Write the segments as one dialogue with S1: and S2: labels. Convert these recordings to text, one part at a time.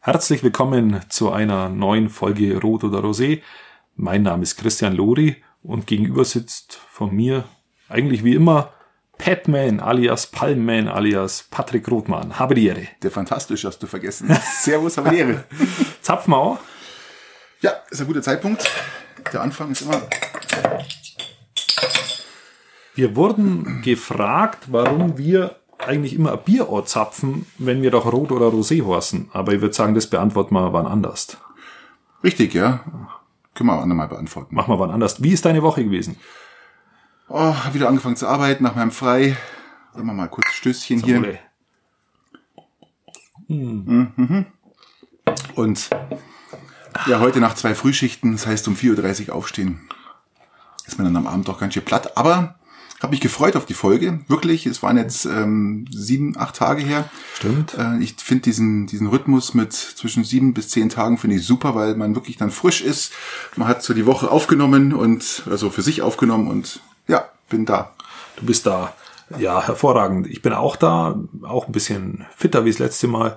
S1: Herzlich willkommen zu einer neuen Folge Rot oder Rosé. Mein Name ist Christian Lori und gegenüber sitzt von mir eigentlich wie immer Patman alias Palmman alias Patrick Rothmann. Habe die Ehre.
S2: Der fantastisch hast du vergessen. Servus, habe die Ehre.
S1: Zapfmauer.
S2: Ja, ist ein guter Zeitpunkt. Der Anfang ist immer.
S1: Wir wurden gefragt, warum wir eigentlich immer ein Bierort zapfen, wenn wir doch Rot oder Rosé horsen. Aber ich würde sagen, das beantworten wir wann anders.
S2: Richtig, ja. Können wir auch andermal beantworten.
S1: Machen wir wann anders. Wie ist deine Woche gewesen?
S2: Oh, hab wieder angefangen zu arbeiten nach meinem Frei. Sagen wir mal kurz Stößchen hier.
S1: Ole.
S2: Und ja, heute nach zwei Frühschichten, das heißt um 4.30 Uhr aufstehen. Ist mir dann am Abend doch ganz schön platt. Aber habe mich gefreut auf die Folge. Wirklich, es waren jetzt ähm, sieben, acht Tage her.
S1: Stimmt.
S2: Äh, ich finde diesen, diesen Rhythmus mit zwischen sieben bis zehn Tagen finde ich super, weil man wirklich dann frisch ist. Man hat so die Woche aufgenommen und also für sich aufgenommen und ja, bin da.
S1: Du bist da. Ja, hervorragend. Ich bin auch da, auch ein bisschen fitter wie das letzte Mal.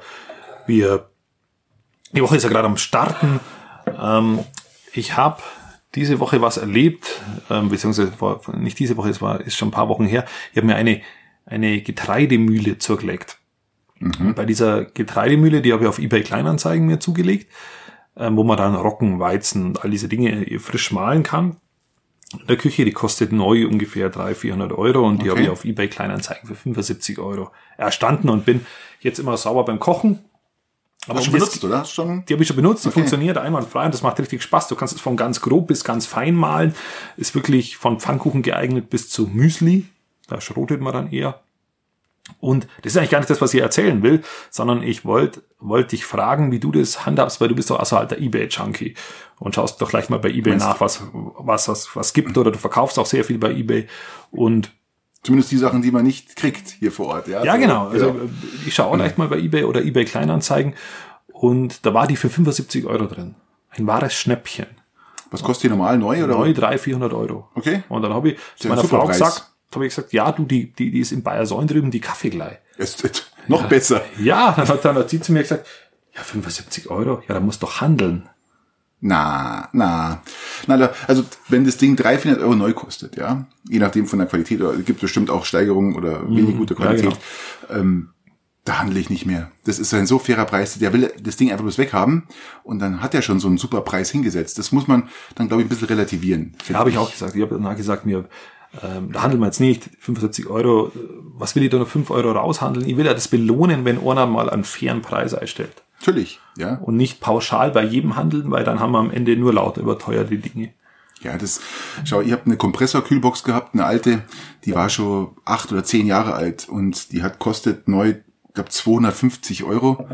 S1: Wir, die Woche ist ja gerade am Starten. Ähm, ich habe diese Woche was erlebt, ähm, beziehungsweise vor, nicht diese Woche, es war ist schon ein paar Wochen her. Ich habe mir eine eine Getreidemühle zugelegt. Und Bei dieser Getreidemühle, die habe ich auf eBay Kleinanzeigen mir zugelegt, ähm, wo man dann Rocken, Weizen und all diese Dinge äh, frisch mahlen kann in der Küche, die kostet neu ungefähr 300, 400 Euro und die habe ich auf eBay Kleinanzeigen für 75 Euro erstanden und bin jetzt immer sauber beim Kochen. Aber
S2: Hast du
S1: um
S2: schon
S1: das-
S2: benutzt, oder? Hast du schon?
S1: die habe ich schon benutzt, die funktioniert einwandfrei und das macht richtig Spaß. Du kannst es von ganz grob bis ganz fein malen. Ist wirklich von Pfannkuchen geeignet bis zu Müsli. Da schrotet man dann eher. Und das ist eigentlich gar nicht das, was ich erzählen will, sondern ich wollte wollt dich fragen, wie du das handhabst, weil du bist doch also alter Ebay-Junkie und schaust doch gleich mal bei Ebay nach, was, was, was, was gibt oder du verkaufst auch sehr viel bei Ebay und
S2: Zumindest die Sachen, die man nicht kriegt hier vor Ort. Ja,
S1: ja,
S2: So,
S1: genau. Also
S2: ja. Genau.
S1: ich schaue auch leicht mal bei eBay oder eBay Kleinanzeigen und da war die für 75 Euro drin. Ein wahres Schnäppchen.
S2: Was kostet die normal neu oder?
S1: Neu 300, 400 Euro.
S2: Okay.
S1: Und dann habe ich zu
S2: ja ein
S1: meiner
S2: super
S1: Frau
S2: Preis.
S1: gesagt, habe ich gesagt, ja, du, die, die, die ist in Bayersäulen drüben, die Kaffeeglei.
S2: Ist, ist, noch besser.
S1: Ja, dann hat, dann hat sie zu mir gesagt, ja, 75 Euro, ja, da musst du doch handeln.
S2: Na, na. na da, also wenn das Ding 300 Euro neu kostet, ja, je nachdem von der Qualität, oder es gibt bestimmt auch Steigerungen oder wenig gute Qualität, ähm, da handle ich nicht mehr. Das ist ein so fairer Preis, der will das Ding einfach bloß weghaben und dann hat er schon so einen super Preis hingesetzt. Das muss man dann, glaube ich, ein bisschen relativieren.
S1: Da habe ich auch gesagt, ich habe danach gesagt, mir, ähm, da handeln wir jetzt nicht, 75 Euro, äh, was will ich da noch 5 Euro raushandeln? Ich will ja das belohnen, wenn einer mal einen fairen Preis einstellt.
S2: Natürlich, ja.
S1: und nicht pauschal bei jedem handeln, weil dann haben wir am Ende nur lauter überteuerte Dinge.
S2: Ja, das, schau, ich habe eine Kompressorkühlbox gehabt, eine alte, die war schon acht oder zehn Jahre alt und die hat kostet neu, ich glaube 250 Euro.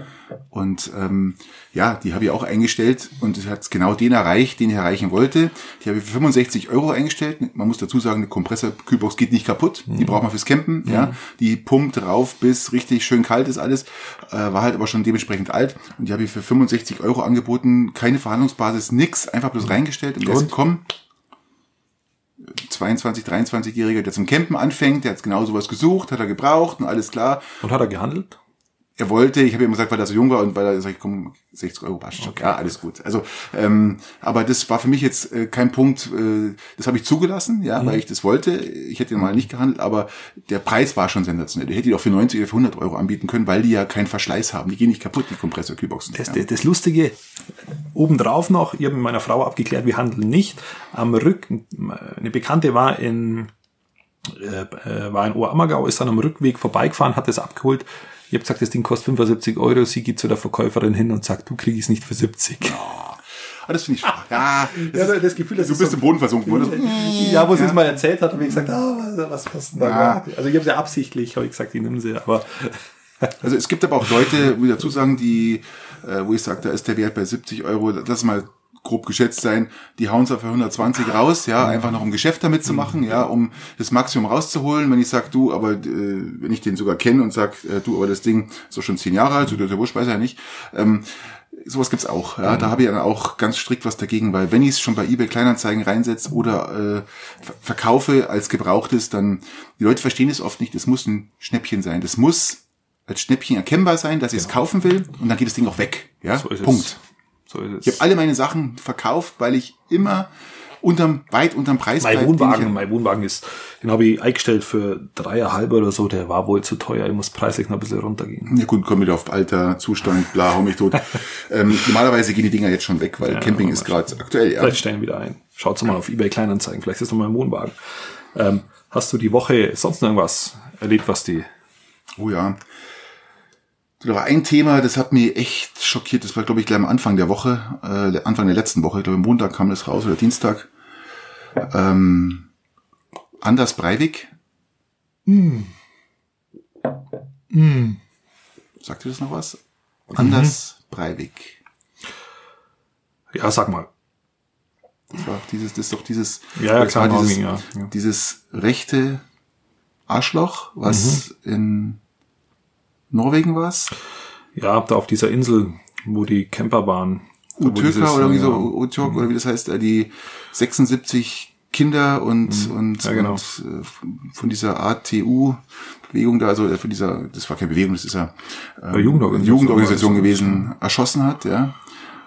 S2: Und ähm, ja, die habe ich auch eingestellt und es hat genau den erreicht, den ich erreichen wollte. Die habe ich für 65 Euro eingestellt. Man muss dazu sagen, eine Kompressorkühlbox geht nicht kaputt. Die braucht man fürs Campen. Ja, die pumpt rauf, bis richtig schön kalt ist alles. Äh, war halt aber schon dementsprechend alt und die habe ich für 65 Euro angeboten. Keine Verhandlungsbasis, nix, einfach bloß reingestellt und der ist
S1: Und?
S2: gekommen. 22, 23-Jähriger, der zum Campen anfängt, der hat genau sowas gesucht, hat er gebraucht und alles klar.
S1: Und hat er gehandelt?
S2: Er wollte, ich habe ihm gesagt, weil er so jung war und weil er sagt, komm, 60 Euro passt schon. ja, alles gut. Also, ähm, aber das war für mich jetzt äh, kein Punkt, äh, das habe ich zugelassen, ja,
S1: Mhm.
S2: weil ich das wollte. Ich hätte normal nicht gehandelt, aber der Preis war schon sensationell. Der hätte die auch für 90 oder für 100 Euro anbieten können, weil die ja keinen Verschleiß haben. Die gehen nicht kaputt, die Kompressorkühlboxen.
S1: Das,
S2: ja.
S1: das, das Lustige, obendrauf noch, ich habe mit meiner Frau abgeklärt, wir handeln nicht. Am Rücken, eine Bekannte war in, äh, äh, war in Oberammergau, ist dann am Rückweg vorbeigefahren, hat das abgeholt. Ich habe gesagt, das Ding kostet 75 Euro. Sie geht zu der Verkäuferin hin und sagt, du kriegst es nicht für 70.
S2: Ah, das finde ich schwach. Ja, das ist,
S1: das Gefühl, dass
S2: du bist im Boden versunken, oder?
S1: Ja, wo sie es mal erzählt hat, habe ich gesagt, ah, was passt denn da? Also ich habe sie absichtlich, habe ich gesagt, die nimm sie, aber
S2: Also es gibt aber auch Leute, muss ich dazu sagen, die, äh, wo ich sage, da ist der Wert bei 70 Euro, das mal grob geschätzt sein, die hauen es auf 120 raus, ja, einfach noch um Geschäft damit zu machen, ja, um das Maximum rauszuholen. Wenn ich sage, du, aber äh, wenn ich den sogar kenne und sage, äh, du, aber das Ding ist doch schon zehn Jahre alt, so der Wurscht weiß er ja nicht. Ähm, sowas gibt's auch.
S1: Mhm.
S2: Ja, da habe ich dann auch ganz strikt was dagegen, weil wenn ich es schon bei eBay Kleinanzeigen reinsetze oder äh, ver- verkaufe als gebrauchtes, dann die Leute verstehen es oft nicht. Das muss ein Schnäppchen sein. Das muss als Schnäppchen erkennbar sein, dass ich es kaufen will und dann geht das Ding auch weg. Ja,
S1: Genau. So ist es.
S2: Punkt.
S1: So ist es.
S2: Ich habe alle meine Sachen verkauft, weil ich immer unterm, weit unterm Preis
S1: mein
S2: bleib, den ich-
S1: Wohnwagen, mein Wohnwagen ist, den habe ich eingestellt für dreieinhalb oder so, der war wohl zu teuer, ich muss preislich noch ein bisschen runtergehen.
S2: Ja gut, komm wieder auf Alter, Zustand, bla, hau mich tot. ähm, normalerweise gehen die Dinger jetzt schon weg, weil Camping ist gerade aktuell, ja.
S1: Vielleicht stellen wir wieder ein. Schaut's mal auf eBay Kleinanzeigen, vielleicht ist noch mein Wohnwagen. Ähm, hast du die Woche sonst noch irgendwas erlebt, was die
S2: Oh ja. Da war ein Thema, das hat mir echt schockiert. Das war, glaube ich, gleich am Anfang der Woche, äh, Anfang der letzten Woche. Ich glaube, Montag kam das raus oder Dienstag. Ähm, Anders Breivik. Mm. Sagt ihr das noch was?
S1: Mhm.
S2: Anders Breivik.
S1: Ja, sag mal.
S2: Das war auch dieses, das ist doch dieses,
S1: Ja, ja,
S2: das war
S1: klar,
S2: dieses,
S1: Morgen, ja, ja.
S2: dieses rechte Arschloch, was
S1: Mhm.
S2: in Norwegen war's.
S1: Ja, da auf dieser Insel, wo die Camper waren. Da, wo
S2: Utürker
S1: dieses, ähm,
S2: oder wie so,
S1: ja, genau. Mhm.
S2: Utürk oder wie das heißt, äh, die 76 Kinder und, und,
S1: ja, genau.
S2: und äh, von dieser ATU-Bewegung da, also von dieser, das war keine Bewegung, das ist ja ähm,
S1: Jugendorganisation.
S2: Jugendorganisation gewesen, erschossen hat, ja.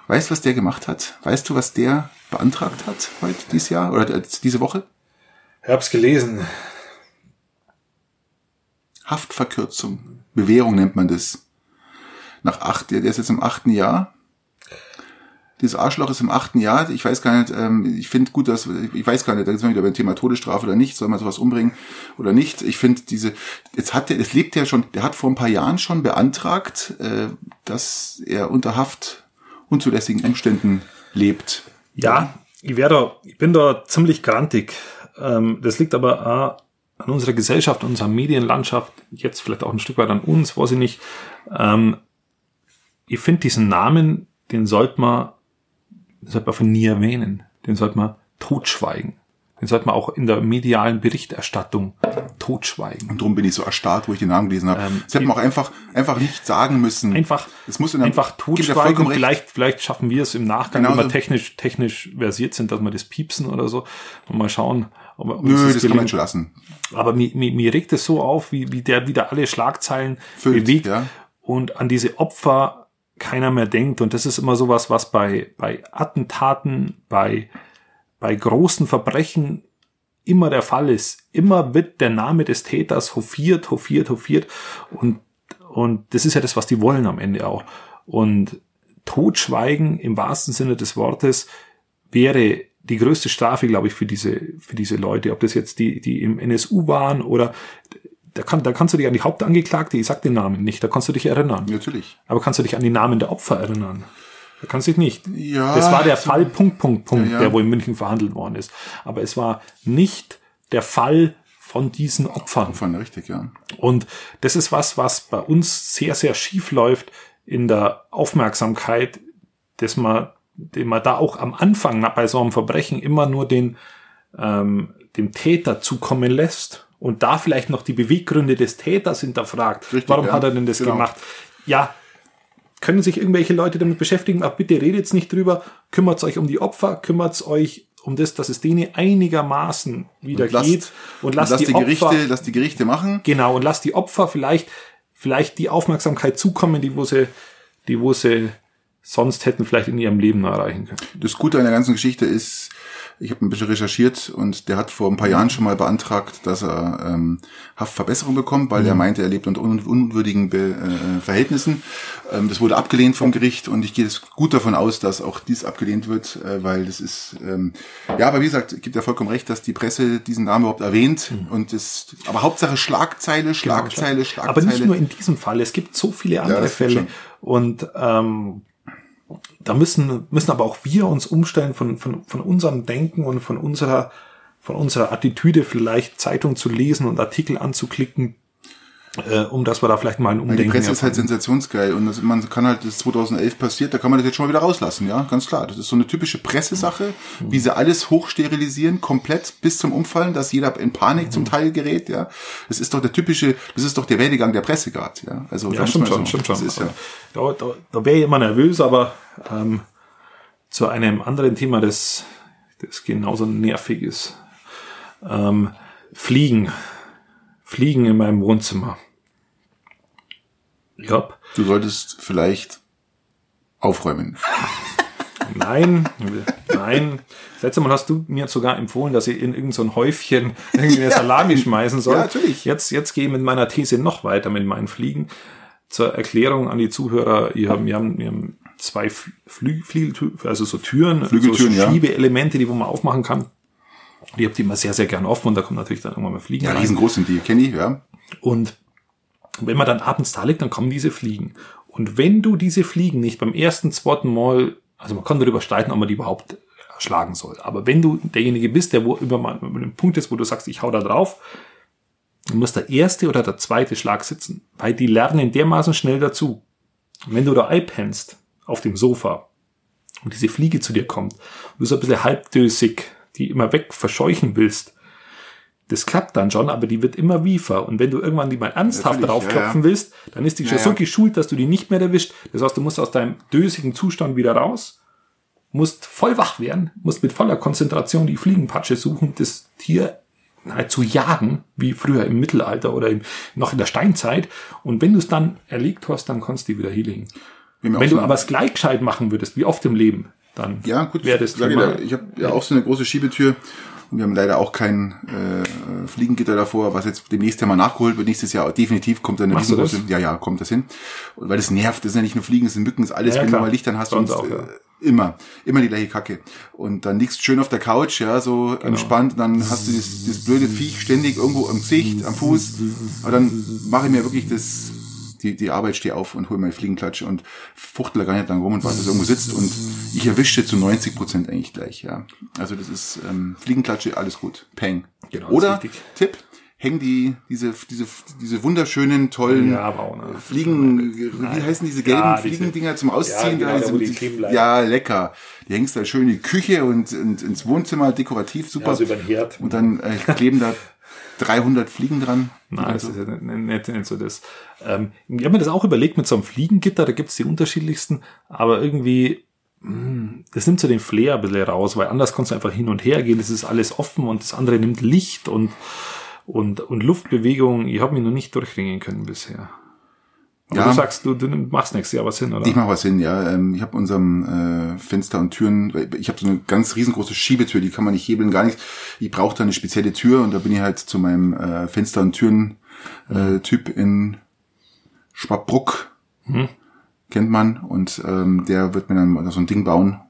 S2: Weißt du, was der gemacht hat? Weißt du, was der beantragt hat heute, dieses Jahr oder äh, diese Woche?
S1: Ich hab's gelesen.
S2: Haftverkürzung. Bewährung nennt man das. Nach acht, der der ist jetzt im achten Jahr. Dieses Arschloch ist im achten Jahr. Ich weiß gar nicht, ähm, ich finde gut, dass, ich weiß gar nicht, da sind wir wieder beim Thema Todesstrafe oder nicht, soll man sowas umbringen oder nicht. Ich finde diese, jetzt hat der, jetzt lebt der schon, der hat vor ein paar Jahren schon beantragt, äh, dass er unter Haft unzulässigen Umständen lebt.
S1: Ja, ich, wär da, ich bin da ziemlich grantig. Ähm, das liegt aber auch an unserer Gesellschaft, unserer Medienlandschaft, jetzt vielleicht auch ein Stück weit an uns, weiß ich nicht. Ähm, ich finde diesen Namen, den sollte man, den sollte man von nie erwähnen. Den sollte man totschweigen. Den sollte man auch in der medialen Berichterstattung totschweigen.
S2: Und darum bin ich so erstarrt, wo ich den Namen gelesen habe.
S1: Ähm,
S2: das hätte man auch einfach, einfach nicht sagen müssen.
S1: Einfach,
S2: Es muss in einem-
S1: einfach
S2: Gibt ja
S1: totschweigen.
S2: vollkommen recht. Genau
S1: Vielleicht, vielleicht schaffen wir es im Nachgang,
S2: Genauso.
S1: wenn wir technisch, technisch versiert sind, dass wir das piepsen oder so. Und mal schauen, ob wir uns
S2: Nö, das kann man
S1: gelingt.
S2: schon lassen.
S1: Aber mir, mir, mir regt es so auf, wie, wie der wieder alle Schlagzeilen
S2: Füllt,
S1: bewegt
S2: ja.
S1: und an diese Opfer keiner mehr denkt. Und das ist immer sowas, was bei, bei Attentaten, bei, bei großen Verbrechen immer der Fall ist. Immer wird der Name des Täters hofiert, hofiert, hofiert. Und, und das ist ja das, was die wollen am Ende auch. Und Totschweigen im wahrsten Sinne des Wortes wäre die größte Strafe, glaube ich, für diese, für diese Leute. Ob das jetzt die, die im NSU waren oder da, kann, da kannst du dich an die Hauptangeklagte, ich sag den Namen nicht, da kannst du dich erinnern.
S2: Natürlich.
S1: Aber kannst du dich an die Namen der Opfer erinnern? Da kannst du dich nicht.
S2: Ja.
S1: Das war der Fall, Punkt, Punkt, Punkt,
S2: Ja, ja.
S1: der wo in München verhandelt worden ist. Aber es war nicht der Fall von diesen Opfern.
S2: Von richtig, ja.
S1: Und das ist was, was bei uns sehr, sehr schief läuft in der Aufmerksamkeit, dass man, den man da auch am Anfang na, bei so einem Verbrechen immer nur den, ähm, dem Täter zukommen lässt und da vielleicht noch die Beweggründe des Täters hinterfragt.
S2: Richtig,
S1: Warum
S2: ja.
S1: hat er denn das
S2: Genau.
S1: gemacht? Ja, können sich irgendwelche Leute damit beschäftigen, aber bitte redet nicht drüber, kümmert euch um die Opfer, kümmert euch um das, dass es denen einigermaßen wieder geht und lasst, die, Opfer,
S2: Gerichte, lasst die Gerichte machen.
S1: Genau, und lass die Opfer vielleicht, vielleicht die Aufmerksamkeit zukommen, die wo sie, die wo sie sonst hätten vielleicht in ihrem Leben erreichen können.
S2: Das Gute an der ganzen Geschichte ist, ich habe ein bisschen recherchiert und der hat vor ein paar Jahren schon mal beantragt, dass er ähm, Haftverbesserung bekommt, weil
S1: Mhm.
S2: er meinte, er lebt unter un unwürdigen Be äh, Verhältnissen. Ähm, das wurde abgelehnt vom Gericht und ich gehe jetzt gut davon aus, dass auch dies abgelehnt wird, äh, weil das ist ähm, ja, aber wie gesagt, gibt ja vollkommen recht, dass die Presse diesen Namen überhaupt erwähnt und das, aber Hauptsache Schlagzeile, Schlagzeile, Schlagzeile.
S1: Mhm. Genau, Aber nicht nur in diesem Fall, es gibt so viele andere
S2: das stimmt
S1: Fälle. Und ähm, da müssen, müssen aber auch wir uns umstellen von, von, von unserem Denken und von unserer, von unserer Attitüde, vielleicht Zeitung zu lesen und Artikel anzuklicken, äh, um dass wir da vielleicht mal ein
S2: Weil
S1: Umdenken
S2: die Presse ist halt
S1: erfahren.
S2: sensationsgeil und das, man kann halt, das ist 2011 passiert, da kann man das jetzt schon mal wieder rauslassen, ja, ganz klar. Das ist so eine typische Pressesache, wie sie alles hochsterilisieren, komplett bis zum Umfallen, dass jeder in Panik zum Teil gerät, ja. Das ist doch der typische, das ist doch der Werdegang der Presse gerade, ja. Also, da
S1: Ja,
S2: muss
S1: stimmt
S2: man
S1: schon,
S2: so-
S1: stimmt schon.
S2: Das ist ja,
S1: Da, da, da wäre ich immer nervös, aber ähm, zu einem anderen Thema, das, das genauso nervig ist. Ähm, Fliegen. Fliegen in meinem Wohnzimmer. Ich glaube,
S2: Du solltest vielleicht aufräumen.
S1: Nein, nein. Das letzte Mal hast du mir sogar empfohlen, dass ich in irgendein so Häufchen irgendwie eine Salami schmeißen soll.
S2: Ja, natürlich.
S1: Jetzt, jetzt gehe ich mit meiner These noch weiter mit meinen Fliegen. Zur Erklärung an die Zuhörer, ihr haben, wir haben, wir haben zwei Fl- Flü Flügeltü- also so Türen,
S2: Flügeltüren,
S1: so
S2: ja.
S1: Schiebeelemente, die wo man aufmachen kann. Die habt ihr immer sehr, sehr gern offen und da kommt natürlich dann irgendwann mal Fliegen
S2: Ja,
S1: rein.
S2: riesengroß sind die, kenn ich, ja.
S1: Und wenn man dann abends da liegt, dann kommen diese Fliegen. Und wenn du diese Fliegen nicht beim ersten, zweiten Mal, also man kann darüber streiten, ob man die überhaupt erschlagen soll. Aber wenn du derjenige bist, der wo über mal über den Punkt ist, wo du sagst, ich hau da drauf, dann muss der erste oder der zweite Schlag sitzen, weil die lernen dermaßen schnell dazu. Und wenn du da einpennst auf dem Sofa und diese Fliege zu dir kommt, und du so ein bisschen halbdösig die immer weg verscheuchen willst, das klappt dann schon, aber die wird immer wiefer. Und wenn du irgendwann die mal ernsthaft
S2: Natürlich,
S1: draufklopfen
S2: ja,
S1: willst, dann ist die schon
S2: Ja,
S1: so
S2: ja.
S1: geschult, dass du die nicht mehr erwischt. Das heißt, du musst aus deinem dösigen Zustand wieder raus, musst voll wach werden, musst mit voller Konzentration die Fliegenpatsche suchen, das Tier halt zu jagen, wie früher im Mittelalter oder im, noch in der Steinzeit. Und wenn du es dann erlegt hast, dann kannst du die wieder healigen.
S2: Wir haben ja
S1: Wenn
S2: auch
S1: du
S2: so-
S1: aber es gleich gescheit machen würdest, wie oft im Leben, dann
S2: ja, gut,
S1: wäre das
S2: sag ich,
S1: Thema.
S2: da, ich habe ja auch so eine große Schiebetür und wir haben leider auch kein äh, Fliegengitter davor, was jetzt demnächst ja mal nachgeholt wird. Nächstes Jahr definitiv kommt dann eine
S1: Machst du
S2: riesengroße. Ja, ja, kommt das hin. Und weil das nervt, das sind ja nicht nur Fliegen, das sind Mücken, das ist alles.
S1: Ja, ja,
S2: Wenn
S1: klar.
S2: du mal Lichtern hast,
S1: Bei uns
S2: sonst,
S1: auch, ja.
S2: äh, immer, immer die gleiche Kacke. Und dann liegst du schön auf der Couch, ja, so
S1: Genau.
S2: entspannt, dann hast du das, das blöde Viech ständig irgendwo am Gesicht, am Fuß. Aber dann mache ich mir wirklich das, die, die Arbeit, stehe auf und hole meine Fliegenklatsche und fuchtel gar nicht lang rum und warte, dass irgendwo sitzt. Und ich erwische zu 90 Prozent eigentlich gleich, ja. Also das ist ähm, Fliegenklatsche, alles gut. Peng.
S1: Genau, das
S2: Oder
S1: ist richtig.
S2: Tipp, häng die, diese, diese, diese wunderschönen, tollen
S1: Ja, aber auch, ne?
S2: Fliegen, wie heißen diese gelben
S1: Ja, diese-
S2: Fliegendinger zum
S1: Ja,
S2: Ausziehen?
S1: genau,
S2: da,
S1: da,
S2: diese-
S1: wo die kleben bleiben.
S2: ja, lecker. Die hängst da schön in die Küche und, und ins Wohnzimmer, dekorativ, super.
S1: also über den Herd.
S2: und dann äh, kleben da 300 Fliegen dran. Also,
S1: Nein, das ist ja nicht, nicht, nicht so das. Ähm, ich habe mir das auch überlegt mit so einem Fliegengitter, da gibt's die unterschiedlichsten, aber irgendwie, mh, das nimmt so den Flair ein bisschen raus, weil anders kannst du einfach hin und her gehen, das ist alles offen und das andere nimmt Licht und, und, und Luftbewegung. Ich habe mich noch nicht durchringen können bisher. Aber
S2: Ja.
S1: du sagst, du, du machst nächstes Jahr was hin, oder?
S2: Ich mache was hin, ja. Ähm, Ich habe unserem äh, Fenster und Türen, weil ich habe so eine ganz riesengroße Schiebetür, die kann man nicht hebeln, gar nichts. Ich brauche da eine spezielle Tür und da bin ich halt zu meinem äh, Fenster- und Türen-Typ in Schwabbruck. Kennt man. Und ähm, der wird mir dann mal so ein Ding bauen.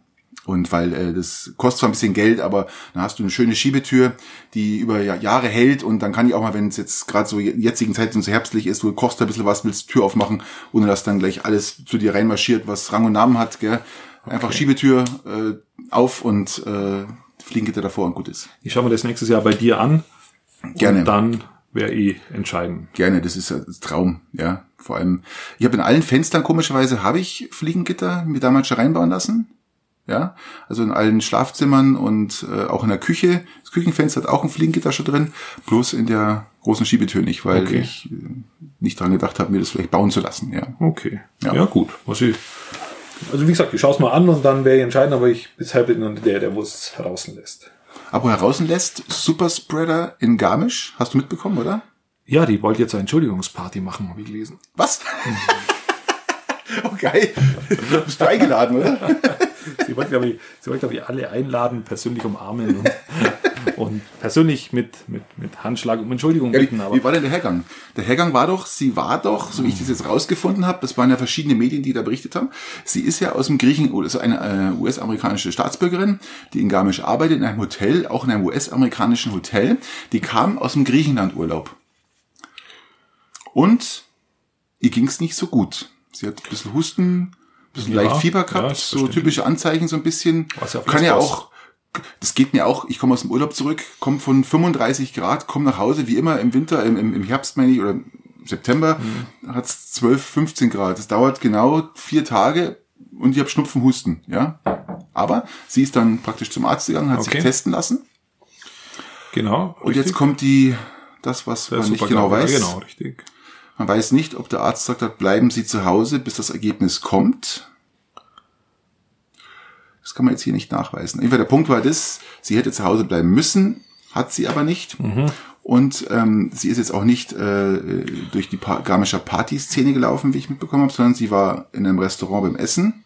S2: Und weil äh, das kostet zwar ein bisschen Geld, aber dann hast du eine schöne Schiebetür, die über Ja- Jahre hält und dann kann ich auch mal, wenn es jetzt gerade so je- jetzigen Zeiten so herbstlich ist, du kochst ein bisschen was, willst Tür aufmachen, ohne dass dann gleich alles zu dir reinmarschiert, was Rang und Namen hat, gell? Einfach Schiebetür äh, auf und äh, Fliegengitter davor und gut ist.
S1: Ich schaue mir das nächstes Jahr bei dir an.
S2: Gerne.
S1: Und dann werde ich entscheiden.
S2: Gerne, das ist ein Traum, ja. Vor allem, ich habe in allen Fenstern komischerweise habe ich Fliegengitter mir damals schon reinbauen lassen. Ja, also in allen Schlafzimmern und äh, auch in der Küche. Das Küchenfenster hat auch ein Fliegengitter schon drin, bloß in der großen Schiebetür nicht, weil
S1: Okay.
S2: ich äh, nicht dran gedacht habe, mir das vielleicht bauen zu lassen. Ja,
S1: Okay. Ja,
S2: Ja.
S1: gut. Was ich, also wie gesagt, ich schaue es mal an und dann werde ich entscheiden, aber ich bisher bin noch der, der wo es draußen lässt.
S2: aber heraus lässt Superspreader in Garmisch, hast du mitbekommen, oder?
S1: Ja, die wollte jetzt eine Entschuldigungsparty machen, habe ich gelesen.
S2: Was? oh geil, du bist du eingeladen, oder?
S1: Sie wollte, glaube ich, sie wollte, glaube ich, alle einladen, persönlich umarmen und, und persönlich mit, mit, mit Handschlag um Entschuldigung
S2: Ja,
S1: bitten.
S2: wie,
S1: Aber
S2: wie war denn der Hergang? Der Hergang war doch, sie war doch, so wie ich das jetzt rausgefunden habe, das waren ja verschiedene Medien, die da berichtet haben, sie ist ja aus dem Griechen, oder so eine äh, US-amerikanische Staatsbürgerin, die in Garmisch arbeitet, in einem Hotel, auch in einem US-amerikanischen Hotel, die kam aus dem Griechenland-Urlaub. Und ihr ging's nicht so gut. Sie hat ein bisschen Husten, ein bisschen
S1: Ja,
S2: leicht Fieber
S1: ja,
S2: gehabt,
S1: ist
S2: so
S1: verständlich.
S2: typische Anzeichen so ein bisschen.
S1: Was ja auf
S2: Kann ja
S1: Lesbos.
S2: auch das geht mir auch. Ich komme aus dem Urlaub zurück, komme von 35 Grad, komme nach Hause, wie immer im Winter, im, im, im Herbst meine ich, oder im September,
S1: Mhm.
S2: hat's 12, 15 Grad. Das dauert genau vier Tage und ich habe Schnupfen, Husten. Ja? Aber sie ist dann praktisch zum Arzt gegangen, hat
S1: Okay.
S2: sich testen lassen.
S1: genau.
S2: Und jetzt kommt die, das, was man nicht genau weiß.
S1: Genau, richtig.
S2: Man weiß nicht, ob der Arzt sagt hat, bleiben Sie zu Hause, bis das Ergebnis kommt. Das kann man jetzt hier nicht nachweisen. Jedenfalls der Punkt war das, sie hätte zu Hause bleiben müssen, hat sie aber nicht. Und ähm, sie ist jetzt auch nicht äh, durch die pa Garmischer Party-Szene gelaufen, wie ich mitbekommen habe, sondern sie war in einem Restaurant beim Essen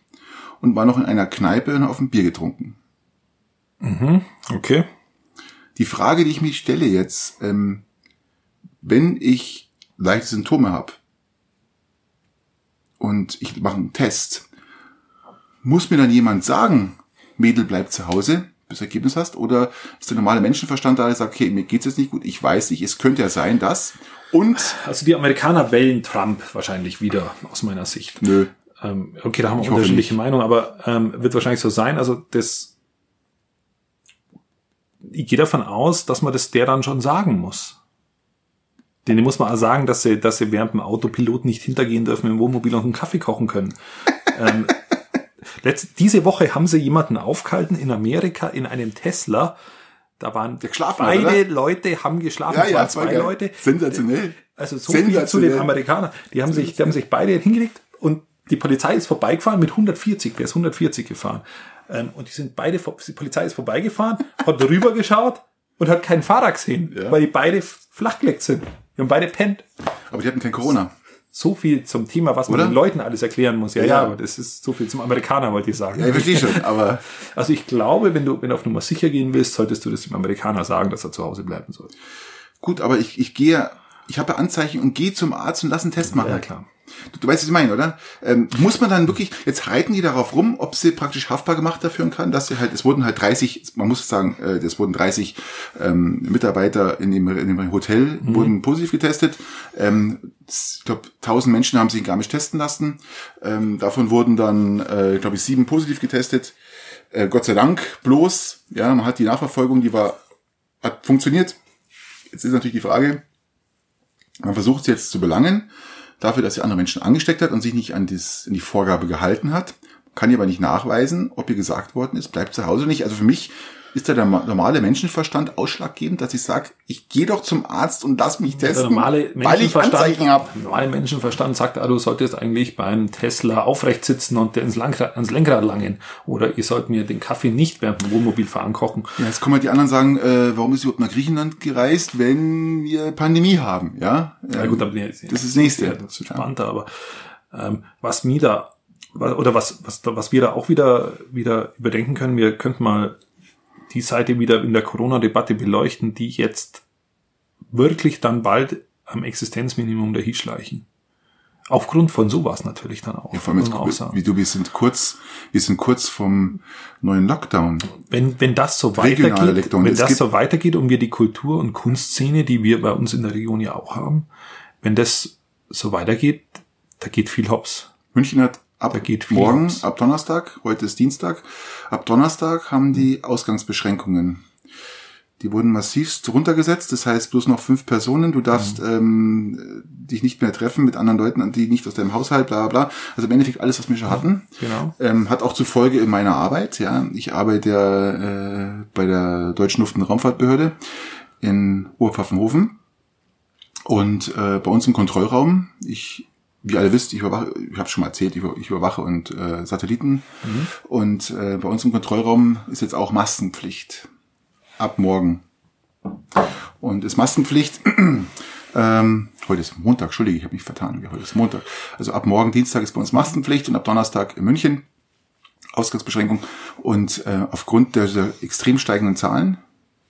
S2: und war noch in einer Kneipe und auf ein Bier getrunken.
S1: Mhm. Okay.
S2: Die Frage, die ich mich stelle jetzt, ähm, wenn ich leichte Symptome habe und ich mache einen Test, muss mir dann jemand sagen, Mädel bleibt zu Hause, bis du Ergebnis hast, oder ist der normale Menschenverstand da, der sagt, okay, mir geht's jetzt nicht gut, ich weiß nicht, es könnte ja sein, dass und
S1: Also die Amerikaner wählen Trump wahrscheinlich wieder, aus meiner Sicht.
S2: nö,
S1: Ähm, okay, da haben wir
S2: Ich hoffe
S1: unterschiedliche Meinungen, aber ähm, wird wahrscheinlich so sein. Also das ich gehe davon aus, dass man das der dann schon sagen muss. Denen muss man auch sagen, dass sie, dass sie während dem Autopilot nicht hintergehen dürfen im Wohnmobil und einen Kaffee kochen können. ähm, letzt, diese Woche haben sie jemanden aufgehalten in Amerika in einem Tesla. Da waren
S2: geschlafen hat,
S1: beide
S2: oder?
S1: Leute haben geschlafen,
S2: ja,
S1: es
S2: ja,
S1: waren
S2: voll
S1: zwei
S2: geil.
S1: Leute.
S2: sensationell.
S1: Also so viel zu den
S2: Sensationell.
S1: Amerikanern. Die haben sich, die haben sich beide hingelegt und die Polizei ist vorbeigefahren mit 140. Der ist 140 gefahren. Ähm, und die sind beide, vor- die Polizei ist vorbeigefahren, hat rüber geschaut und hat keinen Fahrer gesehen,
S2: Ja.
S1: weil die beide flachgelegt sind. Die haben beide pennt.
S2: Aber die hatten kein Corona.
S1: So viel zum Thema, was man
S2: Oder?
S1: den Leuten alles erklären muss. Ja, ja,
S2: Ja.
S1: aber das ist so viel zum Amerikaner, wollte ich sagen.
S2: Ja, ich verstehe schon, aber
S1: Also ich glaube, wenn du, wenn du auf Nummer sicher gehen willst, solltest du das dem Amerikaner sagen, dass er zu Hause bleiben soll.
S2: gut, aber ich, ich gehe, ich habe Anzeichen und gehe zum Arzt und lass einen Test machen.
S1: Ja, klar.
S2: Du, du weißt, was ich meine, oder? Ähm, muss man dann wirklich, jetzt reiten die darauf rum, ob sie praktisch haftbar gemacht dafür kann, dass sie halt, es wurden halt 30, man muss sagen, äh, es wurden 30 ähm, Mitarbeiter in dem, in dem Hotel, wurden positiv getestet. Ähm, ich glaube, 1000 Menschen haben sich gar nicht testen lassen. Ähm, davon wurden dann, äh, glaube ich, sieben positiv getestet. Äh, Gott sei Dank, bloß, ja, man hat die Nachverfolgung, die war, hat funktioniert. Jetzt ist natürlich die Frage, man versucht sie jetzt zu belangen, dafür, dass sie andere Menschen angesteckt hat und sich nicht an, dies, an die Vorgabe gehalten hat. Kann ihr aber nicht nachweisen, ob ihr gesagt worden ist, bleibt zu Hause oder nicht. Also für mich ist da der ma- normale Menschenverstand ausschlaggebend, dass ich sage, ich gehe doch zum Arzt und lass mich
S1: Der
S2: testen,
S1: normale
S2: weil ich
S1: Menschenverstand,
S2: Anzeichen habe.
S1: der normale Menschenverstand sagt, ah, du solltest eigentlich beim Tesla aufrecht sitzen und ins Lenkrad, ans Lenkrad langen. Oder ihr sollt mir den Kaffee nicht während dem Wohnmobilfahren kochen.
S2: Ja, jetzt kommen halt die anderen sagen, äh, warum ist sie überhaupt nach Griechenland gereist, wenn wir Pandemie haben, ja?
S1: Ja, gut, aber nee,
S2: das ist das Nächste.
S1: Ja, das ist entspannter, aber ähm, was mir da, wa- oder was, was, da- was wir da auch wieder, wieder überdenken können, wir könnten mal die Seite wieder in der Corona-Debatte beleuchten, die jetzt wirklich dann bald am Existenzminimum dahinschleichen. Aufgrund von sowas natürlich dann auch.
S2: Ja, vor allem
S1: muss man auch
S2: jetzt,
S1: sagen.
S2: wie du, wir sind kurz, wir sind kurz vom neuen Lockdown.
S1: wenn, wenn das so
S2: Regionale
S1: weitergeht,
S2: Lektoren.
S1: wenn
S2: Es
S1: das
S2: gibt-
S1: so weitergeht und wir die Kultur- und Kunstszene, die wir bei uns in der Region ja auch haben, wenn das so weitergeht, da geht viel hops.
S2: München hat ab
S1: Da geht viel
S2: morgen,
S1: los.
S2: ab Donnerstag, heute ist Dienstag, ab Donnerstag haben die Ausgangsbeschränkungen. Die wurden massivst runtergesetzt, das heißt bloß noch fünf Personen, du
S1: Mhm.
S2: darfst ähm, dich nicht mehr treffen mit anderen Leuten, die nicht aus deinem Haushalt, bla bla bla. Also im Endeffekt alles, was wir schon hatten.
S1: Genau.
S2: Ähm, hat auch zur Folge in meiner Arbeit, ja. Ich arbeite ja äh, bei der Deutschen Luft- und Raumfahrtbehörde in Oberpfaffenhofen und äh, bei uns im Kontrollraum. Ich, wie ihr alle wisst, ich überwache, ich habe schon mal erzählt, ich, über- ich überwache und äh, Satelliten. Und äh, bei uns im Kontrollraum ist jetzt auch Maskenpflicht ab morgen. Und ist Maskenpflicht. Ähm, heute ist Montag, entschuldige, ich habe mich vertan. Ja, Heute ist Montag. Also ab morgen Dienstag ist bei uns Maskenpflicht und ab Donnerstag in München Ausgangsbeschränkung. Und äh, aufgrund der, der extrem steigenden Zahlen,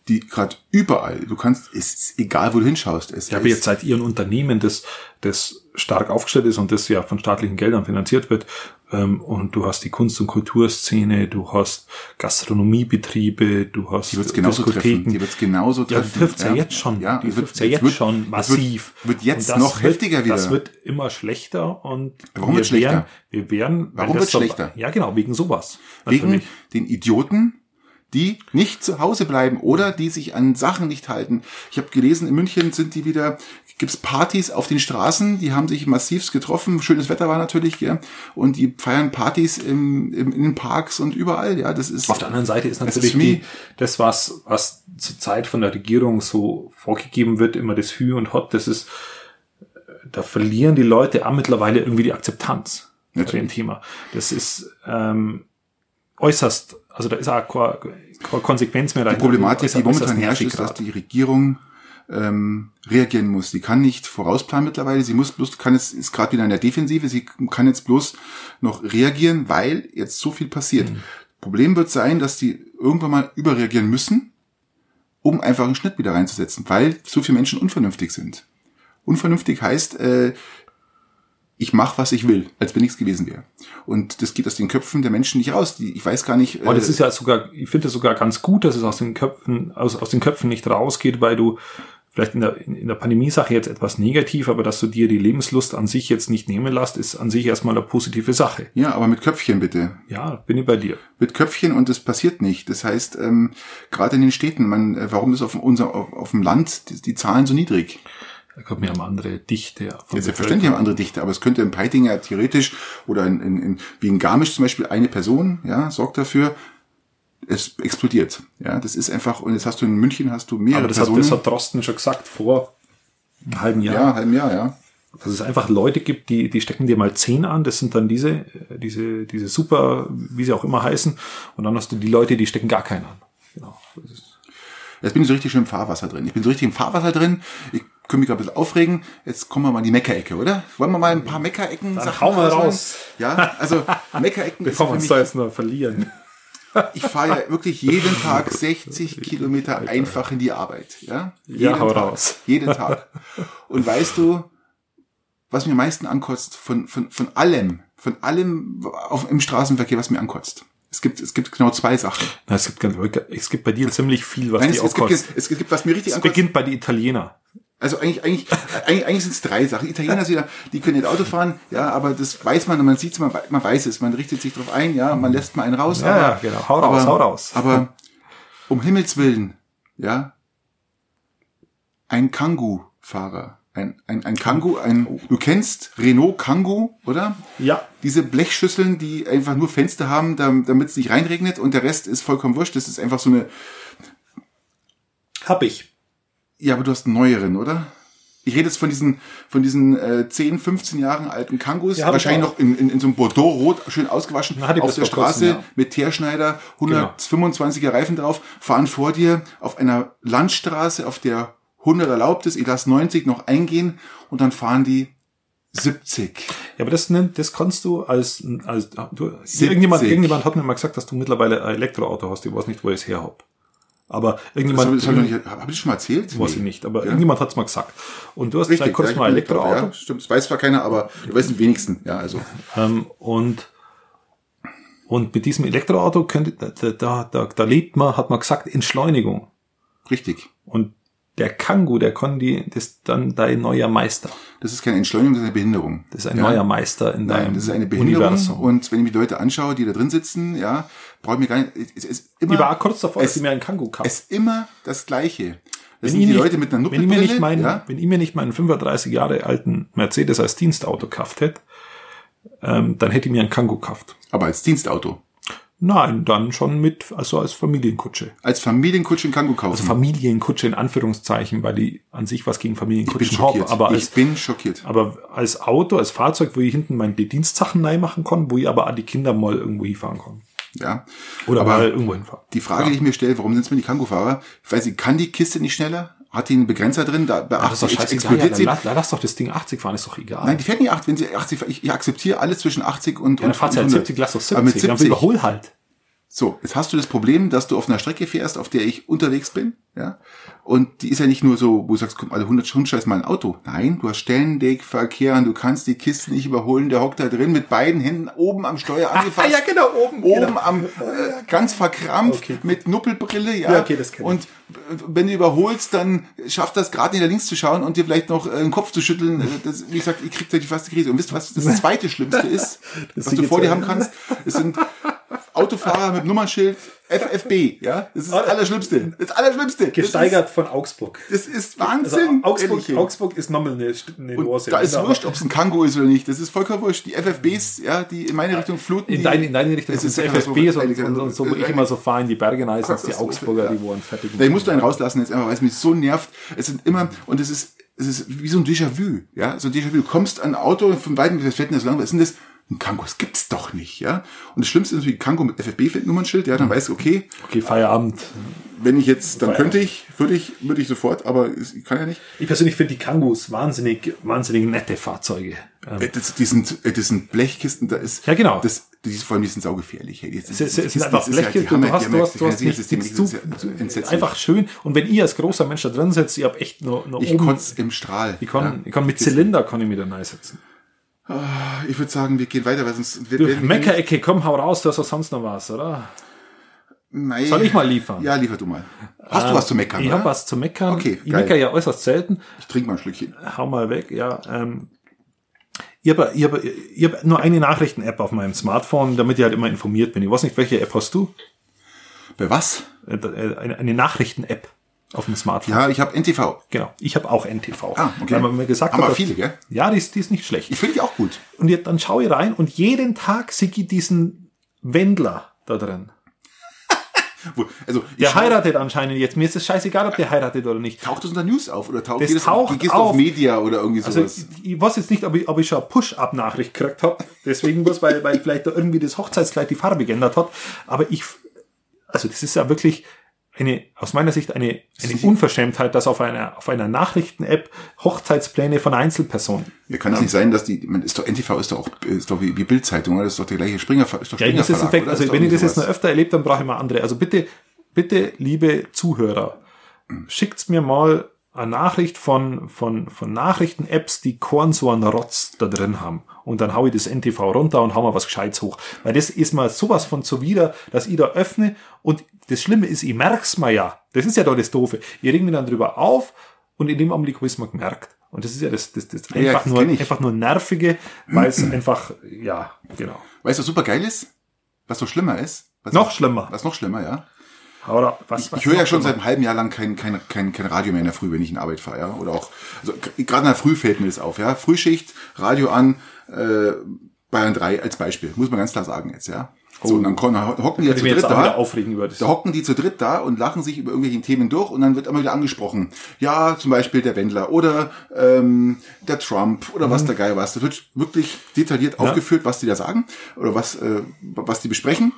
S2: die gerade überall, du kannst, es ist egal, wo du hinschaust. Es
S1: Ja, aber
S2: ist,
S1: jetzt seid ihr ein Unternehmen, das, das stark aufgestellt ist und das ja von staatlichen Geldern finanziert wird. Ähm, Und du hast die Kunst- und Kulturszene, du hast Gastronomiebetriebe, du hast
S2: Die wird's genauso treffen. Die wird's genauso
S1: Ja,
S2: treffen.
S1: die trifft's ja, jetzt schon.
S2: Ja,
S1: die
S2: es wird-
S1: trifft's ja
S2: es
S1: jetzt
S2: wird- es
S1: schon
S2: wird-
S1: massiv.
S2: Wird jetzt
S1: Und das
S2: noch
S1: wird,
S2: heftiger wieder.
S1: Das wird immer schlechter und
S2: Warum
S1: wir
S2: wird's schlechter?
S1: Werden, wir werden, weil
S2: Warum
S1: das
S2: wird's
S1: so-
S2: schlechter?
S1: Ja, genau, wegen sowas.
S2: wegen
S1: Natürlich.
S2: den Idioten, die nicht zu Hause bleiben oder die sich an Sachen nicht halten. Ich habe gelesen, in München sind die wieder, gibt's Partys auf den Straßen, die haben sich massivst getroffen, schönes Wetter war natürlich, ja, und die feiern Partys im, im, in den Parks und überall, ja, das ist
S1: Auf der anderen Seite ist
S2: Das
S1: natürlich
S2: ist wie-
S1: die, das, was, was zurzeit von der Regierung so vorgegeben wird, immer das Hü und Hot, das ist, äh, da verlieren die Leute auch mittlerweile irgendwie die Akzeptanz bei dem
S2: Natürlich.
S1: Thema. Das ist ähm, äußerst, also da ist auch keine, keine Konsequenz mehr da.
S2: die Problematik, die momentan herrscht, ist, dass die Regierung ähm, reagieren muss. Die kann nicht vorausplanen mittlerweile. Sie muss bloß, kann jetzt, ist gerade wieder in der Defensive. Sie kann jetzt bloß noch reagieren, weil jetzt so viel passiert.
S1: Mhm.
S2: Problem wird sein, dass die irgendwann mal überreagieren müssen, um einfach einen Schnitt wieder reinzusetzen, weil so viele Menschen unvernünftig sind. Unvernünftig heißt, äh, ich mache, was ich will, als wenn nichts gewesen wäre. Und das geht aus den Köpfen der Menschen nicht raus. Die, ich weiß gar nicht. äh,
S1: Aber Oh, das ist ja sogar, ich finde es sogar ganz gut, dass es aus den Köpfen, aus, aus den Köpfen nicht rausgeht, weil du vielleicht in der, in der Pandemie-Sache jetzt etwas negativ, aber dass du dir die Lebenslust an sich jetzt nicht nehmen lässt, ist an sich erstmal eine positive Sache.
S2: ja, aber mit Köpfchen bitte.
S1: Ja, bin ich bei dir.
S2: mit Köpfchen und das passiert nicht. Das heißt, ähm, gerade in den Städten, man, äh, warum ist auf dem, unser, auf, auf dem Land die, die Zahlen so niedrig?
S1: Da kommt mir am andere Dichte. von
S2: Jetzt selbstverständlich haben andere Dichte, aber es könnte in Peitinger theoretisch oder in, in, in, wie in Garmisch zum Beispiel eine Person, ja, sorgt dafür, es explodiert. Ja, das ist einfach, und jetzt hast du in München hast du mehrere
S1: Aber das hat,
S2: Personen.
S1: das hat Drosten schon gesagt vor einem halben Jahr.
S2: ja, halb Jahr, ja.
S1: dass es einfach Leute gibt, die, die stecken dir mal zehn an, das sind dann diese, äh, diese, diese Super, wie sie auch immer heißen, und dann hast du die Leute, die stecken gar keinen an. Genau. Das ist-
S2: Jetzt bin ich so richtig schön im Fahrwasser drin. Ich bin so richtig im Fahrwasser drin. Ich könnte mich gerade ein bisschen aufregen. Jetzt kommen wir mal in die Meckerecke, oder? Wollen wir mal ein paar Meckerecken Sachen
S1: hauen wir
S2: raushauen?
S1: raus.
S2: Ja, also Meckerecken ist
S1: Bevor wir
S2: für
S1: uns
S2: mich-
S1: da jetzt nur verlieren.
S2: ich fahre ja wirklich jeden Tag 60 Kilometer einfach in die Arbeit. Ja,
S1: Ja,
S2: jeden
S1: hau
S2: Tag,
S1: raus.
S2: Jeden Tag. Und weißt du, was mir am meisten ankotzt von, von, von allem, von allem auf, im Straßenverkehr, was mir ankotzt? Es gibt, es gibt genau zwei Sachen.
S1: Na, es, gibt, ganz- es gibt bei dir ziemlich viel, was
S2: Nein,
S1: die
S2: es, es, gibt,
S1: aufkostet.
S2: es, es gibt, was mir
S1: Es
S2: richtig ankotzt.
S1: beginnt bei den Italienern.
S2: Also eigentlich, eigentlich, eigentlich, eigentlich sind es drei Sachen. Italiener sind ja, die können nicht Auto fahren, ja, aber das weiß man, und man sieht's, man, wei- man weiß es, man richtet sich drauf ein, ja, man lässt mal einen raus.
S1: Ja, ja, genau. Hau raus,
S2: aber,
S1: hau raus.
S2: Aber um Himmels Willen, ja, ein Kangoo-Fahrer, ein, ein, ein Kangoo, ein, du kennst Renault Kangoo, oder?
S1: Ja.
S2: Diese Blechschüsseln, die einfach nur Fenster haben, damit es nicht reinregnet und der Rest ist vollkommen wurscht. Das ist einfach so eine,
S1: Hab ich.
S2: ja, aber du hast einen neueren, oder? Ich rede jetzt von diesen, von diesen äh, 10, 15 Jahren alten Kangos,
S1: Ja, hab ich
S2: wahrscheinlich
S1: auch.
S2: noch in, in, in so einem Bordeaux-Rot, schön ausgewaschen,
S1: Na, hatte ich
S2: auf
S1: bis
S2: der
S1: vor kurzem,
S2: Straße
S1: ja.
S2: mit Teerschneider, 125er Reifen drauf, fahren vor dir auf einer Landstraße, auf der 100 erlaubt ist, ich lasse 90 noch eingehen und dann fahren die 70.
S1: Ja, aber das, nennt, das kannst du als, als du, irgendjemand, irgendjemand hat mir mal gesagt, dass du mittlerweile ein Elektroauto hast. Ich weiß nicht, wo ich es her hab. Aber
S2: Das
S1: irgendjemand,
S2: habe hab ich, noch nicht- hab ich das schon mal erzählt?
S1: weiß ich nicht, aber irgendjemand hat's mal gesagt. Und du hast
S2: Richtig,
S1: dein kurz
S2: ja,
S1: mal
S2: ich bin-
S1: Elektroauto.
S2: Ja, stimmt, das weiß zwar keiner, aber wir wissen die wenigsten. Ja, also.
S1: Ähm, und, und mit diesem Elektroauto könnte, da, da, da, da lebt man, hat man gesagt, Entschleunigung.
S2: Richtig.
S1: Und der Kangoo, der kann die, das ist dann dein neuer Meister.
S2: Das ist keine Entschleunigung, das ist eine Behinderung.
S1: Das ist ein
S2: ja?
S1: neuer Meister in deinem
S2: Nein, das ist eine Behinderung.
S1: Universum.
S2: Und wenn ich mir die Leute anschaue, die da drin sitzen, ja, brauche ich mir gar nicht. Es ist immer,
S1: ich war kurz davor,
S2: es,
S1: dass ich mir einen Kangoo kaufe.
S2: es ist immer das Gleiche. Das sind
S1: ich
S2: die
S1: nicht-
S2: Leute mit einer
S1: wenn ich mir
S2: Nuppelbrille.
S1: nicht meinen,
S2: ja?
S1: wenn ich mir nicht meinen 35 Jahre alten Mercedes als Dienstauto gekauft hätte, ähm, dann hätte ich mir einen Kangoo gekauft.
S2: Aber als Dienstauto.
S1: Nein, dann schon mit, also als Familienkutsche.
S2: Als Familienkutsche in Kango kaufen.
S1: Also Familienkutsche in Anführungszeichen, weil die an sich was gegen
S2: Hm. ich bin
S1: Familienkutschen
S2: schockiert.
S1: hab, aber als
S2: ich bin schockiert.
S1: Aber als Auto, als Fahrzeug, wo ich hinten meine die Dienstsachen reinmachen kann, wo ich aber auch die Kinder mal irgendwo hinfahren kann.
S2: Ja.
S1: Oder
S2: aber
S1: mal irgendwo hinfahren.
S2: die Frage, die ich mir stelle, warum sind es mir die Kangofahrer? Ich weiß nicht, kann die Kiste nicht schneller? Hat die einen Begrenzer drin? Da, bei
S1: Ach, das ist doch
S2: 80
S1: scheißegal.
S2: explodiert
S1: Ja,
S2: sie.
S1: la- la- lass doch das Ding 80 fahren, ist doch egal.
S2: Nein, die fährt nicht 80. Wenn sie 80 ich, ich akzeptiere alles zwischen 80 und,
S1: dann
S2: und,
S1: fahrst du
S2: und
S1: halt
S2: 100.
S1: 70, lass doch 70.
S2: Aber mit
S1: Dann
S2: 70
S1: überhol halt.
S2: So, jetzt hast du das Problem, dass du auf einer Strecke fährst, auf der ich unterwegs bin, ja. Und die ist ja nicht nur so, wo du sagst, komm, alle 100 Scheiß mal ein Auto. Nein, du hast ständig Verkehr und du kannst die Kisten nicht überholen. Der hockt da drin mit beiden Händen oben am Steuer angefasst.
S1: genau, oben.
S2: Oben am, äh, ganz verkrampft,
S1: Okay.
S2: mit Nuppelbrille, ja.
S1: Ja, okay, das kenn ich.
S2: Und äh, wenn du überholst, dann schafft das gerade nicht nach links zu schauen und dir vielleicht noch äh, den Kopf zu schütteln. Äh, Das, wie gesagt, ich krieg da die fast die Krise. Und wisst ihr, was das zweite Schlimmste ist, was
S1: sind
S2: du
S1: jetzt
S2: vor dir
S1: alle-
S2: haben kannst? Es sind Autofahrer mit Nummernschild FFB, ja? Das ist das Allerschlimmste. Das Allerschlimmste.
S1: von Augsburg. Also,
S2: Das ist, das ist Wahnsinn. ehrlich.
S1: Augsburg ist nochmal eine, eine Genau.
S2: Und da ist wurscht, ob es ein Kango ist oder nicht. Das ist vollkommen wurscht. Die FFBs, ja, die in meine Richtung fluten.
S1: In
S2: die-
S1: deine, in deine Richtung
S2: Es
S1: sind
S2: eine
S1: FSB und,
S2: Katastrophe.
S1: und, und so, wo ich immer so fahre in die Berge rein, sind es die
S2: Katastrophe,
S1: Augsburger,
S2: ja.
S1: die wo einen fertigen.
S2: Da ich musste einen rauslassen jetzt einfach, weil es mich so nervt. Es sind immer, und es ist, es ist wie so ein Déjà-vu, ja, so ein Déjà-vu. Du kommst an ein Auto und von weitem, was fällt denn das lang? Was ist denn das? ein Kango, das gibt's doch nicht, ja. Und das Schlimmste ist natürlich Kango mit FFB-Nummernschild, ja,
S1: Mhm.
S2: dann weißt du, okay,
S1: Okay, Feierabend.
S2: wenn ich jetzt, dann könnte ich, würde ich, würde ich sofort, aber es- ich kann ja nicht.
S1: Ich persönlich finde die Kangos wahnsinnig, wahnsinnig nette Fahrzeuge. Ähm,
S2: Äh, Das, die sind, äh, das sind Blechkisten, da ist.
S1: Ja, genau.
S2: Das, die, vor allem, die sind saugefährlich. Hey. Die,
S1: es es- es halt sind einfach Blechkind und du hast, du hast, du hast nichts, nichts zu. Einfach schön. Und wenn ihr als großer Mensch da drin sitzt, ihr habt echt nur, nur
S2: Ich kotze im Strahl.
S1: ich kann, ich kann mit Zylinder kann ich mir da reinsetzen.
S2: Ich würde sagen, wir gehen weiter, weil sonst wir,
S1: Du,
S2: werden-
S1: Meckerecke, komm, hau raus, du hast auch sonst noch was, oder?
S2: Nein.
S1: Soll ich mal liefern?
S2: Ja, liefer du mal. Hast du was zu meckern?
S1: Ich
S2: oder?
S1: habe was zu meckern.
S2: Okay,
S1: ich
S2: geil.
S1: meckere ja äußerst selten.
S2: Ich trinke mal ein Schlückchen.
S1: Hau mal weg, ja. Ähm, ich habe ich hab, ich hab nur eine Nachrichten-App auf meinem Smartphone, damit ich halt immer informiert bin. Ich weiß nicht, welche App hast du?
S2: Bei was?
S1: Äh, äh, Eine, eine Nachrichten-App auf dem Smartphone.
S2: Ja, ich habe NTV.
S1: Genau. Ich habe auch NTV.
S2: Ah, okay.
S1: Weil man mir gesagt
S2: Haben
S1: hat,
S2: wir
S1: dass-
S2: viele, gell?
S1: Ja, die ist, die ist nicht schlecht.
S2: Ich finde die auch gut.
S1: Und jetzt, dann schaue ich rein und jeden Tag sehe ich diesen Wendler da drin.
S2: Wo- Also, ich
S1: Der
S2: schau-
S1: heiratet anscheinend jetzt. Mir ist es scheißegal, ob der heiratet oder nicht.
S2: Taucht das unter News auf? Oder taucht
S1: Das
S2: jedes-
S1: taucht
S2: du gehst
S1: auf.
S2: auf Media oder irgendwie sowas?
S1: Also ich, ich weiß jetzt nicht, ob ich, ob ich schon eine Push-Up-Nachricht gekriegt habe. Deswegen bloß, weil, weil vielleicht da irgendwie das Hochzeitskleid die Farbe geändert hat. Aber ich, also das ist ja wirklich eine, aus meiner Sicht eine, eine Unverschämtheit, dass auf einer, auf einer Nachrichten-App Hochzeitspläne von Einzelpersonen.
S2: Ja, kann es nicht sein, dass die, man ist doch, NTV ist doch auch, ist doch wie, wie Bildzeitung, oder? Ist doch der gleiche Springer, ist doch
S1: Ja,
S2: Springer
S1: das ist ein Fakt.
S2: Verlag,
S1: Also
S2: oder?
S1: wenn
S2: Ist
S1: ich
S2: doch
S1: das jetzt noch
S2: irgendwie
S1: öfter erlebt, dann brauche ich mal andere. Also bitte, bitte, liebe Zuhörer, schickt's mir mal eine Nachricht von, von, von Nachrichten-Apps, die Korn so einen Rotz da drin haben. Und dann hau ich das NTV runter und hau mal was Gescheites hoch. Weil das ist mal sowas von zuwider, dass ich da öffne. Und das Schlimme ist, ich merk's mal ja. Das ist ja doch das Doofe. Ich reg mich dann drüber auf und in dem Augenblick habe ich's mal gemerkt. Und das ist ja das, das, das
S2: ja,
S1: einfach,
S2: das
S1: nur,
S2: kenn ich.
S1: einfach nur nervige, weil es einfach, ja, genau.
S2: sowas. Weißt du, was super geil ist? Was noch schlimmer ist? Was
S1: Noch schlimmer.
S2: Was noch schlimmer, ja?
S1: Oder was, was
S2: Ich höre ja
S1: noch
S2: schon
S1: immer?
S2: seit einem halben Jahr lang kein, kein, kein, kein Radio mehr in der Früh, wenn ich in Arbeit fahre, ja? Oder auch, also g- gerade in der Früh fällt mir das auf, ja? Frühschicht, Radio an, äh, Bayern 3 als Beispiel, muss man ganz klar sagen jetzt, ja?
S1: Oh.
S2: So, und dann kommen, hocken die ja
S1: Ich
S2: zu
S1: will
S2: dritt
S1: jetzt auch wieder
S2: da.
S1: aufregen über das.
S2: Da hocken die zu dritt da und lachen sich über irgendwelchen Themen durch und dann wird immer wieder angesprochen. Ja, zum Beispiel der Wendler oder ähm, der Trump oder was der Geil was. Das wird wirklich detailliert aufgeführt, was die da sagen oder was, äh, was die besprechen.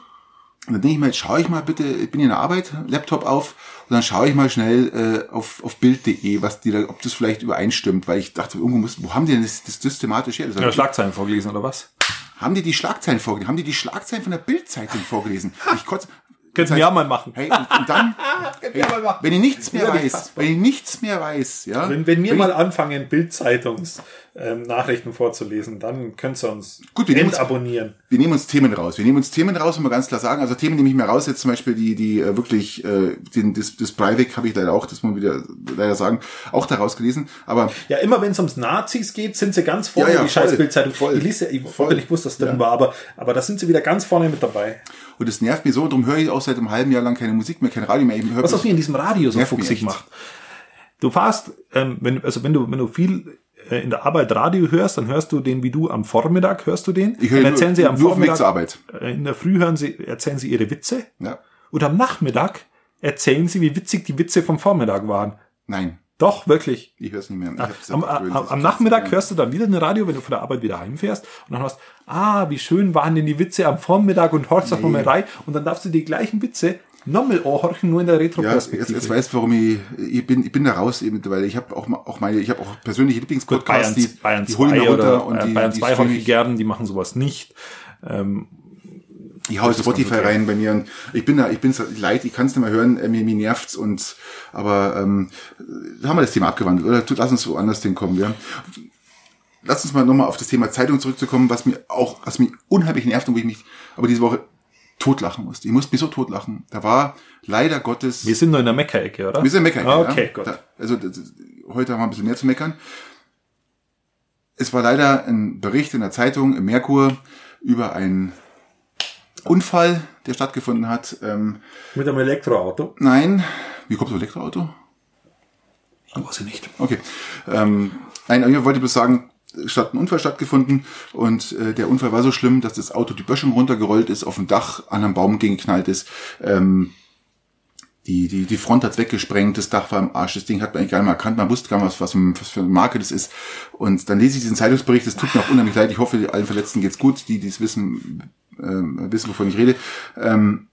S2: Und dann denke ich mir, jetzt schaue ich mal bitte, ich bin in der Arbeit, Laptop auf und dann schaue ich mal schnell äh, auf, auf Bild.de, was die da, ob das vielleicht übereinstimmt, weil ich dachte, irgendwo muss, wo haben die denn das, das systematisch her? Das
S1: Ja, Schlagzeilen vorgelesen oder was?
S2: haben die die Schlagzeilen vorgelesen? Haben die die Schlagzeilen von der Bildzeitung vorgelesen? Ich kotze.
S1: Könnten wir ja mal machen.
S2: Hey, und, und dann, hey,
S1: wir mal machen.
S2: wenn ihr nichts mehr
S1: Ja, nicht
S2: weiß,
S1: fassbar.
S2: wenn ihr nichts mehr weiß, ja,
S1: Wenn, wenn wir
S2: ich-
S1: mal anfangen, Bild-Zeitungs-Nachrichten vorzulesen, dann könnt ihr uns
S2: Gut, wir nehmen uns-
S1: abonnieren.
S2: wir nehmen uns Themen raus. Wir nehmen uns Themen raus, muss man ganz klar sagen. Also Themen nehme ich mir raus, jetzt zum Beispiel die, die äh, wirklich, äh, den, das, das Breivik habe ich leider auch, das muss man wieder leider sagen, auch da rausgelesen. Aber
S1: Ja, immer wenn es ums Nazis geht, sind sie ganz vorne,
S2: Ja, ja,
S1: die
S2: voll,
S1: scheiß Bild-Zeitung.
S2: voll,
S1: ich lese ja, ich
S2: voll.
S1: voll. nicht wusste, dass das drin war, aber, aber da sind sie wieder ganz vorne mit dabei.
S2: und das nervt mich so, darum höre ich auch seit einem halben Jahr lang keine Musik mehr, kein Radio mehr. Ich höre
S1: Was
S2: bloß-
S1: das mir in diesem Radio so
S2: Nervt mich
S1: fuchsig
S2: echt.
S1: macht. Du fahrst, ähm, wenn, also wenn du, wenn du viel äh, in der Arbeit Radio hörst, dann hörst du den wie du am Vormittag, hörst du den?
S2: Ich höre
S1: dann
S2: nur-
S1: erzählen sie am
S2: nur auf dem
S1: Vormittag,
S2: Weg zur Arbeit.
S1: äh, in der Früh hören sie, erzählen sie ihre Witze.
S2: ja,
S1: Und am Nachmittag erzählen sie, wie witzig die Witze vom Vormittag waren.
S2: nein,
S1: Doch, wirklich.
S2: ich höre es nicht mehr. Ich hab's
S1: Am, am,
S2: abgewöhnt, das
S1: am
S2: ist-
S1: Nachmittag hörst du dann wieder ein Radio, wenn du von der Arbeit wieder heimfährst und dann hast ah, wie schön waren denn die Witze am Vormittag und horchst auf mal rein und dann darfst du die gleichen Witze nochmal anhorchen, nur in der
S2: Ja, jetzt,
S1: Retroperspektive.
S2: jetzt weißt du, warum ich, ich bin, ich bin da raus eben, weil ich habe auch, ma- auch meine, ich habe auch persönliche Lieblingspodcasts, die,
S1: Bayern
S2: die holen mir
S1: 2 oder äh,
S2: runter und die,
S1: Bayern
S2: die
S1: 2
S2: stream
S1: häufig
S2: ich,
S1: gern, die machen sowas nicht.
S2: ich hau Spotify
S1: okay.
S2: rein bei mir und ich bin da, ich bin's leid, ich kann es nicht mehr hören, äh, mir, mir nervt's und aber ähm, haben wir das Thema abgewandelt oder tut, lass uns woanders hinkommen, ja. Lass uns mal nochmal auf das Thema Zeitung zurückzukommen, was mir auch, was mich unheimlich nervt und wo ich mich aber diese Woche totlachen musste. Ich musste mich so totlachen. Da war leider Gottes.
S1: Wir sind nur in der Meckerecke, oder? Ah,
S2: Wir sind meckern.
S1: Okay,
S2: ja.
S1: gut.
S2: Da, also das, ist- heute haben wir ein bisschen mehr zu meckern. Es war leider ein Bericht in der Zeitung im Merkur über einen Unfall, der stattgefunden hat. Ähm,
S1: Mit einem Elektroauto.
S2: nein, wie kommt so ein Elektroauto?
S1: Aber sie nicht.
S2: Okay. Ähm, nein, aber ich wollte bloß sagen, es hat ein Unfall stattgefunden und äh, der Unfall war so schlimm, dass das Auto die Böschung runtergerollt ist, auf dem Dach an einem Baum gegengeknallt ist. Ähm, Die, die, die Front hat's weggesprengt, das Dach war im Arsch, das Ding hat man eigentlich gar nicht mehr erkannt, man wusste gar nicht, was, was, was für eine Marke das ist. Und dann lese ich diesen Zeitungsbericht, das tut mir auch unheimlich leid, ich hoffe, allen Verletzten geht's gut, die, die es wissen, äh, wissen, wovon ich rede. Ähm,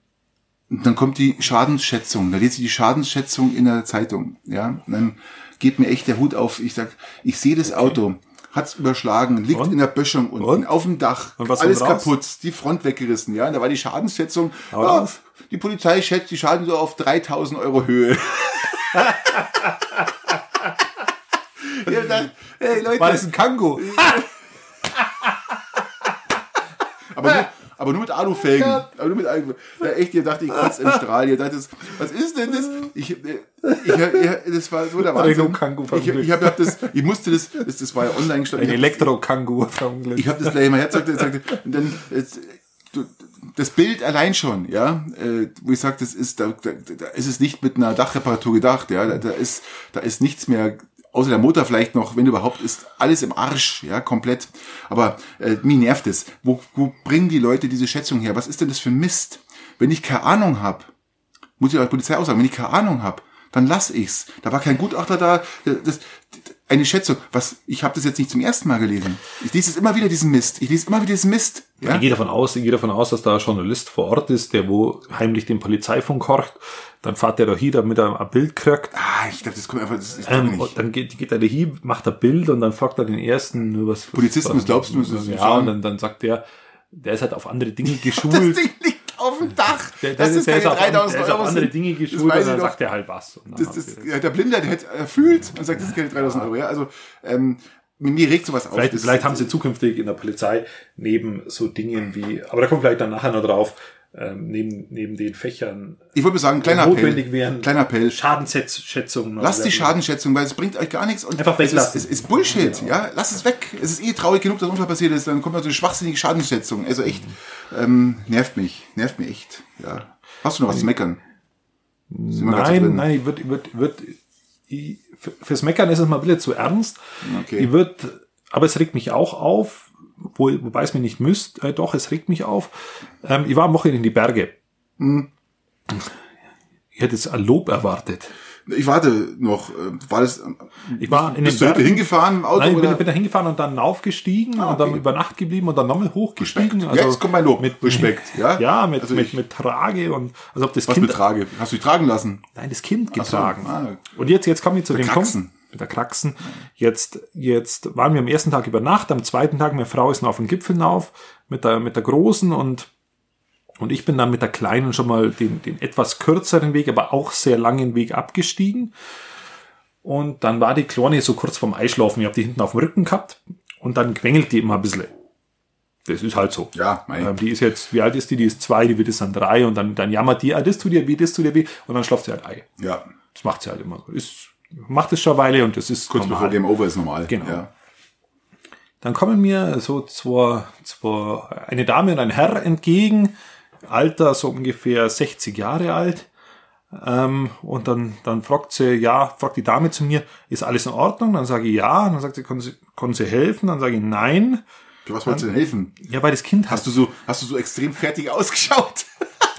S2: und dann kommt die Schadensschätzung, da lese ich die Schadensschätzung in der Zeitung, ja. Und dann geht mir echt der Hut auf, ich sag, ich sehe das Auto, hat's überschlagen, liegt
S1: Und?
S2: in der Böschung unten,
S1: Und?
S2: auf dem Dach,
S1: Und was
S2: alles
S1: kommt raus?
S2: kaputt, die Front weggerissen, ja. Und da war die Schadensschätzung,
S1: Hau
S2: ja,
S1: raus.
S2: die Polizei schätzt die Schaden so auf 3000 Euro Höhe. Ich hab gedacht, hey Leute,
S1: War das ein Kango?
S2: aber, nur, aber nur mit Alufelgen. Aber nur mit Alufelgen. Ja, echt, ihr dachte, ich kotze im Strahl. Ihr dachtet, was ist denn das? Ich, äh, ich, ich, das war so der Wahnsinn.
S1: Kango
S2: Ich, ich, hab, hab das, ich musste das, das, das war ja online
S1: Ein
S2: gestanden. Ich hab-
S1: Elektro-Kango.
S2: ich habe das gleich mal herzog und sagte, und dann jetzt, du, das Bild allein schon, ja, äh, wo ich sage, das ist, da, da, da ist es nicht mit einer Dachreparatur gedacht, ja, da, da ist, da ist nichts mehr, außer der Motor vielleicht noch, wenn überhaupt, ist alles im Arsch, ja, komplett. Aber äh, mir nervt es. Wo, wo bringen die Leute diese Schätzung her? Was ist denn das für Mist? Wenn ich keine Ahnung habe, muss ich auch der Polizei auch sagen, wenn ich keine Ahnung habe, dann lass ich's. Da war kein Gutachter da. Äh, Das, eine Schätzung. Was? Ich habe das jetzt nicht zum ersten Mal gelesen. Ich lese es immer wieder diesen Mist. Ich lese immer wieder diesen Mist. Ja?
S1: Ich gehe davon aus, ich gehe davon aus, dass da ein Journalist vor Ort ist, der wo heimlich den Polizeifunk horcht. Dann fährt der da hin, damit er ein Bild kriegt.
S2: Ah, ich dachte, das kommt einfach. Das, ich glaub
S1: Ähm,
S2: nicht.
S1: und dann geht, geht er da hin, macht ein Bild und dann fragt er den ersten, was
S2: Polizisten, was glaubst du, was ist das?
S1: Ja, und dann, dann sagt der, der ist halt auf andere Dinge
S2: das
S1: geschult.
S2: Ding liegt auf dem Dach.
S1: Der, der,
S2: das
S1: ist,
S2: ist
S1: der
S2: keine
S1: ist auf, der
S2: 3000
S1: ist auf
S2: Euro.
S1: andere
S2: sind.
S1: Dinge geschult und
S2: weiß ich
S1: dann
S2: doch.
S1: sagt er halt was. Und dann
S2: Das,
S1: habt
S2: das,
S1: ihr-
S2: ja, der Blinde, der hat erfüllt und sagt, das sind keine 3000 Euro. Ja, also ähm, mir regt sowas auf.
S1: Vielleicht,
S2: das,
S1: vielleicht haben sie zukünftig in der Polizei neben so Dingen wie, aber da kommt vielleicht dann nachher noch drauf, ähm, neben, neben den Fächern
S2: ich würde mal sagen, kleiner
S1: notwendig
S2: Appell.
S1: wären.
S2: Kleiner Appell.
S1: Schadensschätzungen. noch
S2: Lasst die
S1: werden.
S2: Schadenschätzung, weil es bringt euch gar nichts. Und
S1: Einfach weglassen. Genau.
S2: Es ist, es ist Bullshit, ja. Lasst es weg. Es ist eh traurig genug, dass ein Unfall passiert ist. Dann kommt noch so eine schwachsinnige Schadenschätzung. Also echt, ähm, nervt mich. Nervt mich echt, ja. Hast du noch was zu meckern? Sind wir grad so
S1: Nein,
S2: drin?
S1: nein, ich würd, wird, wird, ich, für- fürs Meckern ist es mal ein bisschen zu ernst.
S2: Okay.
S1: Ich würd, aber es regt mich auch auf, wo, wobei es mir nicht müsst, äh, doch, es regt mich auf. Ähm, ich war am Wochenende in die Berge.
S2: Hm.
S1: Ich hätte jetzt ein Lob erwartet.
S2: Ich warte noch. äh, War das,
S1: Ich war in den
S2: bist du heute
S1: Bergen.
S2: hingefahren im Auto?
S1: Nein, ich bin,
S2: oder?
S1: bin da hingefahren und dann raufgestiegen
S2: Ah,
S1: und dann
S2: okay.
S1: über Nacht geblieben und dann nochmal hochgestiegen.
S2: Jetzt kommt mein Lob.
S1: Also Mit,
S2: Respekt, ja?
S1: Ja, mit,
S2: Also
S1: mit,
S2: ich-
S1: mit Trage und als ob das
S2: was
S1: Kind
S2: betrage? Hast du dich tragen lassen?
S1: Nein, das Kind
S2: so,
S1: getragen.
S2: ah.
S1: und jetzt, jetzt komme ich zu dem
S2: Kraxen.
S1: Punkt. Mit der Kraxen. Jetzt, jetzt waren wir am ersten Tag über Nacht, am zweiten Tag, meine Frau ist noch auf den Gipfel hinauf mit der, mit der Großen und, und ich bin dann mit der Kleinen schon mal den, den etwas kürzeren Weg, aber auch sehr langen Weg abgestiegen. Und dann war die Kleine so kurz vorm Einschlafen. Ich habe die hinten auf dem Rücken gehabt und dann quengelt die immer ein bisschen. Das ist halt so.
S2: Ja, mein.
S1: Ähm, die ist jetzt, wie alt ist die? Die ist zwei, die wird jetzt dann drei und dann, dann jammert die, ah, das tut ihr weh, das tut ihr weh und dann schlaft sie halt ein.
S2: Ja.
S1: Das macht sie halt immer so. Ist, macht es schon eine Weile und das ist
S2: Kurz bevor Game Over ist normal.
S1: Genau.
S2: Ja.
S1: Dann kommen mir so zwei, zwei, eine Dame und ein Herr entgegen, Alter so ungefähr 60 Jahre alt. Ähm, und dann, dann fragt sie, ja, fragt die Dame zu mir, ist alles in Ordnung? Dann sage ich ja. Und dann sagt sie, können Sie, können sie helfen? Dann sage ich nein.
S2: Für was wolltest du denn helfen?
S1: Ja, weil das Kind
S2: Hast du so, hast du so extrem fertig ausgeschaut?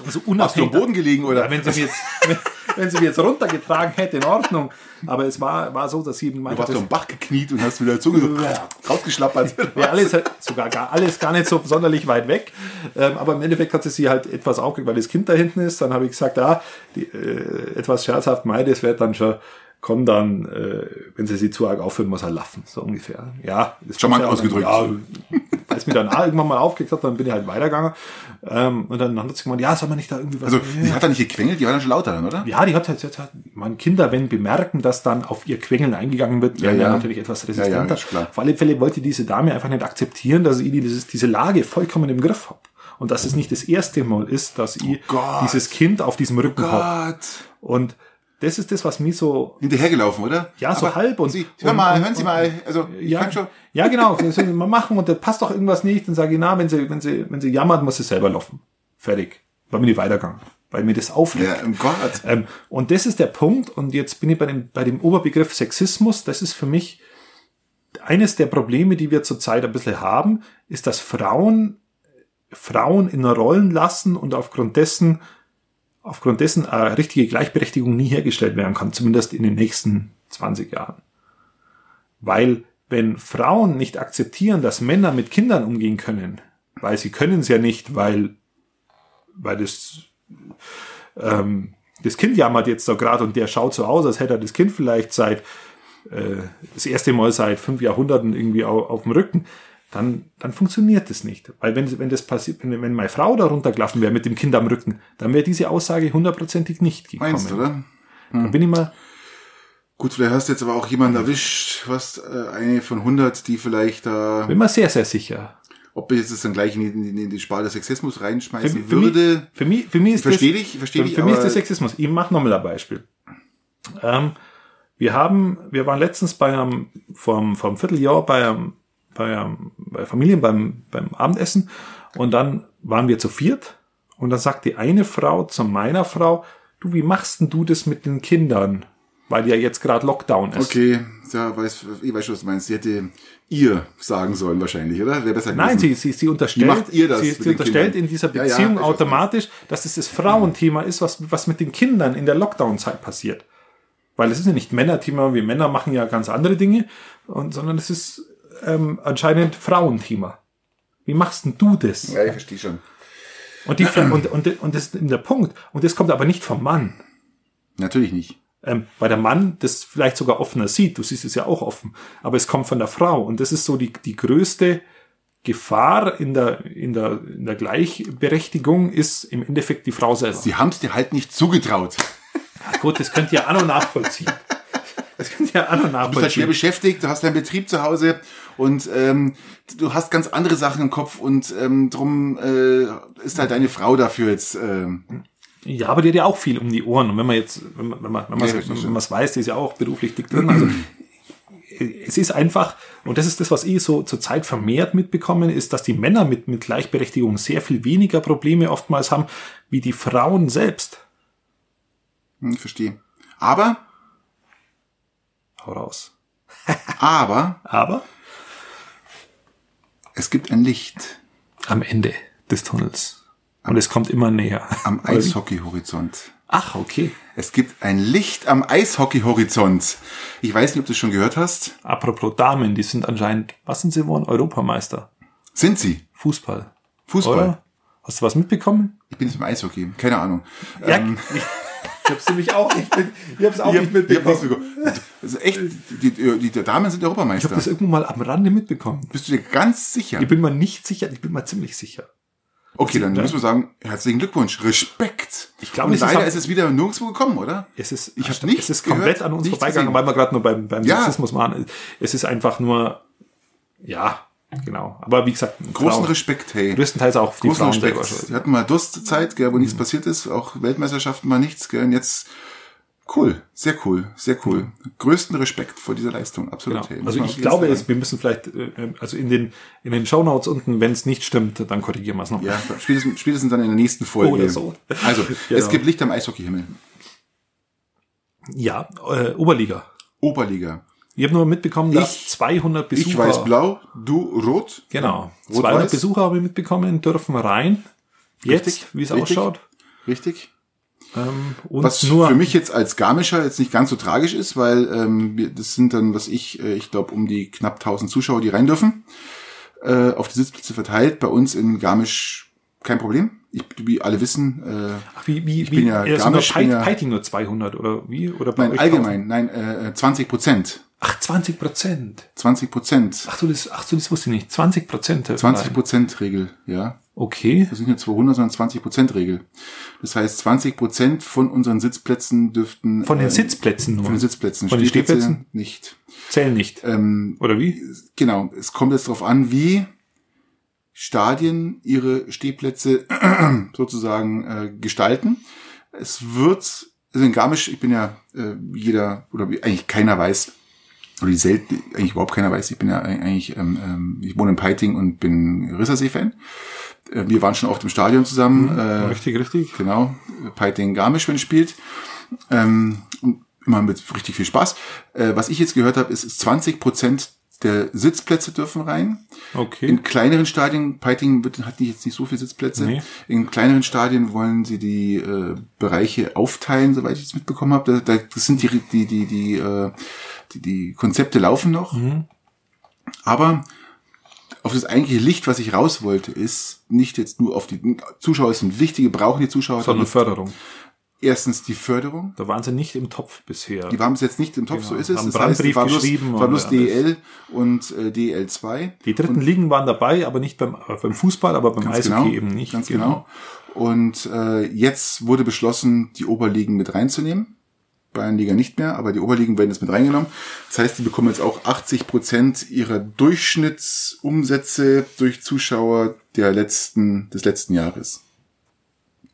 S1: also
S2: Hast du am Boden gelegen oder?
S1: Ja, wenn sie mir jetzt, wenn, wenn sie mir jetzt runtergetragen hätte, in Ordnung. Aber es war, war so, dass sie eben
S2: Du
S1: meinte,
S2: warst
S1: das
S2: am Bach gekniet und hast mit der Zunge so rausgeschlappert.
S1: wäre alles halt sogar gar, alles gar nicht so sonderlich weit weg. Ähm, aber im Endeffekt hat sie sie halt etwas aufgeregt, weil das Kind da hinten ist. Dann habe ich gesagt, ah, die, äh, etwas scherzhaft, mei, das wird dann schon, komm dann, äh, wenn sie sie zu arg aufführen, muss er laffen, so ungefähr. Ja, ist
S2: Charmant ausgedrückt.
S1: Ja, als mir dann irgendwann mal aufgeregt hat, dann bin ich halt weitergegangen. Ähm, und dann hat sie gemeint, ja, soll man nicht da irgendwie was
S2: Also, die hat er nicht gequengelt, die war dann schon lauter, dann, oder?
S1: Ja, die hat halt, jetzt halt, man Kinder, wenn bemerken, dass dann auf ihr Quengeln eingegangen wird, werden ja,
S2: ja.
S1: natürlich etwas
S2: Ja, ja,
S1: resistenter.
S2: ist klar.
S1: Auf alle Fälle wollte diese Dame einfach nicht akzeptieren, dass ich dieses, diese Lage vollkommen im Griff habe. Und dass es nicht das erste Mal ist, dass ich
S2: Oh Gott. Oh
S1: dieses Kind auf diesem Rücken hab.
S2: Gott.
S1: Und das ist das, was mich so
S2: Hinterhergelaufen, oder?
S1: Ja, so halb und-
S2: Sie, hör
S1: und-
S2: mal,
S1: und-
S2: hören Sie
S1: und-
S2: mal. Also, ich
S1: ja,
S2: kann schon.
S1: ja, genau. Das soll man machen und da passt doch irgendwas nicht. Dann sage ich, na, wenn sie, wenn sie, wenn sie jammert, muss sie selber laufen. Fertig. Weil mir nicht weitergegangen. Weil mir das aufregt.
S2: Ja, um Gott.
S1: Ähm, und das ist der Punkt, und jetzt bin ich bei dem, bei dem Oberbegriff Sexismus, das ist für mich eines der Probleme, die wir zurzeit ein bisschen haben, ist, dass Frauen Frauen in Rollen lassen und aufgrund dessen aufgrund dessen eine richtige Gleichberechtigung nie hergestellt werden kann, zumindest in den nächsten 20 Jahren. Weil wenn Frauen nicht akzeptieren, dass Männer mit Kindern umgehen können, weil sie können es ja nicht, weil, weil das, ähm, das Kind jammert jetzt da gerade und der schaut so aus, als hätte er das Kind vielleicht seit äh, das erste Mal seit fünf Jahrhunderten irgendwie auf, auf dem Rücken, dann, dann funktioniert das nicht. Weil wenn, wenn das passiert, wenn, wenn meine Frau darunter gelaufen wäre mit dem Kind am Rücken, dann wäre diese Aussage hundertprozentig nicht gekommen.
S2: Meinst du, oder?
S1: Dann bin ich mal,
S2: Gut, vielleicht hast du jetzt aber auch jemanden erwischt, was äh, eine von 100, die vielleicht da,
S1: bin mal sehr, sehr sicher.
S2: ob ich jetzt das dann gleich in, die- in, die- in die Sparte Sexismus
S1: Für,
S2: reinschmeißen
S1: für, mich,
S2: würde.
S1: für mich, für mich ist
S2: Versteh
S1: das,
S2: dich, versteh
S1: für,
S2: dich,
S1: Für mich
S2: aber-
S1: ist das Sexismus. Ich mache nochmal ein Beispiel. Ähm, wir haben, wir waren letztens bei einem, vom, vom Vierteljahr bei einem, bei einem, bei Familien beim, beim Abendessen und dann waren wir zu viert und dann sagt die eine Frau zu meiner Frau, du, wie machst denn du das mit den Kindern? Weil ja jetzt gerade Lockdown ist.
S2: Okay, ja, weiß, ich weiß schon, was du meinst. Sie hätte ihr sagen sollen wahrscheinlich, oder? Wäre besser
S1: Nein,
S2: gewesen.
S1: sie, sie, sie unterstellt,
S2: macht ihr das
S1: sie,
S2: mit
S1: sie
S2: den
S1: unterstellt
S2: Kindern?
S1: in dieser
S2: Ja, ja,
S1: Beziehung
S2: ich weiß
S1: automatisch, dass es das Frauenthema ist, was, was mit den Kindern in der Lockdown-Zeit passiert. Weil es ist ja nicht Männerthema, wir Männer machen ja ganz andere Dinge, und, sondern es ist ähm, anscheinend Frauenthema. Wie machst denn du das?
S2: Ja, ich verstehe schon.
S1: Und, die, Fra- und, und, und das ist eben der Punkt. Und das kommt aber nicht vom Mann.
S2: Natürlich nicht.
S1: Ähm, weil der Mann das vielleicht sogar offener sieht. Du siehst es ja auch offen. Aber es kommt von der Frau. Und das ist so die, die größte Gefahr in der, in, der, in der Gleichberechtigung ist im Endeffekt die Frau selber.
S2: Sie haben es dir halt nicht zugetraut. Du
S1: Ja, gut, das könnt ihr an und nachvollziehen. Das könnt ihr an und
S2: bist halt schwer
S1: nachvollziehen.
S2: beschäftigt, du hast deinen Betrieb zu Hause und ähm, du hast ganz andere Sachen im Kopf und ähm, drum äh, ist halt deine Frau dafür jetzt. Ähm,
S1: Ja, aber die hat ja auch viel um die Ohren. Und wenn man jetzt, wenn man, wenn man, wenn man,
S2: Ja, verstehe
S1: wenn man es weiß, die ist ja auch beruflich dick drin. Also, es ist einfach, und das ist das, was ich so zurzeit vermehrt mitbekommen, ist, dass die Männer mit, mit Gleichberechtigung sehr viel weniger Probleme oftmals haben, wie die Frauen selbst.
S2: hm, verstehe. Aber,
S1: Hau raus.
S2: aber,
S1: Aber
S2: es gibt ein Licht
S1: am Ende des Tunnels. Und es kommt immer näher. Also,
S2: am Eishockey-Horizont.
S1: Ach, okay.
S2: Es gibt ein Licht am Eishockey-Horizont. Ich weiß nicht, ob du es schon gehört hast.
S1: Apropos Damen, die sind anscheinend, was sind sie geworden? Europameister.
S2: Sind sie?
S1: Fußball.
S2: Fußball.
S1: Oder? Hast du was mitbekommen?
S2: Ich bin jetzt im Eishockey. Keine Ahnung.
S1: Ja, ich, ich hab's nämlich auch nicht, mit, ich hab's auch
S2: Ähm, Ich hab-
S1: nicht
S2: ich hab
S1: mitbekommen.
S2: nichts bekommen. Also echt, die, die, die Damen sind Europameister.
S1: das irgendwo mal am Rande mitbekommen.
S2: Bist du dir ganz sicher?
S1: Ich bin mir nicht sicher, ich bin mir ziemlich sicher.
S2: Okay, dann
S1: Ja.
S2: müssen wir sagen, herzlichen Glückwunsch, Respekt. Ich
S1: glaube,
S2: Und
S1: es ist
S2: leider
S1: am-
S2: ist es wieder nirgendwo gekommen, oder?
S1: Es ist,
S2: Ich hab
S1: es
S2: nichts
S1: ist komplett
S2: gehört,
S1: an uns
S2: nichts
S1: vorbeigegangen,
S2: gesehen.
S1: weil wir gerade nur beim, beim
S2: Ja.
S1: Sexismus waren. Es ist einfach nur, ja, genau. Aber wie gesagt,
S2: Großen
S1: Frauen-
S2: Respekt, hey.
S1: größtenteils auch auf die
S2: Großen
S1: Frauen selber
S2: Respekt.
S1: schuld.
S2: Wir hatten mal Durstzeit, gell, wo nichts
S1: Mhm.
S2: passiert ist, auch Weltmeisterschaften mal nichts, gell, und jetzt cool, sehr cool, sehr cool. Größten Respekt vor dieser Leistung, absolut.
S1: Genau.
S2: hey. Muss
S1: Also
S2: man
S1: ich
S2: auf jeden
S1: glaube,
S2: Fall
S1: es, wir müssen vielleicht, äh, also in den, in den Shownotes unten, wenn es nicht stimmt, dann korrigieren wir es noch.
S2: Ja, spätestens, spätestens dann in der nächsten Folge.
S1: Oder so.
S2: Also,
S1: Genau.
S2: es gibt Licht am Eishockeyhimmel.
S1: ja äh, Oberliga.
S2: Oberliga.
S1: Ich habe nur mitbekommen, dass
S2: Ich-
S1: 200 Besucher.
S2: Ich weiß blau, du rot.
S1: Genau.
S2: Rot-Weiß.
S1: 200 Besucher habe ich mitbekommen, dürfen rein. Jetzt,
S2: Richtig,
S1: wie es
S2: richtig.
S1: ausschaut.
S2: Richtig.
S1: Ähm, und
S2: Was
S1: nur
S2: für mich jetzt als Garmischer jetzt nicht ganz so tragisch ist, weil ähm, wir- das sind dann, was ich, äh, ich glaube, um die knapp 1000 Zuschauer, die rein dürfen, äh, auf die Sitzplätze verteilt. Bei uns in Garmisch kein Problem. Ich, wie alle wissen, äh,
S1: Ach, wie, wie,
S2: bin
S1: wie
S2: ja
S1: ja,
S2: Garmisch,
S1: sogar
S2: bin
S1: Peit-
S2: ja-
S1: Peiting nur 200 oder wie? Oder bei
S2: nein,
S1: euch
S2: allgemein, nein, äh, 20 Prozent.
S1: Ach, 20 Prozent.
S2: 20 Prozent.
S1: Ach so, das, ach so, das wusste ich nicht. 20 Prozent. äh,
S2: 20 Prozent Regel, ja.
S1: Okay.
S2: Das sind nicht 200, sondern 20 Prozent Regel. Das heißt, 20 Prozent von unseren Sitzplätzen dürften...
S1: Von den
S2: äh,
S1: Sitzplätzen nur.
S2: Von den Sitzplätzen.
S1: Von den
S2: Stehplätze
S1: Stehplätzen?
S2: Nicht.
S1: Zählen nicht.
S2: Ähm,
S1: Oder wie?
S2: genau, es kommt jetzt darauf an, wie Stadien ihre Stehplätze sozusagen äh, gestalten. Es wird, also in Garmisch, ich bin ja äh, jeder, oder wie- eigentlich keiner weiß, oder die selten, eigentlich überhaupt keiner weiß, ich bin ja eig- eigentlich, ähm, ähm, ich wohne in Peiting und bin Rissersee-Fan. Äh, wir waren schon oft im Stadion zusammen. äh,
S1: richtig, richtig.
S2: Genau, Python Garmisch, wenn spielt. Ähm, und immer mit richtig viel Spaß. Äh, was ich jetzt gehört habe, ist es ist 20% der Sitzplätze dürfen rein.
S1: Okay.
S2: In kleineren Stadien, Peiting wird- hat nicht- jetzt nicht so viele Sitzplätze.
S1: Nee.
S2: In kleineren Stadien wollen sie die äh, Bereiche aufteilen, soweit ich es mitbekommen habe. Da, da das sind die die die die, äh, die die Konzepte laufen noch.
S1: Mhm.
S2: Aber auf das eigentliche Licht, was ich raus wollte, ist nicht jetzt nur auf die Zuschauer sind wichtige, brauchen die Zuschauer,
S1: Sondern
S2: sondern
S1: Förderung.
S2: erstens die Förderung.
S1: Da waren sie nicht im Topf bisher.
S2: Die waren bis jetzt nicht im Topf,
S1: Genau,
S2: so ist es.
S1: haben
S2: Das heißt, die
S1: Brandbrief
S2: waren bloß,
S1: geschrieben
S2: war bloß
S1: und alles.
S2: DEL E und äh, DEL2.
S1: Die dritten Ligen waren dabei, aber nicht beim, äh, beim Fußball, aber beim
S2: Ganz
S1: Eishockey
S2: genau,
S1: eben nicht.
S2: Ganz genau. Und äh, jetzt wurde beschlossen, die Oberligen mit reinzunehmen. Bayernliga nicht mehr, aber die Oberligen werden jetzt mit reingenommen. Das heißt, die bekommen jetzt auch 80 Prozent ihrer Durchschnittsumsätze durch Zuschauer der letzten, des letzten Jahres.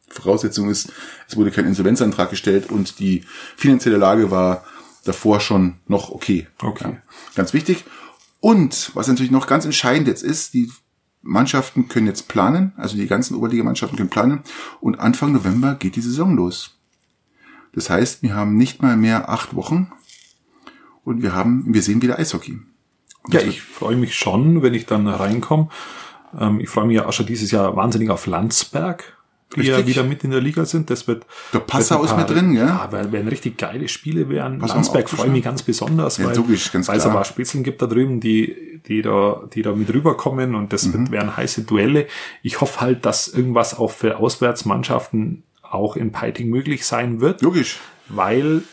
S2: Voraussetzung ist, es wurde kein Insolvenzantrag gestellt und die finanzielle Lage war davor schon noch okay.
S1: Okay.
S2: Ja, ganz wichtig. Und was natürlich noch ganz entscheidend jetzt ist, die Mannschaften können jetzt planen, also die ganzen Oberligamannschaften können planen und Anfang November geht die Saison los. Das heißt, wir haben nicht mal mehr acht Wochen und wir haben, wir sehen wieder Eishockey.
S1: Ja, ich freue mich schon, wenn ich dann reinkomme. Ähm, ich freue mich ja auch schon dieses Jahr wahnsinnig auf Landsberg, die ja
S2: Richtig.
S1: wieder mit in der Liga sind. Das wird.
S2: Der Passau
S1: wird ein
S2: ist mit drin, gell?
S1: Ja, weil werden richtig geile Spiele werden.
S2: Passau
S1: Landsberg
S2: auch
S1: freue ich mich ganz besonders,
S2: Ja,
S1: weil
S2: logisch, ganz
S1: weil es ein
S2: klar.
S1: paar Spitzeln gibt da drüben, die, die da, die da mit rüberkommen und das
S2: Mhm.
S1: wird, werden heiße Duelle. Ich hoffe halt, dass irgendwas auch für Auswärtsmannschaften auch in Peiting möglich sein wird,
S2: Logisch.
S1: weil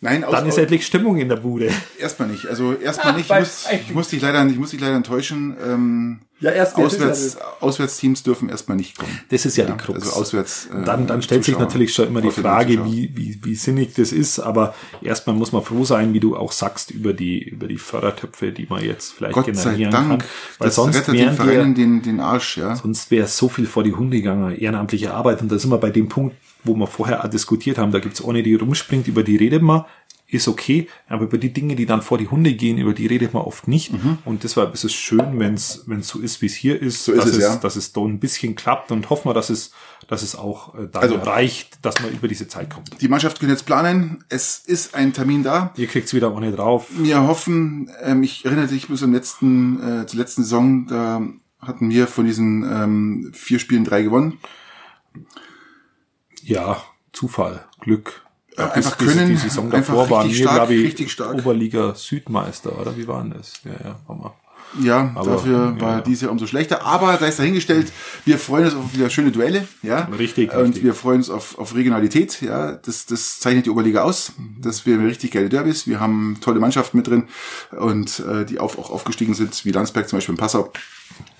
S2: Nein, aus,
S1: dann ist endlich Stimmung in der Bude.
S2: erstmal nicht. Also erstmal
S3: Ach,
S2: nicht. Ich
S3: weil-
S2: muss, ich muss dich leider, ich muss dich leider enttäuschen. Ähm,
S3: Ja, erst jetzt ist
S2: Auswärts, Auswärtsteams dürfen erstmal nicht kommen.
S1: Das ist ja, die Krux.
S2: Also auswärts. äh,
S1: dann, dann stellt sich
S2: Zuschauer.
S1: natürlich schon immer die
S2: Auswärts
S1: Frage,
S2: Zuschauer.
S1: wie, wie, wie sinnig das ist, aber erstmal muss man froh sein, wie du auch sagst, über die, über die Fördertöpfe, die man jetzt vielleicht
S2: Gott sei
S1: generieren
S2: Dank.
S1: kann. Weil
S2: Das
S1: sonst
S2: rettet den
S1: wären
S2: Vereinen
S1: wir,
S2: den, den Arsch, ja.
S1: sonst wäre so viel vor die Hunde gegangen, ehrenamtliche Arbeit. Und da sind wir bei dem Punkt, wo wir vorher auch diskutiert haben, da gibt's eine, die rumspringt, über die redet man, ist okay, aber über die Dinge, die dann vor die Hunde gehen, über die redet man oft nicht. Und deshalb ist es schön, wenn es so ist, wie es hier ist,
S2: Mhm. So ist
S1: dass,
S2: es, ja.
S1: dass es da ein bisschen klappt und hoffen wir, dass es, dass es auch äh, dann
S2: Also-
S1: reicht, dass man über diese Zeit kommt.
S2: Die Mannschaft können jetzt planen. Es ist ein Termin da.
S1: Ihr kriegt's wieder ohne drauf.
S2: Wir hoffen, ähm, ich erinnere dich bis zum letzten, äh, zur letzten Saison, da hatten wir von diesen ähm, vier Spielen drei gewonnen.
S1: Ja, Zufall, Glück.
S2: Äh, einfach
S1: Bis- bis
S2: können,
S1: Die Saison
S2: einfach
S1: davor waren
S2: richtig
S1: wir,
S2: stark,
S1: glaube ich,
S2: richtig stark.
S1: Oberliga Südmeister, oder? Wie waren das? Ja, ja, Hammer.
S2: Ja,
S1: Aber,
S2: dafür war
S1: ja.
S2: dies Jahr umso schlechter. Aber sei es dahingestellt, wir freuen uns auf wieder schöne Duelle. Ja?
S1: Richtig,
S2: Und
S1: richtig.
S2: wir freuen uns auf, auf Regionalität. Ja? Das, das zeichnet die Oberliga aus, dass wir richtig geile Derbys. Wir haben tolle Mannschaften mit drin und äh, die auf, auch aufgestiegen sind, wie Landsberg zum Beispiel in Passau.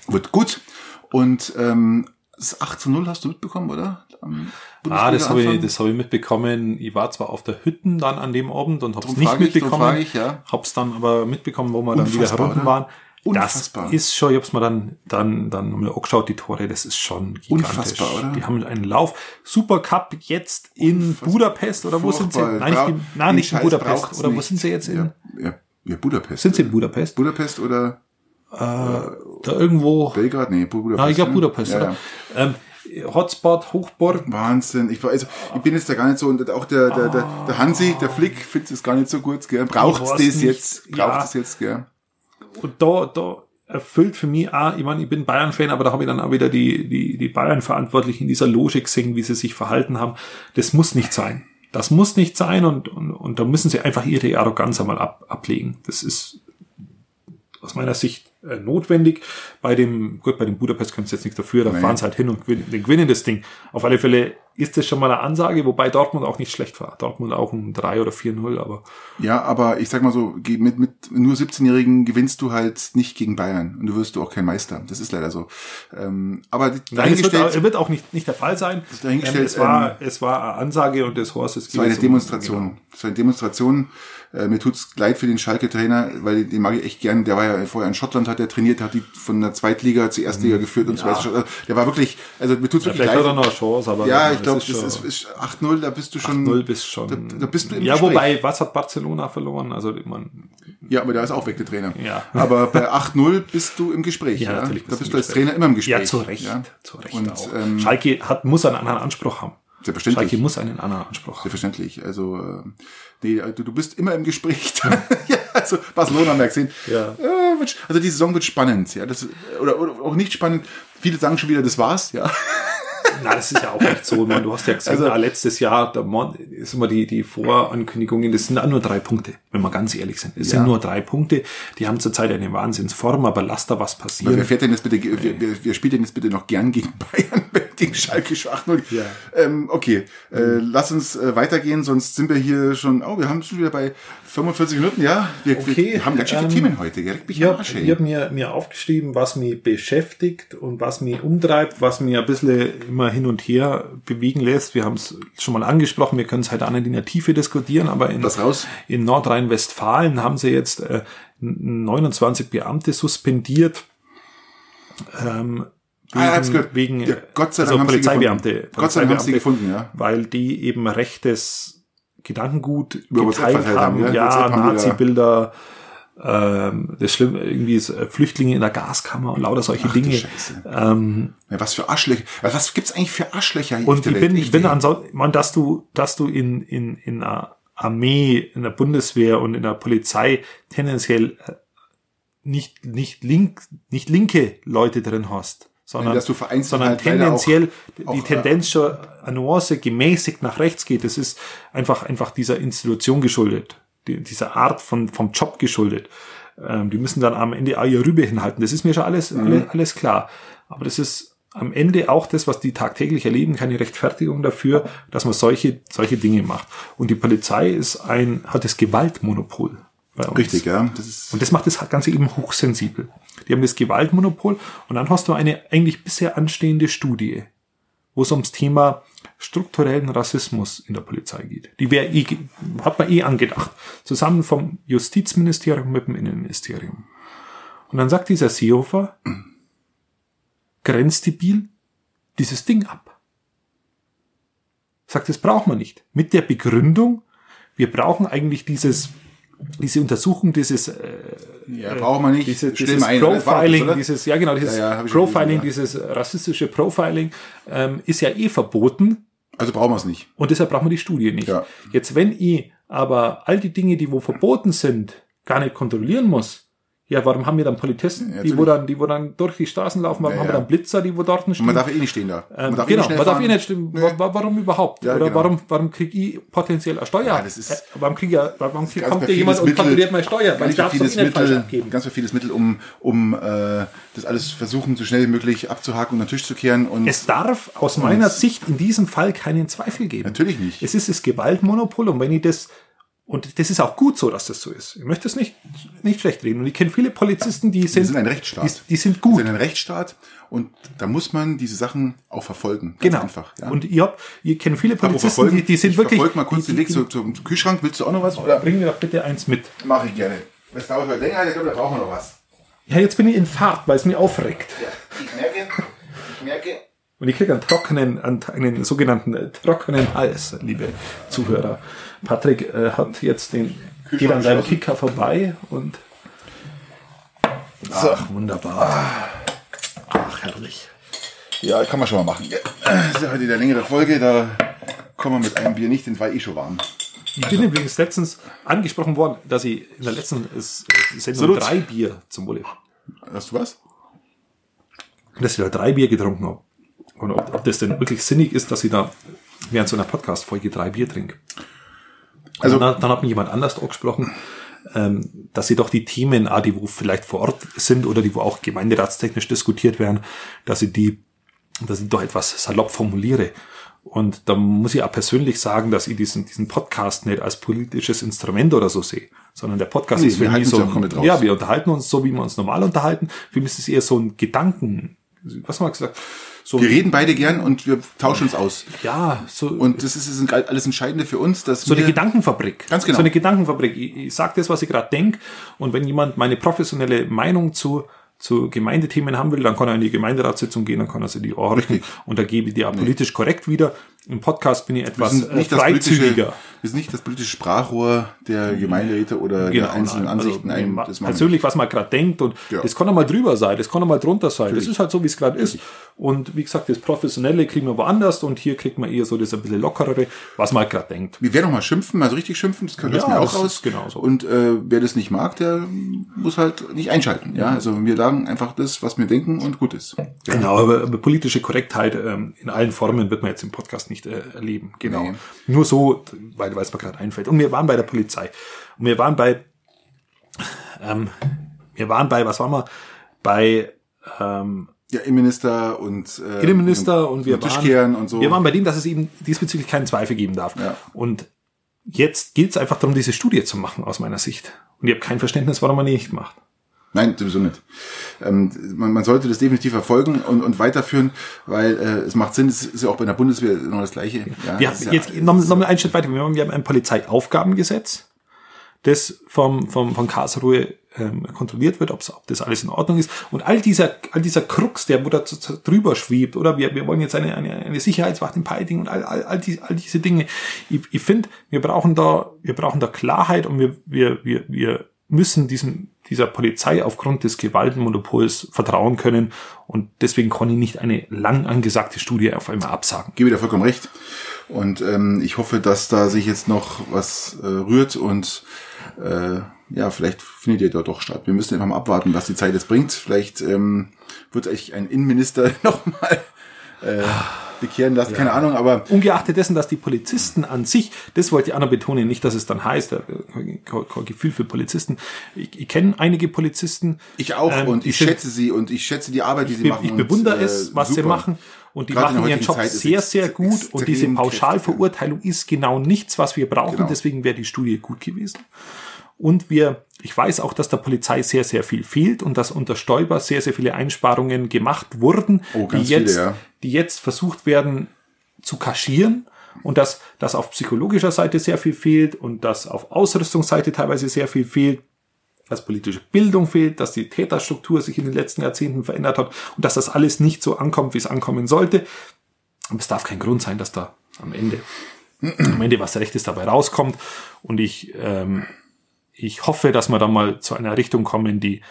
S2: Wird gut. Und ähm, das 8 zu 0 hast du mitbekommen, oder? Am
S1: Ah, das habe ich,
S2: Bundesliga-Anfang?
S1: das habe ich mitbekommen. Ich war zwar auf der Hütten dann an dem Abend und habe es
S2: Drum
S1: nicht
S2: frage ich, drum
S1: mitbekommen.
S2: frage ich, ja.
S1: Hab's dann aber mitbekommen, wo wir dann wieder
S2: Unfassbar,
S1: herunten
S2: oder?
S1: waren.
S2: Unfassbar.
S1: Das ist schon, ich hab's mir dann, dann, dann nochmal angeschaut, die Tore, das ist schon gigantisch.
S2: Unfassbar, oder?
S1: Die haben einen Lauf. Super Cup jetzt in Budapest, oder wo sind sie?
S2: Furchtbar.
S1: Nein,
S2: Bra-
S1: nicht, nein,
S2: den
S1: nicht in
S2: Scheiß
S1: Budapest.
S2: braucht's
S1: Oder wo
S2: nicht.
S1: sind sie jetzt in?
S2: Ja, ja, ja, Budapest.
S1: Sind sie in Budapest?
S2: Budapest oder
S1: da irgendwo.
S2: Belgrad? Nee, Bu- Budapest.
S1: Ja, ich glaube
S2: ne?
S1: Budapest,
S2: Ja,
S1: oder?
S2: ja.
S1: Ähm, Hotspot, Hochburg.
S2: Wahnsinn. Ich, war- also, ich bin jetzt da gar nicht so, und auch der, der, der, der Hansi, der Flick, findet es gar nicht so gut, gell? Braucht
S1: Ich weiß
S2: es
S1: nicht,
S2: jetzt?
S1: ja.
S2: Braucht es jetzt, gell?
S1: und da, da erfüllt für mich auch, ich meine, ich bin Bayern-Fan, aber da habe ich dann auch wieder die, die, die Bayern-Verantwortlichen in dieser Logik gesehen, wie sie sich verhalten haben. Das muss nicht sein. Das muss nicht sein und, und, und da müssen sie einfach ihre Arroganz einmal ab, ablegen. Das ist aus meiner Sicht äh, notwendig. Bei dem, gut, bei dem Budapest können sie jetzt nichts dafür, da
S2: Nee.
S1: fahren sie halt hin und gewinnen, die gewinnen das Ding. Auf alle Fälle ist das schon mal eine Ansage, wobei Dortmund auch nicht schlecht war. Dortmund auch ein 3 oder 4-0, aber
S2: Ja, aber ich sag mal so, ge- mit, mit nur 17-Jährigen gewinnst du halt nicht gegen Bayern und du wirst du auch kein Meister. Das ist leider so. Ähm, aber
S1: Nein, es wird,
S2: dahingestellt,
S1: auch- wird auch nicht, nicht der Fall sein.
S2: dahingestellt,
S1: Ähm, es, war, es war eine Ansage und des Horstes
S2: es war eine
S1: geht's um-
S2: Demonstration. Es war eine Demonstration. Äh, mir tut's leid für den Schalke-Trainer, weil den mag ich echt gern. Der war ja vorher in Schottland, hat er trainiert, hat die von der Zweitliga zur Erstliga geführt und so weiter. Also, Der war wirklich, also mir tut's
S1: Mhm. Ja,
S2: wirklich
S1: vielleicht hat er
S2: leid.
S1: noch eine Chance, aber
S2: Ja, ich glaube, das
S1: schon-
S2: ist, ist 8-0, da bist du schon.
S1: null bis schon.
S2: Da, da bist du im
S1: ja,
S2: Gespräch.
S1: wobei, was hat Barcelona verloren? Also man,
S2: Ja, aber da ist auch weg der Trainer.
S1: Ja.
S2: Aber bei 8-0 bist du im Gespräch.
S1: Ja,
S2: Ja,
S1: natürlich
S2: Da
S1: bist du
S2: bist
S1: im
S2: du als
S1: Gespräch.
S2: Trainer immer im Gespräch.
S1: ja zu Recht,
S2: Ja.
S1: zu Recht
S2: Und
S1: auch.
S2: ähm,
S1: Schalke hat, muss einen anderen Anspruch haben.
S2: Selbstverständlich. ähm,
S1: Schalke muss einen anderen Anspruch haben.
S2: selbstverständlich. Also äh, nee, du, du bist immer im Gespräch. ja, also Barcelona haben wir gesehen.
S1: Ja.
S2: Äh, wird- Also die Saison wird spannend, ja. Das, oder, oder auch nicht spannend. Viele sagen schon wieder, das war's, ja.
S1: Na, das ist ja auch nicht so. Ich meine, du hast ja gesehen,
S2: Also-
S1: da letztes Jahr, da Mon- ist immer die, die Vorankündigungen, das sind auch nur drei Punkte, wenn wir ganz ehrlich sind. Es
S2: Ja.
S1: sind nur drei Punkte. Die haben zurzeit eine Wahnsinnsform, aber lass da was
S2: Weil wer
S1: passieren.
S2: fährt denn jetzt bitte, wer, wer, wer spielt denn jetzt bitte noch gern gegen Bayern, wenn gegen Schalke 8-0?
S1: Ja.
S2: Ähm, okay, äh, lass uns äh, weitergehen, sonst sind wir hier schon, oh, wir haben schon wieder bei 45 Minuten, ja? Wir,
S1: Okay,
S2: wir haben ganz schön viele
S1: ähm,
S2: Themen heute, gell? Mich
S1: Ich
S2: am
S1: habe
S2: Arsch,
S1: ich
S2: ey.
S1: hab mir, mir aufgeschrieben, was mich beschäftigt und was mich umtreibt, was mir ein bisschen immer hin und her bewegen lässt. Wir haben es schon mal angesprochen, wir können es halt auch nicht in der Tiefe diskutieren, aber in,
S2: Lass raus.
S1: in Nordrhein-Westfalen haben sie jetzt äh, 29 Beamte suspendiert. ähm,
S2: Ah, ich hab's gehört.
S1: wegen
S2: ja, Gott sei Dank
S1: also
S2: haben sie
S1: Polizeibeamte,
S2: gefunden. Gott sei Dank haben sie gefunden, ja.
S1: weil die eben rechtes Gedankengut
S2: Über WhatsApp
S1: geteilt
S2: verteilt haben,
S1: haben.
S2: ja?
S1: Ja,
S2: WhatsApp haben die
S1: Nazi-Bilder, ähm, das schlimm irgendwie ist, äh, Flüchtlinge in der Gaskammer und lauter solche
S2: Ach, du
S1: Dinge.
S2: Scheiße.
S1: Ähm,
S2: Ja, was für Arschlöcher. Was, was gibt's eigentlich für Arschlöcher hier auf
S1: und
S2: der
S1: ich
S2: Welt?
S1: bin, ich
S2: Echt,
S1: bin
S2: ey.
S1: ansonsten, ich meine, dass du, dass du in, in, in einer Armee, in der Bundeswehr und in der Polizei tendenziell äh, nicht, nicht link, nicht linke Leute drin hast, sondern,
S2: dass du vereinzelt
S1: sondern
S2: halt leider
S1: tendenziell
S2: auch,
S1: die
S2: äh,
S1: Tendenz schon eine Nuance gemäßigt nach rechts geht. Das ist einfach, einfach dieser Institution geschuldet, die, dieser Art von, vom Job geschuldet. Ähm, die müssen dann am Ende auch ihre Rübe hinhalten. Das ist mir schon alles,
S2: Mhm.
S1: alle, alles klar. Aber das ist am Ende auch das, was die tagtäglich erleben, keine Rechtfertigung dafür, dass man solche, solche Dinge macht. Und die Polizei ist ein, hat das Gewaltmonopol. bei uns.
S2: Richtig, ja. Das ist,
S1: Und das macht das Ganze eben hochsensibel. Die haben das Gewaltmonopol und dann hast du eine eigentlich bisher anstehende Studie, wo es ums Thema strukturellen Rassismus in der Polizei geht. Die wäre eh, ge- hat man eh angedacht. Zusammen vom Justizministerium mit dem Innenministerium. Und dann sagt dieser Seehofer, grenzdebil, dieses Ding ab. Sagt, das braucht man nicht. Mit der Begründung, wir brauchen eigentlich dieses, diese Untersuchung, dieses äh,
S2: ja, brauchen wir nicht.
S1: diese,
S2: Stell
S1: dieses
S2: mal ein, das war doch das,
S1: Profiling,
S2: oder?
S1: dieses, ja genau, dieses
S2: Ja, ja, hab ich schon
S1: Profiling,
S2: gelesen,
S1: dieses rassistische Profiling ähm, ist ja eh verboten
S2: also brauchen wir es nicht.
S1: und deshalb braucht man die Studie nicht.
S2: Ja.
S1: Jetzt, wenn ich aber all die Dinge, die wo verboten sind, gar nicht kontrollieren muss, ja, warum haben wir dann Polizisten, die wo
S2: natürlich.
S1: dann, die wo dann durch die Straßen laufen, warum
S2: Ja,
S1: haben wir
S2: ja.
S1: dann Blitzer, die wo dort stehen?
S2: Und man darf eh nicht stehen da.
S1: Ähm, genau, man darf eh
S2: fahren.
S1: nicht stimmen.
S2: Nee.
S1: Wa- wa- Warum überhaupt?
S2: Ja,
S1: Oder
S2: genau.
S1: warum, warum kriege ich potenziell eine Steuer?
S2: das ist-
S1: Äh, warum krieg ich, warum
S2: Ganz
S1: kommt da
S2: perfides
S1: jemand und
S2: Mittel-
S1: kontrolliert meine Steuer? Weil
S2: Ganz
S1: ich darf
S2: perfides
S1: es nicht falsch
S2: Mittel,
S1: abgeben.
S2: ganz perfides Mittel, um, um äh, das alles versuchen, so schnell wie möglich abzuhaken und an den Tisch zu kehren. Und
S1: Es darf aus meiner Sicht in diesem Fall keinen Zweifel geben.
S2: Natürlich nicht.
S1: Es ist das Gewaltmonopol und wenn ich das, und das ist auch gut so, dass das so ist. Ich möchte es nicht, nicht schlecht reden. Und ich kenne viele Polizisten, die sind,
S2: sind ein Rechtsstaat.
S1: Die, die sind
S2: wir
S1: gut.
S2: sind ein Rechtsstaat und da muss man diese Sachen auch verfolgen. Ganz
S1: genau.
S2: Einfach, ja.
S1: Und ihr habt, ihr kennt viele
S2: Apropos
S1: Polizisten, die, die sind
S2: ich
S1: wirklich.
S2: Verfolg mal kurz
S1: die,
S2: den Weg
S1: die,
S2: zu, zum Kühlschrank. Willst du auch noch was? Oder?
S1: Bring mir doch bitte eins mit.
S2: Mach ich gerne. Das dauert heute länger, ich glaube, da brauchen wir noch was.
S1: Ja, jetzt bin ich in Fahrt, weil es mich aufregt.
S2: Ich merke, ich merke.
S1: Und ich kriege einen trockenen, einen, einen sogenannten äh, trockenen Hals, liebe Zuhörer. Patrick äh, hat jetzt den, geht an seinem Kicker vorbei und.
S2: Ah.
S1: Ach, wunderbar. Ach, herrlich.
S2: Ja, kann man schon mal machen. Ja. Das ist ja heute in der längere Folge, da kommen wir mit einem Bier nicht, denn war eh schon warm.
S1: Ich bin übrigens letztens angesprochen worden, dass ich in der letzten äh, Sendung
S2: Salut.
S1: drei Bier zum Wohle,
S2: Hast du was?
S1: dass ich da drei Bier getrunken habe. Und ob, ob das denn wirklich sinnig ist, dass ich da während so einer Podcast-Folge drei Bier trinke.
S2: Also-
S1: Also dann, dann hat mir jemand anders angesprochen, ähm, dass sie doch die Themen, ah, die wo vielleicht vor Ort sind oder die wo auch gemeinderatstechnisch diskutiert werden, dass sie die, dass ich doch etwas salopp formuliere. Und da muss ich auch persönlich sagen, dass ich diesen, diesen Podcast nicht als politisches Instrument oder so sehe, sondern der Podcast
S2: Nee,
S1: ist
S2: wir
S1: für mich
S2: halten
S1: so,
S2: uns ja komplett raus.
S1: ja, wir unterhalten uns so, wie wir uns normal unterhalten. Für mich ist es eher so ein Gedanken, was haben wir gesagt? So,
S2: Wir reden beide gern und wir tauschen uns aus.
S1: ja, so,
S2: Und das ist das alles Entscheidende für uns, dass
S1: so eine
S2: wir,
S1: Gedankenfabrik.
S2: Ganz genau.
S1: So eine Gedankenfabrik. Ich, ich sage das, was ich gerade denke. Und wenn jemand meine professionelle Meinung zu, zu Gemeindethemen haben will, dann kann er in die Gemeinderatssitzung gehen, dann kann er sich die anrichten. Und da gebe ich die auch politisch korrekt wieder. Im Podcast bin ich
S2: Wir
S1: etwas
S2: sind, nicht
S1: äh,
S2: das politische,
S1: freizügiger. Mhm.
S2: wir sind nicht das politische Sprachrohr der Gemeinderäte oder der einzelnen
S1: nein, also,
S2: Ansichten ein.
S1: ma-
S2: Das machen wir
S1: persönlich, was man gerade denkt und
S2: Ja.
S1: das kann auch mal drüber sein, das kann auch mal drunter sein. Das ist halt so, wie es gerade ist. Und wie gesagt, das Professionelle kriegen wir woanders und hier kriegt man eher so das ein bisschen Lockerere, was man halt gerade denkt.
S2: Wir werden auch mal schimpfen, mal so richtig schimpfen, das können wir
S1: Ja,
S2: mir auch
S1: das ist genau
S2: raus.
S1: genauso.
S2: Und äh, wer das nicht mag, der muss halt nicht einschalten.
S1: Mhm.
S2: Ja, also wir sagen einfach das, was wir denken und gut ist.
S1: Genau, aber, aber politische Korrektheit ähm, in allen Formen wird man jetzt im Podcast nicht äh, erleben. Genau.
S2: Nee.
S1: Nur so, weil weil es mir gerade einfällt. Und wir waren bei der Polizei. Und wir waren bei, ähm, wir waren bei, was waren wir? Bei ähm,
S2: Der Innenminister und äh,
S1: Innenminister und wir
S2: Tischkehren
S1: waren,
S2: und so.
S1: wir waren bei dem, dass es eben diesbezüglich keinen Zweifel geben darf.
S2: Ja.
S1: Und jetzt geht es einfach darum, diese Studie zu machen, aus meiner Sicht. Und ich habe kein Verständnis, warum man die nicht macht.
S2: Nein, sowieso nicht. Ähm, man, man sollte das definitiv verfolgen und, und weiterführen, weil äh, es macht Sinn, es ist ja auch bei der Bundeswehr noch das Gleiche. Ja,
S1: Wir
S2: es
S1: haben
S2: ist ja,
S1: jetzt noch, noch mal einen Schritt weiter. Wir haben, wir haben ein Polizeiaufgabengesetz, das vom, vom, von Karlsruhe ähm, kontrolliert wird, ob's, ob das alles in Ordnung ist. Und all dieser, all dieser Krux, der wo da zu- zu- drüber schwebt, oder wir, wir wollen jetzt eine, eine, eine Sicherheitswacht in Peiting und all, all, all, die, all diese Dinge. Ich, ich finde, wir brauchen da, wir brauchen da Klarheit und wir, wir, wir, wir müssen diesem, dieser Polizei aufgrund des Gewaltenmonopols vertrauen können. Und deswegen kann ich nicht eine lang angesagte Studie auf einmal absagen.
S2: gebe dir vollkommen recht. Und ähm, ich hoffe, dass da sich jetzt noch was äh, rührt und äh, ja, vielleicht findet ihr dort doch statt. Wir müssen einfach mal abwarten, was die Zeit jetzt bringt. Vielleicht ähm, wird euch ein Innenminister nochmal äh, bekehren lassen, keine Ahnung, aber
S1: Ungeachtet dessen, dass die Polizisten an sich, das wollte ich auch noch betonen, nicht, dass es dann heißt, äh, kein, kein Gefühl für Polizisten. Ich, ich kenne einige Polizisten.
S2: ich auch
S1: ähm,
S2: und
S1: die
S2: ich
S1: sind-
S2: schätze sie und ich schätze die Arbeit, die sie
S1: ich,
S2: machen.
S1: ich bewundere
S2: und, äh,
S1: es, was sie
S2: super.
S1: machen. Und die
S2: Gerade in der
S1: machen ihren
S2: heutigen
S1: Job
S2: Zeit ist
S1: sehr,
S2: es
S1: sehr gut.
S2: extrem
S1: Und diese
S2: kräftig,
S1: Pauschalverurteilung ist genau nichts, was wir brauchen.
S2: Genau.
S1: Deswegen wäre die Studie gut gewesen. Und wir, ich weiß auch, dass der Polizei sehr, sehr viel fehlt und dass unter Stoiber sehr, sehr viele Einsparungen gemacht wurden,
S2: Oh,
S1: die,
S2: ganz viele,
S1: jetzt,
S2: ja.
S1: die jetzt versucht werden zu kaschieren. Und dass, dass auf psychologischer Seite sehr viel fehlt und dass auf Ausrüstungsseite teilweise sehr viel fehlt dass politische Bildung fehlt, dass die Täterstruktur sich in den letzten Jahrzehnten verändert hat und dass das alles nicht so ankommt, wie es ankommen sollte. Aber es darf kein Grund sein, dass da am Ende, am Ende was Rechtes dabei rauskommt. Und ich, ähm, ich hoffe, dass wir da mal zu einer Richtung kommen, die,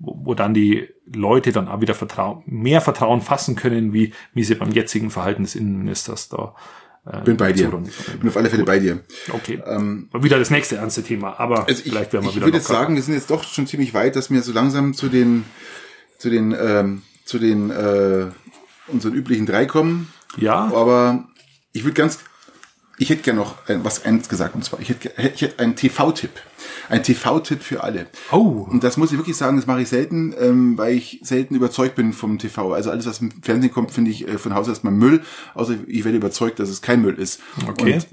S1: wo, wo dann die Leute dann auch wieder Vertrauen, mehr Vertrauen fassen können, wie, wie sie beim jetzigen Verhalten des Innenministers da. äh,
S2: Bin bei dir.
S1: zurück-
S2: Bin auf alle Fälle bei dir.
S1: Okay. wieder das nächste ernste Thema, aber
S2: Also ich,
S1: vielleicht werden wir
S2: ich
S1: wieder
S2: würde jetzt
S1: locker.
S2: sagen, wir sind jetzt doch schon ziemlich weit, dass wir so langsam zu den zu den ähm, zu den äh, unseren üblichen drei kommen.
S1: Ja,
S2: Aber ich würde ganz, ich hätte gerne noch ein, was eins gesagt und zwar ich hätte, ge- ich hätte einen TV-Tipp, ein TV-Tipp für alle.
S1: Oh.
S2: Und das muss ich wirklich sagen, das mache ich selten, ähm, weil ich selten überzeugt bin vom TV. Also alles, was im Fernsehen kommt, finde ich äh, von Haus aus erstmal Müll. Außer ich werde überzeugt, dass es kein Müll ist.
S1: Okay.
S2: Und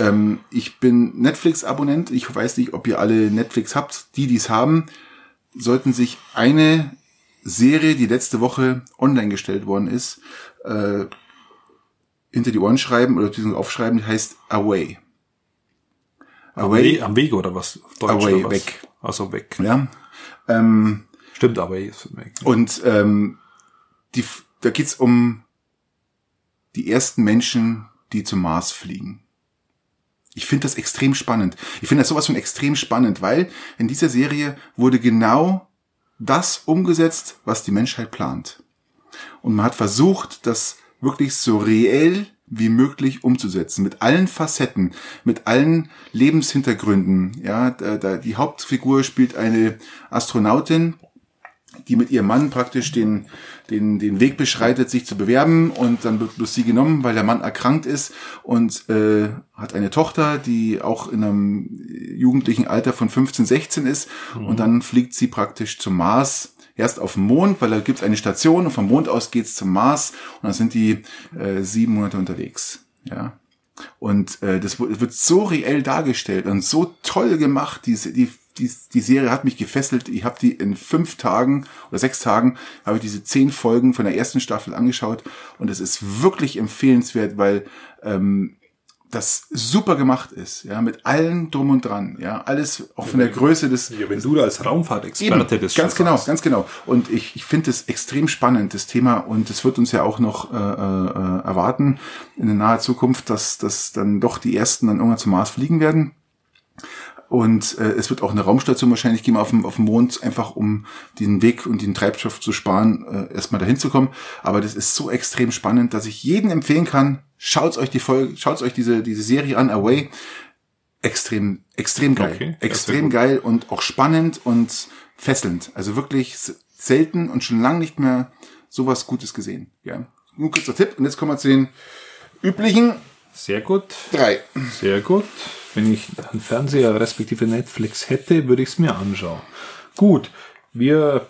S2: ähm, ich bin Netflix-Abonnent. Ich weiß nicht, ob ihr alle Netflix habt. Die, die es haben, sollten sich eine Serie, die letzte Woche online gestellt worden ist, äh, hinter die Ohren schreiben oder beziehungsweise aufschreiben, die heißt Away.
S1: Away,
S2: Away,
S1: am Wege oder was? Auf Deutsch
S2: Away,
S1: oder was?
S2: weg.
S1: Also weg.
S2: ja. Ähm,
S1: Stimmt, away ist weg.
S2: Und ähm, die, da geht's um die ersten Menschen, die zum Mars fliegen. Ich finde das extrem spannend. Ich finde das sowas von extrem spannend, weil in dieser Serie wurde genau das umgesetzt, was die Menschheit plant. Und man hat versucht, das wirklich so reell wie möglich umzusetzen. Mit allen Facetten, mit allen Lebenshintergründen. Ja, da, da, die Hauptfigur spielt eine Astronautin, die mit ihrem Mann praktisch den, den, den Weg beschreitet, sich zu bewerben und dann wird bloß sie genommen, weil der Mann erkrankt ist und äh, hat eine Tochter, die auch in einem jugendlichen Alter von 15, 16 ist und dann fliegt sie praktisch zum Mars. Erst auf den Mond, weil da gibt's eine Station und vom Mond aus geht's zum Mars und dann sind die äh, sieben Monate unterwegs. Ja, und äh, das wu- wird so reell dargestellt und so toll gemacht. Die, die, die, die Serie hat mich gefesselt. Ich habe die in fünf Tagen oder sechs Tagen, habe ich diese zehn Folgen von der ersten Staffel angeschaut. Und es ist wirklich empfehlenswert, weil ähm, das super gemacht ist, ja, mit allem drum und dran, ja, alles auch von der Größe des
S1: Ja, wenn du da als Raumfahrtexperte bist.
S2: ganz
S1: schon
S2: genau,
S1: sagst.
S2: ganz genau. Und ich, ich finde es extrem spannend, das Thema. Und es wird uns ja auch noch äh, äh, erwarten in der naher Zukunft, dass, dass dann doch die ersten dann irgendwann zum Mars fliegen werden. Und äh, es wird auch eine Raumstation wahrscheinlich geben auf dem, auf dem Mond, einfach um den Weg und den Treibstoff zu sparen, äh, erstmal dahin zu kommen. Aber das ist so extrem spannend, dass ich jedem empfehlen kann, schaut euch die Folge, schaut euch diese, diese Serie an, Away. Extrem, extrem geil.
S1: Okay, ja, sehr
S2: extrem
S1: gut.
S2: geil und auch spannend und fesselnd. Also wirklich s- selten und schon lange nicht mehr sowas Gutes gesehen. Ja. Nun kurzer Tipp und jetzt kommen wir zu den üblichen
S1: Sehr gut,
S2: drei.
S1: sehr gut. Wenn ich einen Fernseher respektive Netflix hätte, würde ich es mir anschauen. Gut, wir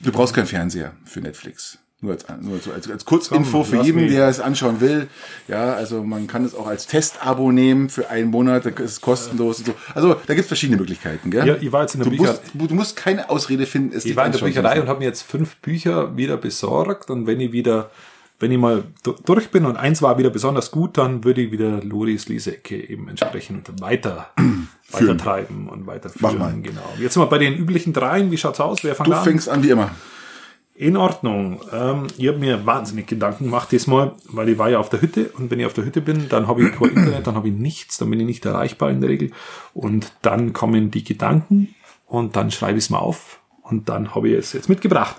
S2: Du brauchst keinen Fernseher für Netflix. Nur als, nur als, als, als Kurzinfo für
S1: lass
S2: jeden,
S1: mich.
S2: der es anschauen will. Ja, also man kann es auch als Testabo nehmen für einen Monat, da ist es kostenlos und so. Also da gibt es verschiedene Möglichkeiten, gell?
S1: Ja, ich war jetzt in der
S2: du musst,
S1: Bücherei.
S2: du musst keine Ausrede finden, es
S1: Ich war in der Bücherei und habe mir jetzt fünf Bücher wieder besorgt und wenn ich wieder, wenn ich mal du- durch bin und eins war wieder besonders gut, dann würde ich wieder Loris Leseecke eben entsprechend weiter weitertreiben und weiterführen.
S2: Mach mal.
S1: Genau. Jetzt sind wir bei den üblichen dreien. Wie schaut's aus? Wer fängt
S2: Du
S1: an?
S2: fängst an wie immer.
S1: In Ordnung. Ähm, ich habe mir wahnsinnig Gedanken gemacht diesmal, weil ich war ja auf der Hütte und wenn ich auf der Hütte bin, dann habe ich kein Internet, dann habe ich nichts, dann bin ich nicht erreichbar in der Regel und dann kommen die Gedanken und dann schreibe ich es mal auf und dann habe ich es jetzt mitgebracht.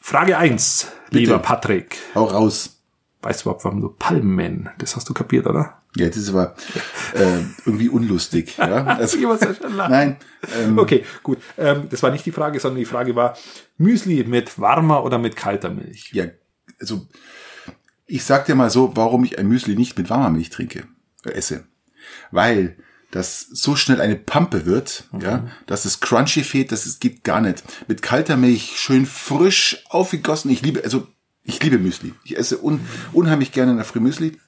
S1: Frage eins, lieber Patrick.
S2: Hau raus.
S1: Weißt du überhaupt, warum du Palmen, das hast du kapiert, oder?
S2: Ja, das ist aber äh, irgendwie unlustig. Ja? Also,
S1: Ich muss ja schon lachen.
S2: nein, ähm,
S1: Okay, gut. Ähm, das war nicht die Frage, sondern die Frage war, Müsli mit warmer oder mit kalter Milch?
S2: ja, also ich sag dir mal so, warum ich ein Müsli nicht mit warmer Milch trinke, äh, esse. Weil das so schnell eine Pampe wird, ja, dass es crunchy fehlt, das ist, geht gar nicht. Mit kalter Milch schön frisch aufgegossen. Ich liebe, also ich liebe Müsli. Ich esse un, unheimlich gerne in der Früh Müsli.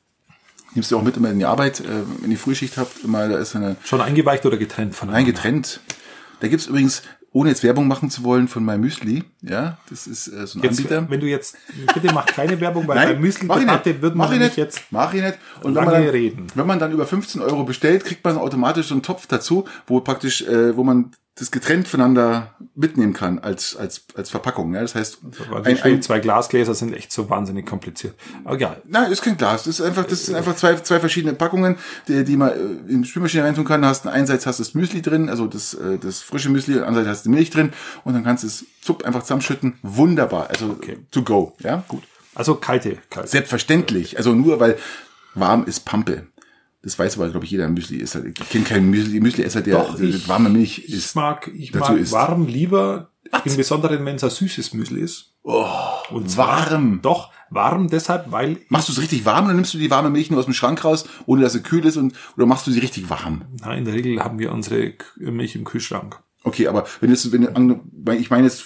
S2: Nimmst du auch mit immer in die Arbeit, äh, wenn ihr Frühschicht habt, immer da ist eine
S1: Schon eingeweicht oder getrennt von
S2: Nein, getrennt. Da gibt's übrigens, ohne jetzt Werbung machen zu wollen, von meinem Müsli. Ja, das ist äh, so ein
S1: Jetzt,
S2: Anbieter.
S1: wenn du jetzt, bitte mach keine Werbung, weil bei Müsli-Debatte wird man
S2: mach ich
S1: nämlich
S2: nicht,
S1: jetzt,
S2: mach ich nicht. Und wenn
S1: lange
S2: man, dann,
S1: reden.
S2: wenn man dann über 15 Euro bestellt, kriegt man automatisch so einen Topf dazu, wo praktisch, äh, wo man das getrennt voneinander mitnehmen kann als als als Verpackung. Ja, das heißt,
S1: also
S2: ein, ein,
S1: zwei Glasgläser sind echt so wahnsinnig kompliziert. Aber egal.
S2: Nein, ist kein Glas. Das ist einfach, das sind einfach zwei, zwei verschiedene Packungen, die, die man äh, in die Spülmaschine reintun kann. Da hast du einerseits hast du das Müsli drin, also das, äh, das frische Müsli, und andererseits hast du die Milch drin und dann kannst du es zupp einfach zusammenschütten. Wunderbar. Also to go, ja? Gut.
S1: Also kalte, kalte.
S2: Selbstverständlich. Also nur weil warm ist Pampe. Das weiß aber, glaube ich, jeder Müsli ist halt, ich kenne keinen Müsli, Müsli-Esser, der
S1: Doch,
S2: der
S1: ich-
S2: warme Milch
S1: Ich
S2: ist.
S1: mag, ich
S2: Dazu
S1: mag
S2: isst.
S1: warm lieber, im Besonderen, wenn es ein süßes Müsli ist. und zwar-
S2: Oh, warm.
S1: Doch, warm deshalb, weil
S2: Machst du es richtig warm oder nimmst du die warme Milch nur aus dem Schrank raus, ohne dass sie kühl ist und, oder machst du sie richtig warm?
S1: na, in der Regel haben wir unsere K- Milch im Kühlschrank.
S2: Okay, aber wenn jetzt, wenn an- ich meine jetzt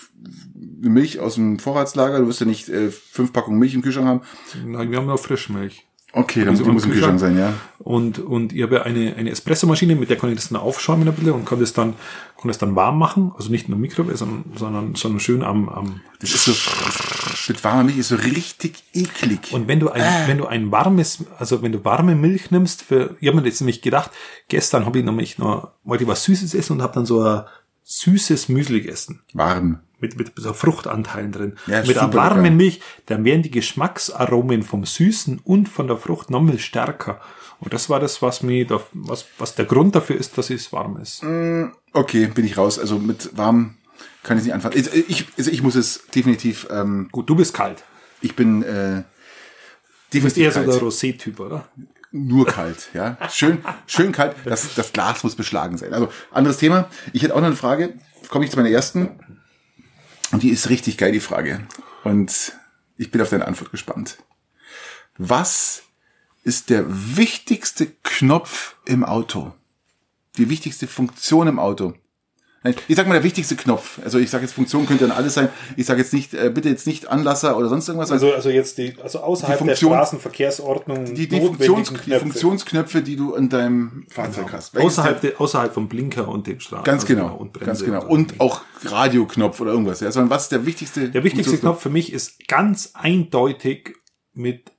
S2: eine Milch aus dem Vorratslager, du wirst ja nicht äh, fünf Packungen Milch im Kühlschrank haben.
S1: Na, wir haben nur Frischmilch.
S2: Okay, dann
S1: Wieso
S2: die muss im Kühlschrank sein, ja.
S1: Und, und ich habe eine, eine Espressomaschine, mit der kann ich das dann aufschäumen ein bisschen und kann das dann, kann das dann warm machen. Also nicht nur Mikrowelle, sondern, sondern, sondern schön am, am
S2: Das ist so, das mit warmer Milch ist so richtig eklig.
S1: Und wenn du ein,
S2: Ah.
S1: wenn du ein warmes, also wenn du warme Milch nimmst, für, ich habe mir jetzt nämlich gedacht, gestern habe ich nämlich noch, wollte ich was Süßes essen und habe dann so ein süßes Müsli gegessen.
S2: warm.
S1: Mit, mit so Fruchtanteilen drin.
S2: Ja,
S1: mit einer
S2: super
S1: warmen
S2: lecker.
S1: Milch, dann wären die Geschmacksaromen vom Süßen und von der Frucht noch mal stärker. Und das war das, was mir, da, was, was der Grund dafür ist, dass es warm ist.
S2: Okay, bin ich raus. Also mit warm kann ich nicht anfangen. Ich, ich, also ich muss es definitiv, ähm,
S1: Gut, du bist kalt.
S2: ich bin äh,
S1: Du bist eh eher so
S2: kalt.
S1: der Rosé-Typ, oder?
S2: nur kalt, ja. Schön, schön kalt. Das, das Glas muss beschlagen sein. Also, anderes Thema. Ich hätte auch noch eine Frage. Komme ich zu meiner ersten. Und die ist richtig geil, die Frage. Und ich bin auf deine Antwort gespannt. Was ist der wichtigste Knopf im Auto? Die wichtigste Funktion im Auto? Nein, Ich sag mal der wichtigste Knopf. Also ich sage jetzt Funktion könnte dann alles sein. Ich sage jetzt nicht, äh, bitte jetzt nicht Anlasser oder sonst irgendwas.
S1: Also, also jetzt die, also außerhalb
S2: Die Funktion-
S1: der Straßenverkehrsordnung,
S2: Die, die,
S1: notwendigen
S2: Funktions, die
S1: Knöpfe. Genau.
S2: Funktionsknöpfe, die du in deinem Fahrzeug hast. Welches
S1: Außerhalb,
S2: der-
S1: der, außerhalb vom Blinker und dem Straßen.
S2: ganz genau,
S1: Und Bremse.
S2: ganz genau. Und um auch Radioknopf oder irgendwas. Ja, sondern was ist der wichtigste?
S1: der wichtigste
S2: Funktionsknopf?
S1: Knopf für mich ist ganz eindeutig mit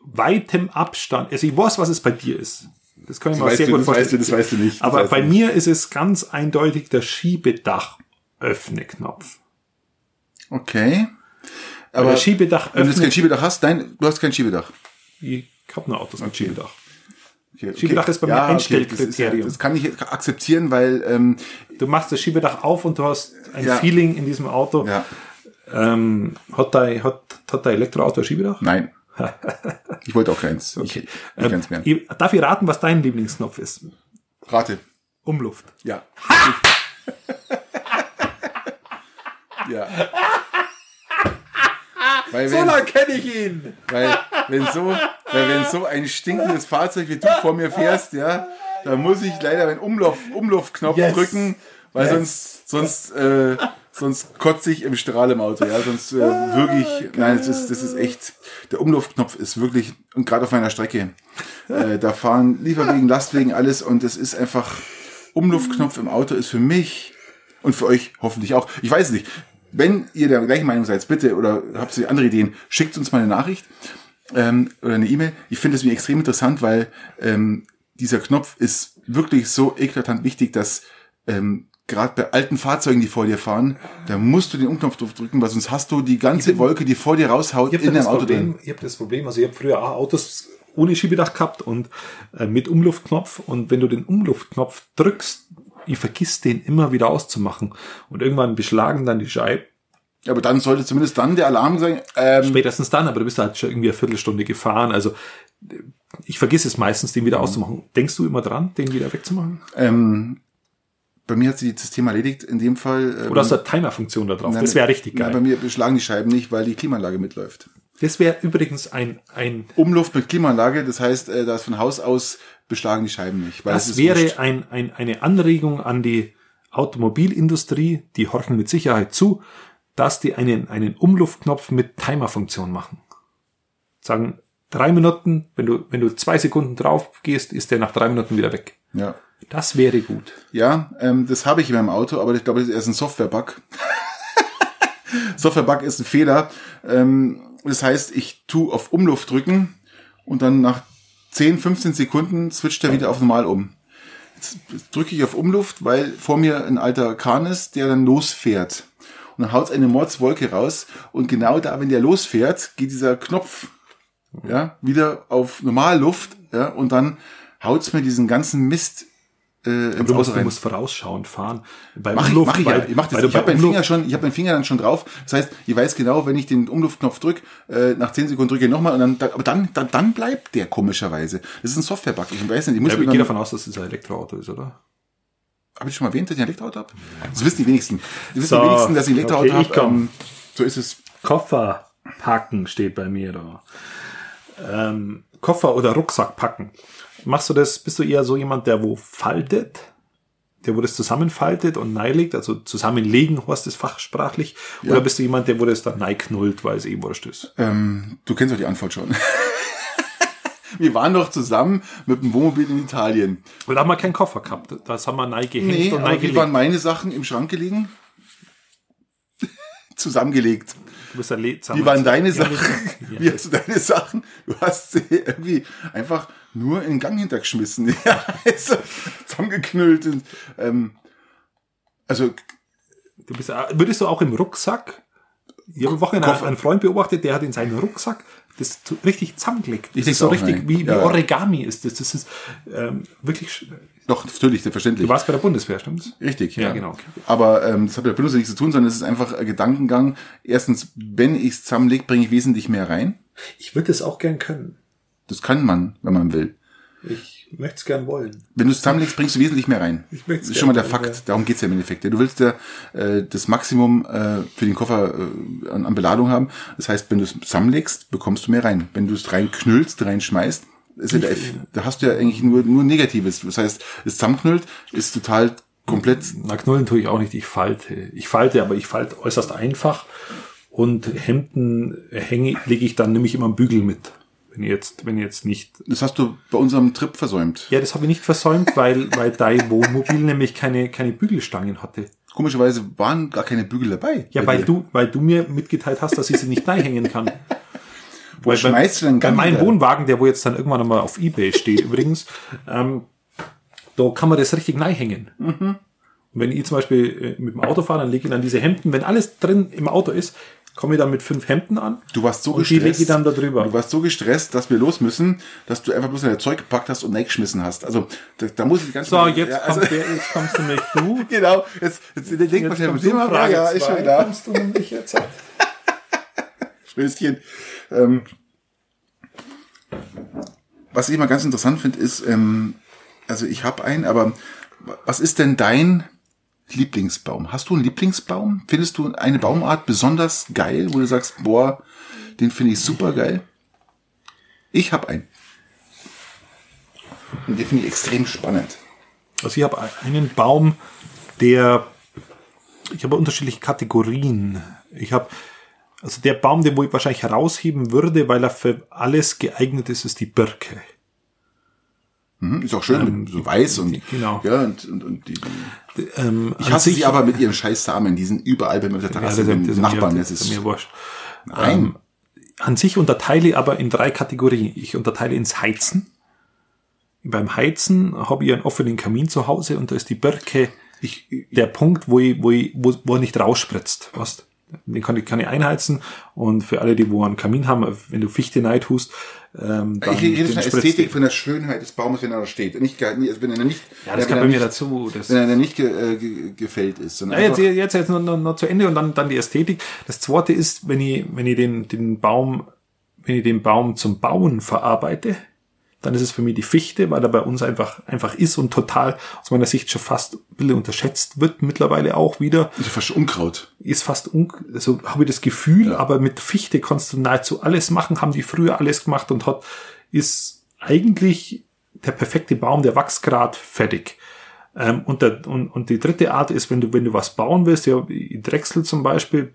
S1: weitem Abstand, also ich weiß, was es bei dir ist. Das kann ich mir
S2: weißt
S1: sehr
S2: du,
S1: gut
S2: das weißt du,
S1: vorstellen.
S2: das weißt du nicht. Das
S1: Aber
S2: weißt du
S1: bei
S2: nicht.
S1: mir ist es ganz eindeutig der Schiebedach-Öffne-Knopf.
S2: Okay.
S1: Aber
S2: Aber
S1: der Schiebedach
S2: wenn du jetzt kein
S1: öffnet,
S2: Schiebedach hast, nein, du hast kein Schiebedach.
S1: ich hab nur Autos mit Schiebedach.
S2: Okay, okay.
S1: Schiebedach ist bei mir
S2: das, ist,
S1: Einstellkriterium.
S2: das kann ich akzeptieren, weil ähm,
S1: Du machst das Schiebedach auf und du hast ein
S2: Ja.
S1: Feeling in diesem Auto.
S2: ja,
S1: Ähm, hat dein hat, hat dein Elektroauto ein Schiebedach?
S2: nein. ich wollte auch keins. Ich, ich
S1: Ähm,
S2: kann's mehr.
S1: ich, darf ich raten, was dein Lieblingsknopf ist?
S2: Rate.
S1: Umluft.
S2: Ja. ja. Weil wenn,
S1: kenne ich ihn!
S2: weil, wenn so, weil wenn so ein stinkendes Fahrzeug wie du vor mir fährst, ja, dann muss ich leider meinen Umlauf, Umlaufknopf
S1: Yes.
S2: drücken, weil
S1: Yes.
S2: sonst, sonst, äh, sonst kotze ich im Strahl im Auto, ja, sonst äh, wirklich, nein, das ist, das ist echt, der Umlaufknopf ist wirklich, und gerade auf meiner Strecke, äh, da fahren Lieferwegen, Lastwegen, alles, und es ist einfach, Umluftknopf im Auto ist für mich und für euch hoffentlich auch. Ich weiß nicht. Wenn ihr der gleichen Meinung seid, bitte, oder habt ihr andere Ideen, schickt uns mal eine Nachricht ähm, oder eine E-Mail. Ich finde es mir extrem interessant, weil ähm, dieser Knopf ist wirklich so eklatant wichtig, dass ähm, gerade bei alten Fahrzeugen, die vor dir fahren, da musst du den Umknopf drauf drücken, weil sonst hast du die ganze Wolke, die vor dir raushaut,
S1: Ich habe
S2: in
S1: das,
S2: deinem Auto drin.
S1: Problem- ich hab das Problem, also ich habe früher auch Autos ohne Schiebedach gehabt und äh, mit Umluftknopf und wenn du den Umluftknopf drückst, ich vergiss den immer wieder auszumachen und irgendwann beschlagen dann die Scheibe.
S2: Aber dann sollte zumindest dann der Alarm sein. Ähm,
S1: Spätestens dann, aber du bist halt schon irgendwie eine Viertelstunde gefahren, also äh, ich vergiss es meistens, den wieder
S2: Mhm.
S1: auszumachen. Denkst du immer dran, den wieder wegzumachen?
S2: ähm, bei mir hat sich das Thema erledigt. In dem Fall. Ähm,
S1: Oder hast du eine Timer-Funktion da drauf?
S2: Nein,
S1: Oh, das wäre richtig
S2: nein,
S1: geil.
S2: Bei mir beschlagen die Scheiben nicht, weil die Klimaanlage mitläuft.
S1: das wäre übrigens ein, ein
S2: Umluft mit Klimaanlage, das heißt, äh, das von Haus aus beschlagen die Scheiben nicht. Weil es
S1: Das
S2: ist
S1: wäre
S2: wurscht.
S1: ein, ein, eine Anregung an die Automobilindustrie, die horchen mit Sicherheit zu, dass die einen, einen Umluftknopf mit Timerfunktion machen. Sagen, drei Minuten, wenn du, wenn du zwei Sekunden drauf gehst, ist der nach drei Minuten wieder weg.
S2: Ja,
S1: Das wäre gut.
S2: ja ähm, das habe ich in meinem Auto, aber ich glaube, das ist ein Software-Bug. Software-Bug ist ein Fehler. Ähm, das heißt, ich tu auf Umluft drücken und dann nach 10, 15 Sekunden switcht er wieder auf normal um. Jetzt drücke ich auf Umluft, weil vor mir ein alter Kahn ist, der dann losfährt. Und dann haut eine Mordswolke raus und genau da, wenn der losfährt, geht dieser Knopf ja, wieder auf Normalluft ja, und dann haut's mir diesen ganzen Mist äh, im
S1: Du musst,
S2: Auto
S1: du
S2: rein.
S1: musst vorausschauend fahren. Bei
S2: Mach ich, mach ich, ja. ich mach das.
S1: weil du
S2: Ich habe
S1: bei
S2: meinen
S1: Umluft-
S2: Finger schon, ich habe meinen Finger dann schon drauf. Das heißt, ich weiß genau, wenn ich den Umluftknopf drück, äh, nach 10 Sekunden drücke ich nochmal und dann, dann, aber dann, dann, dann bleibt der komischerweise. Das ist ein Software-Bug. Ich weiß nicht, ich muss
S1: Ja, aber
S2: mir
S1: ich gehe
S2: dann,
S1: davon aus, dass es ein Elektroauto ist, oder?
S2: habe ich schon mal erwähnt, dass ich ein Elektroauto habe? Das wissen die wenigsten. Die wissen
S1: So,
S2: die wenigsten, dass ich ein Elektroauto
S1: okay, ich
S2: hab. habe.
S1: komm.
S2: so ist es.
S1: Koffer packen steht bei mir da. Ähm, Koffer oder Rucksack packen. Machst du das, bist du eher so jemand, der wo faltet? Der wo das zusammenfaltet und neilegt, also zusammenlegen, heißt das fachsprachlich? Oder bist du jemand, der wo das dann neiknullt, weil es eh wurscht ist?
S2: Ähm, du kennst doch die Antwort schon. Wir waren doch zusammen mit dem Wohnmobil in Italien.
S1: Weil da haben wir keinen Koffer gehabt. Das haben wir neigehängt
S2: Nee,
S1: und
S2: aber wie
S1: neigelegt.
S2: waren meine Sachen im Schrank gelegen? Zusammengelegt.
S1: Du bist ein Le-
S2: Wie waren deine
S1: Ja,
S2: Sachen?
S1: das- ja.
S2: Wie hast du deine Sachen? Du hast sie irgendwie einfach nur in den Gang hintergeschmissen. Ja, also zusammengeknüllt. Und, ähm, also
S1: Du bist, äh, würdest du auch im Rucksack? Ich habe am Wochenende
S2: Koffer.
S1: einen Freund beobachtet, der hat in seinen Rucksack das zu- richtig zusammengelegt. Das
S2: Ich
S1: ist so
S2: denk's auch,
S1: richtig
S2: nein.
S1: wie, wie
S2: Ja, ja.
S1: Origami ist das. Das ist ähm, wirklich. sch-
S2: doch, natürlich,
S1: Du
S2: verständlich.
S1: warst bei der Bundeswehr, stimmt's?
S2: Richtig,
S1: Ja, genau.
S2: Aber ähm, das hat mit der Benutzer nichts zu tun, sondern es ist einfach ein Gedankengang. Erstens, wenn ich es zusammenlege, bringe ich wesentlich mehr rein.
S1: Ich würde das auch gern können.
S2: Das kann man, wenn man will.
S1: Ich möchte es gern wollen.
S2: Wenn du es zusammenlegst, bringst du wesentlich mehr rein.
S1: Ich möcht's
S2: das ist schon mal der
S1: gerne, ja.
S2: Fakt. Darum geht's ja im Endeffekt. ja. Du willst ja äh, das Maximum äh, für den Koffer äh, an, an Beladung haben. Das heißt, wenn du es zusammenlegst, bekommst du mehr rein. Wenn du es reinknüllst, reinschmeißt, ist ja der F da hast du ja eigentlich nur, nur Negatives. Das heißt, es zusammenknüllt, ist total komplett
S1: Na, Knullen tue ich auch nicht. Ich falte. Ich falte, aber ich falte äußerst einfach. Und Hemden hänge, lege ich dann nämlich immer einen Bügel mit. Wenn ihr jetzt, wenn ihr jetzt nicht
S2: Das hast du bei unserem Trip versäumt.
S1: Ja, das habe ich nicht versäumt, weil, weil dein Wohnmobil nämlich keine, keine Bügelstangen hatte.
S2: Komischerweise waren gar keine Bügel dabei.
S1: Ja,
S2: bei
S1: weil
S2: dir.
S1: du, weil du mir mitgeteilt hast, dass ich sie nicht beihängen kann.
S2: Wo schmeißt du denn
S1: Bei
S2: Gandhi
S1: meinem
S2: da?
S1: Wohnwagen, der wo jetzt dann irgendwann einmal auf Ebay steht übrigens, ähm, da kann man das richtig hängen. Und wenn ich zum Beispiel äh, mit dem Auto fahre, dann lege ich dann diese Hemden, wenn alles drin im Auto ist, komme ich dann mit fünf Hemden an.
S2: Du warst so
S1: Und die
S2: gestresst.
S1: lege ich dann da drüber.
S2: Du warst so gestresst, dass wir los müssen, dass du einfach bloß in dein Zeug gepackt hast und weggeschmissen hast. Also da, da muss ich ganz
S1: So, jetzt,
S2: ja, also,
S1: kommt der, jetzt kommst du nicht du.
S2: genau. Jetzt, jetzt, jetzt legt man sich
S1: kommst
S2: beim Thema
S1: du, Frage
S2: Ja, ist
S1: zwei,
S2: schon wieder.
S1: Kommst du nämlich jetzt?
S2: Stößchen. Ähm, was ich immer ganz interessant finde, ist, ähm, also ich habe einen, aber was ist denn dein Lieblingsbaum? Hast du einen Lieblingsbaum? Findest du eine Baumart besonders geil, wo du sagst, boah, den finde ich super geil? Ich habe einen. Und den finde ich extrem spannend.
S1: Also ich habe einen Baum, der ich habe unterschiedliche Kategorien. Ich habe also der Baum, den wo ich wahrscheinlich herausheben würde, weil er für alles geeignet ist, ist die Birke.
S2: Hm, ist auch schön, mit so weiß und
S1: genau.
S2: ja und, und, und die.
S1: Ähm,
S2: Ich hasse sie aber mit ihren scheiß Samen. Die sind überall bei mir auf der Terrasse, beim Nachbarn. Das ist
S1: mir wurscht.
S2: Nein.
S1: An sich unterteile ich aber in drei Kategorien. Ich unterteile ins Heizen. Beim Heizen habe ich einen offenen Kamin zu Hause und da ist die Birke
S2: Ich,
S1: der Punkt, wo, ich, wo, ich, wo, wo er nicht rausspritzt. Weißt? Den kann ich, kann ich einheizen und für alle, die wo einen Kamin haben, wenn du Fichte neid tust, ähm, dann
S2: ich rede von
S1: den
S2: der
S1: spritzt
S2: Ästhetik,
S1: die.
S2: von der Schönheit des Baumes, wenn er da steht. Und nicht, ge- also wenn er nicht,
S1: Ja, das
S2: wenn
S1: kann
S2: er
S1: bei mir
S2: nicht,
S1: dazu. Das
S2: wenn er dann nicht ge, äh, ge, gefällt ist. Sondern
S1: Ja, jetzt,
S2: einfach,
S1: jetzt, jetzt noch, noch, noch zu Ende und dann, dann die Ästhetik. Das zweite ist, wenn ich, wenn ich den, den Baum, wenn ich den Baum zum Bauen verarbeite, dann ist es für mich die Fichte, weil er bei uns einfach, einfach ist und total aus meiner Sicht schon fast ein bisschen unterschätzt wird mittlerweile auch wieder.
S2: ist ja fast schon Unkraut.
S1: Ist fast un, also habe ich das Gefühl, aber mit Fichte kannst du nahezu alles machen, haben die früher alles gemacht und hat, ist eigentlich der perfekte Baum, der Wachsgrad fertig. Ähm, und, der, und, und die dritte Art ist, wenn du, wenn du was bauen willst, ja, in Drechsel zum Beispiel,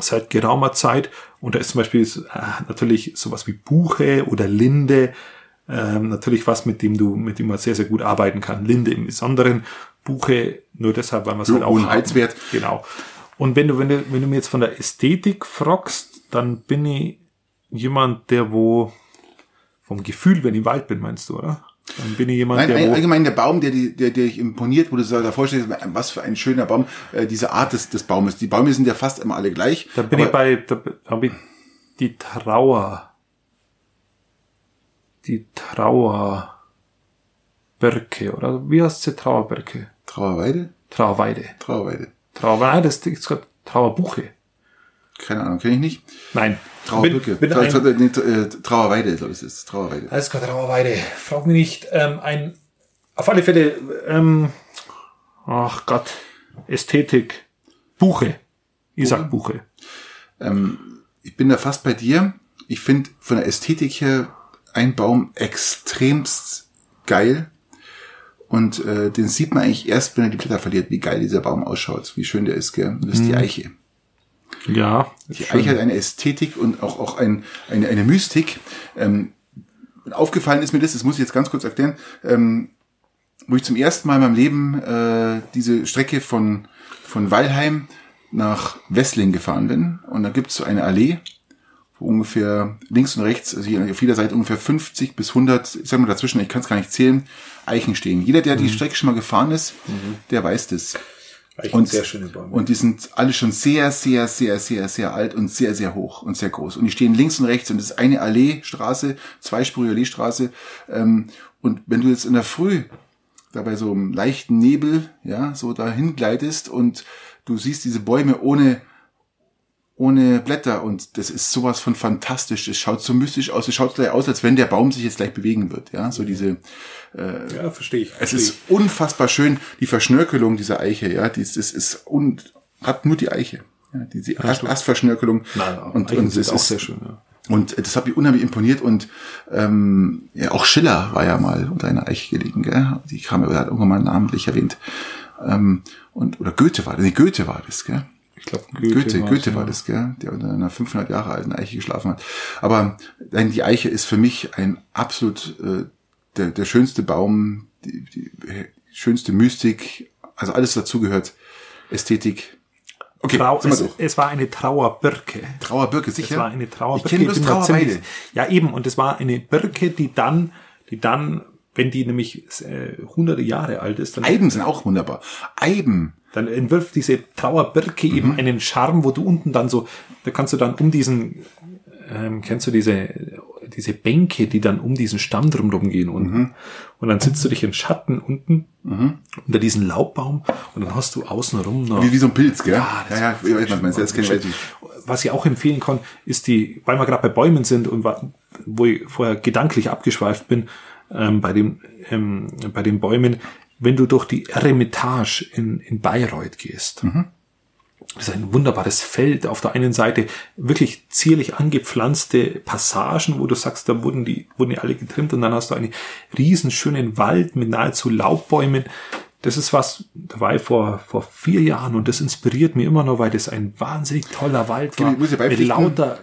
S1: seit geraumer Zeit, und da ist zum Beispiel so, äh, natürlich sowas wie Buche oder Linde, ähm, natürlich was, mit dem du, mit dem man sehr, sehr gut arbeiten kann. Linde im Besonderen, Buche nur deshalb, weil man es
S2: Ja,
S1: halt auch
S2: hohen
S1: haben.
S2: Heizwert.
S1: Genau. Und wenn du, wenn du, wenn du mir jetzt von der Ästhetik fragst, dann bin ich jemand, der wo, vom Gefühl, wenn ich im Wald bin, meinst du, oder? Dann bin ich jemand,
S2: Nein,
S1: der
S2: all-
S1: wo,
S2: allgemein der Baum, der, die- der, der ich imponiert, wo du so davor stehst, was für ein schöner Baum, äh, diese Art des, des Baumes. Die Bäume sind ja fast immer alle gleich.
S1: Da bin
S2: aber
S1: ich bei, da habe ich die Trauer. Die Trauerbirke, oder wie heißt sie? Trauerbirke?
S2: Trauerweide?
S1: Trauerweide.
S2: Trauerweide.
S1: Trauer, nein, das ist gerade Trauerbuche.
S2: Keine Ahnung, kenne ich nicht.
S1: Nein.
S2: Trauerbrücke.
S1: Bin, bin
S2: Trau-
S1: ein,
S2: Trau- nee, Tra- äh, Trauerweide, glaube ich, ist es. Trauerweide.
S1: alles klar, Trauerweide. Frag mich nicht, ähm, ein, auf alle Fälle, ähm, ach Gott, Ästhetik. Buche. Ich sag Buche.
S2: ich bin da fast bei dir. Ich finde von der Ästhetik her ein Baum extremst geil. Und äh, den sieht man eigentlich erst, wenn er die Blätter verliert, wie geil dieser Baum ausschaut, wie schön der ist, gell? Und Das ist die Eiche.
S1: Ja.
S2: Die Eiche hat eine Ästhetik und auch, auch ein, eine, eine Mystik. Ähm, aufgefallen ist mir das, das muss ich jetzt ganz kurz erklären, ähm, wo ich zum ersten Mal in meinem Leben äh, diese Strecke von, von Weilheim nach Wessling gefahren bin. Und da gibt's so eine Allee, wo ungefähr links und rechts, also hier auf jeder Seite ungefähr 50 bis 100, ich sag mal dazwischen, ich kann es gar nicht zählen, Eichen stehen. Jeder, der die Strecke schon mal gefahren ist, der weiß das. Und, und die sind alle schon sehr, sehr, sehr, sehr, sehr alt und sehr, sehr hoch und sehr groß. Und die stehen links und rechts und es ist eine Alleestraße, zweispurige Alleestraße. Ähm, und wenn du jetzt in der Früh da bei so einem leichten Nebel, ja, so dahin gleitest und du siehst diese Bäume ohne, ohne Blätter und das ist sowas von fantastisch. Es schaut so mystisch aus. Es schaut gleich aus, als wenn der Baum sich jetzt gleich bewegen wird, ja, so diese,
S1: ja, verstehe ich.
S2: es ist unfassbar schön, die Verschnörkelung dieser Eiche, ja, die ist, ist, ist un, hat nur die Eiche. Ja, die, die Ast- Astverschnörkelung. und, und, es ist,
S1: schön. Ja.
S2: und das hat mich unheimlich imponiert und ähm, ja, auch Schiller war ja mal unter einer Eiche gelegen, gell? Die kam ja, hat irgendwann mal namentlich erwähnt. Ähm, und, oder Goethe war das, nee, Goethe war das, gell?
S1: Ich glaube,
S2: Goethe, Goethe war das, gell? der unter einer 500 Jahre alten Eiche geschlafen hat. Aber nein, die Eiche ist für mich ein absolut äh, der, der schönste Baum, die, die schönste Mystik, also alles dazugehört, Ästhetik. Okay,
S1: Trau
S2: sind wir
S1: es,
S2: durch.
S1: es war eine Trauerbirke.
S2: Trauerbirke, sicher?
S1: Es war eine Trauerbirke.
S2: Ich kenne bloß
S1: bin mir
S2: Trauerweide.
S1: ziemlich- Ja, eben. Und es war eine Birke, die dann, die dann, wenn die nämlich äh, hunderte Jahre alt ist, dann,
S2: Eiben sind auch wunderbar. Eiben.
S1: dann entwirft diese Trauerbirke
S2: Mhm.
S1: eben einen Charme, wo du unten dann so, da kannst du dann um diesen, ähm, kennst du diese, diese Bänke, die dann um diesen Stamm drum rumgehen unten.
S2: Mhm.
S1: Und dann sitzt du dich in Schatten unten unter diesen Laubbaum und dann hast du außenrum noch
S2: Wie, wie so ein Pilz, gell? Ja,
S1: das
S2: ja, ja ich weiß, was du meinst. Das kenn ich
S1: Shit. Was ich auch empfehlen kann, ist die, weil wir gerade bei Bäumen sind und wa- wo ich vorher gedanklich abgeschweift bin, ähm, bei, dem, ähm, bei den Bäumen, wenn du durch die Eremitage in, in Bayreuth gehst. Das ist ein wunderbares Feld. Auf der einen Seite wirklich zierlich angepflanzte Passagen, wo du sagst, da wurden die, wurden die alle getrimmt und dann hast du einen riesenschönen Wald mit nahezu Laubbäumen. Das ist was, da war ich vor, vor vier Jahren und das inspiriert mir immer noch, weil das ein wahnsinnig toller Wald war.
S2: Genau, Ich muss dir
S1: mit
S2: beipflichten.
S1: lauter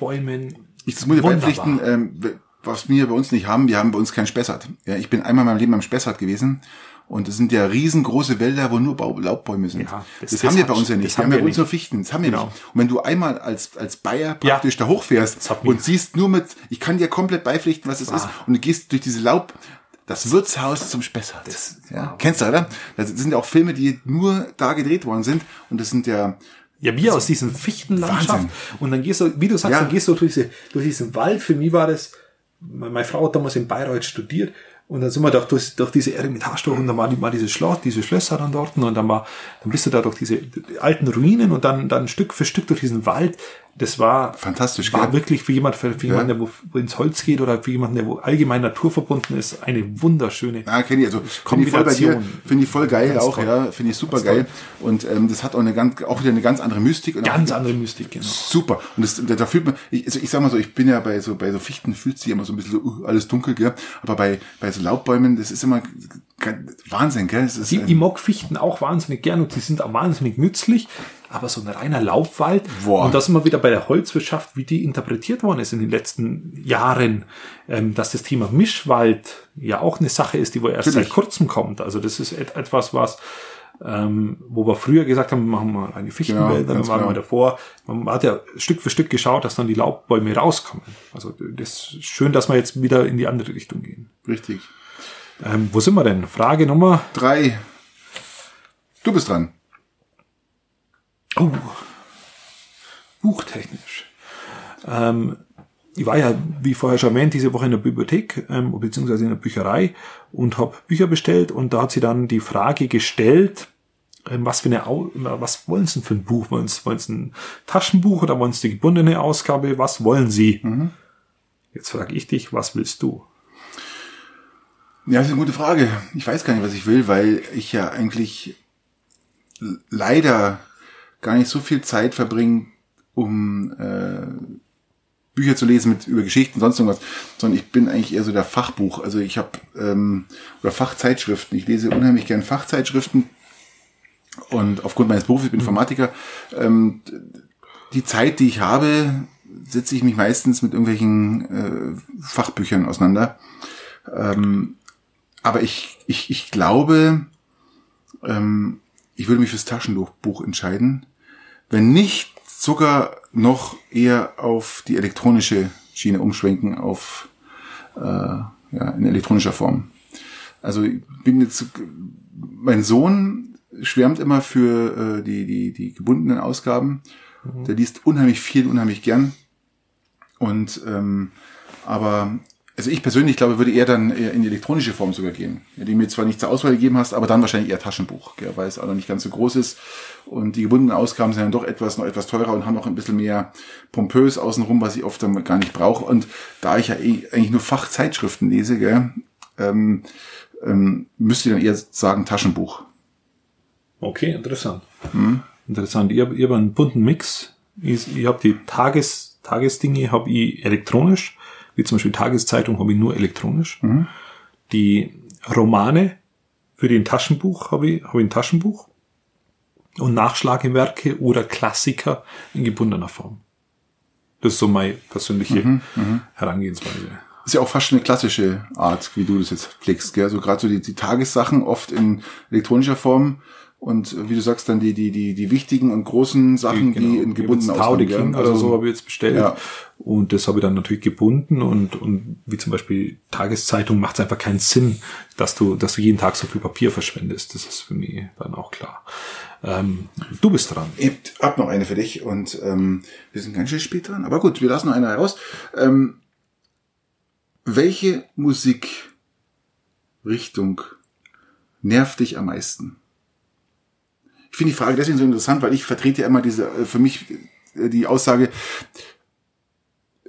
S1: Laubbäumen.
S2: Ich das muss dir
S1: Wunderbar.
S2: beipflichten, ähm, was wir bei uns nicht haben, wir haben bei uns keinen Spessart. Ja, ich bin einmal in meinem Leben am Spessart gewesen und es sind ja riesengroße Wälder, wo nur Bau Laubbäume sind.
S1: Ja, das-
S2: das,
S1: das
S2: haben wir
S1: hat-
S2: bei uns ja
S1: das
S2: nicht. Wir
S1: haben
S2: haben ja
S1: wir
S2: bei uns
S1: nicht.
S2: nur Fichten, das haben wir
S1: Genau.
S2: nicht. Und wenn du einmal als, als Bayer praktisch da hochfährst
S1: hat mich-
S2: und siehst nur mit, ich kann dir komplett beipflichten, was es ist, und du gehst durch diese Laub, das Wirtshaus zum Spessart. ja. Kennst du, oder? Das sind ja auch Filme, die nur da gedreht worden sind und das sind ja
S1: Ja, wie aus diesen Fichtenlandschaft.
S2: Wahnsinn.
S1: Und dann gehst du, wie du sagst,
S2: Ja.
S1: dann gehst du durch, diese, durch diesen Wald. Für mich war das, me- meine Frau hat damals in Bayreuth studiert. Und dann sind wir doch durch, durch diese Eremitage durch und dann war, die, war dieses Schloss, diese Schlösser dann dort und dann war, dann bist du da durch diese alten Ruinen und dann, dann Stück für Stück durch diesen Wald. Das war
S2: Fantastisch,
S1: War
S2: gell?
S1: wirklich für jemand, für, für jemanden, der wo, wo ins Holz geht oder für jemanden, der wo allgemein naturverbunden ist, eine wunderschöne.
S2: Ja, kenne ich. Also finde ich voll bei dir,
S1: Kombination.
S2: finde ich voll geil
S1: Ganz
S2: auch,
S1: toll.
S2: ja, finde ich super geil. Und ähm, das hat auch eine ganz, auch wieder eine ganz andere Mystik. Und
S1: Ganz
S2: auch,
S1: andere Mystik, genau.
S2: Super. Und das, da, da fühlt man, ich, also ich sag mal so, ich bin ja bei so bei so Fichten fühlt sich immer so ein bisschen so, uh, alles dunkel, gell? Aber bei bei so Laubbäumen, das ist immer ganz- Wahnsinn, gell? Das ist,
S1: Die,
S2: ähm,
S1: ich mag Fichten auch wahnsinnig gern und die sind auch wahnsinnig nützlich, aber so ein reiner Laubwald
S2: Boah.
S1: und da sind wir wieder bei der Holzwirtschaft, wie die interpretiert worden ist in den letzten Jahren, ähm, dass das Thema Mischwald ja auch eine Sache ist, die wohl erst
S2: Natürlich.
S1: seit kurzem kommt. Also das ist et etwas, was ähm, wo wir früher gesagt haben, machen wir eine
S2: Genau,
S1: Fichtenwälder,
S2: ganz
S1: dann waren
S2: genau.
S1: wir davor. Man hat ja Stück für Stück geschaut, dass dann die Laubbäume rauskommen. Also das ist schön, dass wir jetzt wieder in die andere Richtung gehen.
S2: richtig.
S1: Ähm, wo sind wir denn? Frage Nummer
S2: Drei. Du bist dran.
S1: Oh, buchtechnisch. Ähm, ich war ja, wie vorher schon erwähnt, diese Woche in der Bibliothek ähm, beziehungsweise in der Bücherei und habe Bücher bestellt und da hat sie dann die Frage gestellt, ähm, was für eine, Au na, was wollen Sie denn für ein Buch? Wollen Sie, wollen Sie ein Taschenbuch oder wollen Sie die gebundene Ausgabe? Was wollen Sie? Jetzt frage ich dich, was willst du?
S2: Ja, das ist eine gute Frage. Ich weiß gar nicht, was ich will, weil ich ja eigentlich l- leider gar nicht so viel Zeit verbringe, um äh, Bücher zu lesen mit über Geschichten sonst irgendwas, sondern ich bin eigentlich eher so der Fachbuch. Also ich habe ähm, oder Fachzeitschriften. Ich lese unheimlich gern Fachzeitschriften und aufgrund meines Berufes ich bin Informatiker. Ähm, d- die Zeit, die ich habe, setze ich mich meistens mit irgendwelchen äh, Fachbüchern auseinander aber ich, ich, ich glaube, ähm, ich würde mich fürs Taschenbuch entscheiden. Wenn nicht, sogar noch eher auf die elektronische Schiene umschwenken, auf äh, ja, in elektronischer Form. Also ich bin jetzt, mein Sohn schwärmt immer für äh, die, die, die gebundenen Ausgaben. Der liest unheimlich viel, unheimlich gern. Und ähm, aber also ich persönlich glaube, würde eher dann eher in die elektronische Form sogar gehen, die mir zwar nicht zur Auswahl gegeben hast, aber dann wahrscheinlich eher Taschenbuch, gell, weil es auch noch nicht ganz so groß ist und die gebundenen Ausgaben sind dann doch etwas noch etwas teurer und haben noch ein bisschen mehr pompös außenrum, was ich oft dann gar nicht brauche und da ich ja eh eigentlich nur Fachzeitschriften lese, gell, ähm, ähm, müsste ich dann eher sagen Taschenbuch.
S1: Okay, interessant. Hm. Interessant. Ich habe hab einen bunten Mix. Ich, ich habe die Tages, Tagesdinge habe ich elektronisch, wie zum Beispiel Tageszeitung habe ich nur elektronisch. Die Romane für den Taschenbuch habe ich, habe ich ein Taschenbuch. Und Nachschlagewerke oder Klassiker in gebundener Form. Das ist so meine persönliche Herangehensweise.
S2: ist ja auch fast schon eine klassische Also Art, wie du das jetzt pflegst, gell? So gerade so die, die Tagessachen oft in elektronischer Form Und äh, wie du sagst, dann die, die, die, die wichtigen und großen
S1: Genau,
S2: Sachen, die, in gebundenen
S1: Taude
S2: Ausgaben
S1: King
S2: werden. Also,
S1: oder so habe ich jetzt bestellt.
S2: Ja.
S1: Und das habe ich dann natürlich gebunden und, und wie zum Beispiel Tageszeitung macht es einfach keinen Sinn, dass du, dass du jeden Tag so viel Papier verschwendest. Das ist für mich dann auch klar. Ähm, du bist dran.
S2: Ich hab noch eine für dich und ähm, wir sind ganz schön spät dran. Aber gut, wir lassen noch eine heraus. Ähm, welche Musikrichtung nervt dich am meisten? Ich finde die Frage deswegen so interessant, weil ich vertrete ja immer diese, äh, für mich äh, die Aussage,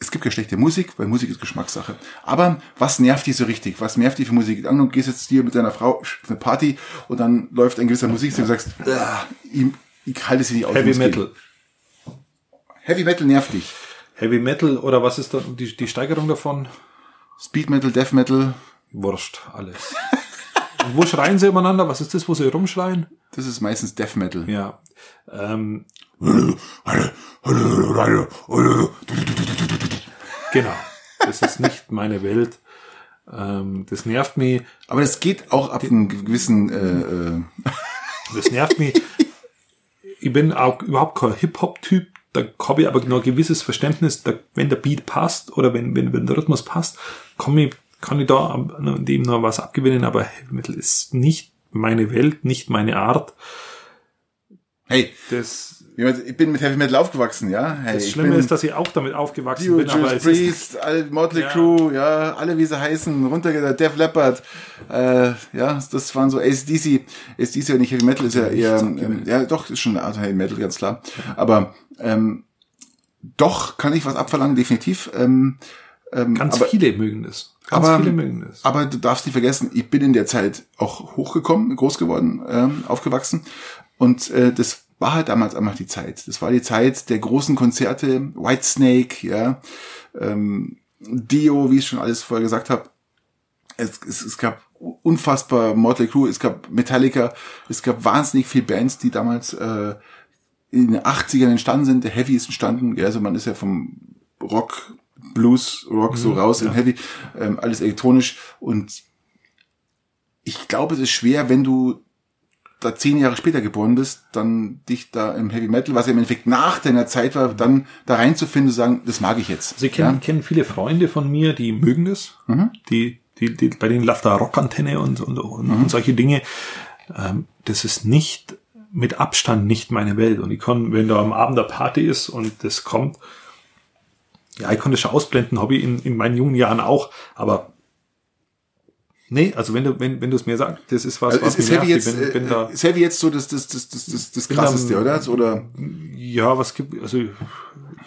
S2: es gibt ja schlechte Musik, weil Musik ist Geschmackssache. Aber was nervt dich so richtig? Was nervt dich für Musik? An und gehst jetzt hier mit deiner Frau auf eine Party und dann läuft ein gewisser Musikstil und du sagst, "Ah, ich, ich halte sie nicht aus. ich
S1: Heavy
S2: muss gehen."
S1: Metal.
S2: Heavy Metal nervt dich.
S1: Heavy Metal oder was ist dann die, die Steigerung davon?
S2: Speed Metal, Death Metal,
S1: Wurscht, alles. Und wo schreien sie übereinander? Was ist das, wo sie rumschreien?
S2: das ist meistens Death Metal.
S1: Ja. Ähm, genau. Das ist nicht meine Welt. Ähm, das nervt mich.
S2: Aber das geht auch ab einem gewissen, äh,
S1: Das nervt mich. Ich bin auch überhaupt kein Hip-Hop-Typ. Da habe ich aber nur ein gewisses Verständnis, da, wenn der Beat passt oder wenn, wenn, wenn der Rhythmus passt, kann ich, kann ich da am- an dem noch was abgewinnen, aber Heavy Metal ist nicht meine Welt, nicht meine Art.
S2: äh,
S1: Das,
S2: hey, ich bin mit Heavy Metal aufgewachsen, ja. Hey,
S1: das
S2: ich
S1: Schlimme
S2: bin
S1: ist, dass ich auch damit aufgewachsen
S2: Dio,
S1: bin, aber
S2: Judas
S1: es ist,
S2: Priest, alle Motley
S1: Ja.
S2: Crew, ja, alle wie sie heißen, runtergegangen, Def Leppard, äh, ja, das waren so ACDC, ACDC und nicht Heavy Metal ist ja eher, ähm, ja doch, ist schon eine Art Heavy Metal, ganz klar, aber ähm, doch kann ich was abverlangen, definitiv, ähm,
S1: ganz
S2: aber-
S1: viele mögen das. Ganz
S2: aber-
S1: viele mögen das.
S2: Aber du darfst nicht vergessen, ich bin in der Zeit auch hochgekommen, groß geworden, ähm, aufgewachsen. Und äh, das war halt damals einfach die Zeit. Das war die Zeit der großen Konzerte, Whitesnake, ja, ähm, Dio, wie ich schon alles vorher gesagt habe. Es, es, es gab unfassbar Motley Crue, es gab Metallica, es gab wahnsinnig viel Bands, die damals äh, in den 80ern entstanden sind, der Heavy ist entstanden, gell? also man ist ja vom Rock, Blues, Rock so
S1: Mhm,
S2: raus im Heavy, ähm, alles elektronisch und ich glaube, es ist schwer, wenn du da zehn Jahre später geboren bist, dann dich da im Heavy Metal, was ja im Endeffekt nach deiner Zeit war, dann da reinzufinden und sagen, das mag ich jetzt.
S1: Sie kennen, kennen viele Freunde von mir, die mögen das.
S2: Mhm.
S1: Die, die, die, bei denen läuft da Rockantenne und, und, und,
S2: Mhm.
S1: und solche Dinge. Ähm, das ist nicht, mit Abstand nicht meine Welt. Und ich kann, wenn da am Abend eine Party ist und das kommt, ja, ich konnte schon ausblenden, habe ich in, in meinen jungen Jahren auch, aber nee, also wenn du, wenn, wenn du es mir sagst, das ist was,
S2: Also ist,
S1: was
S2: ist
S1: mir
S2: Heavy
S1: nervt.
S2: jetzt,
S1: Ich bin, bin
S2: äh,
S1: da,
S2: ist Heavy jetzt so das, das, das, das, das, das
S1: bin da-
S2: krasseste, oder? Also, Oder
S1: ja, was gibt, also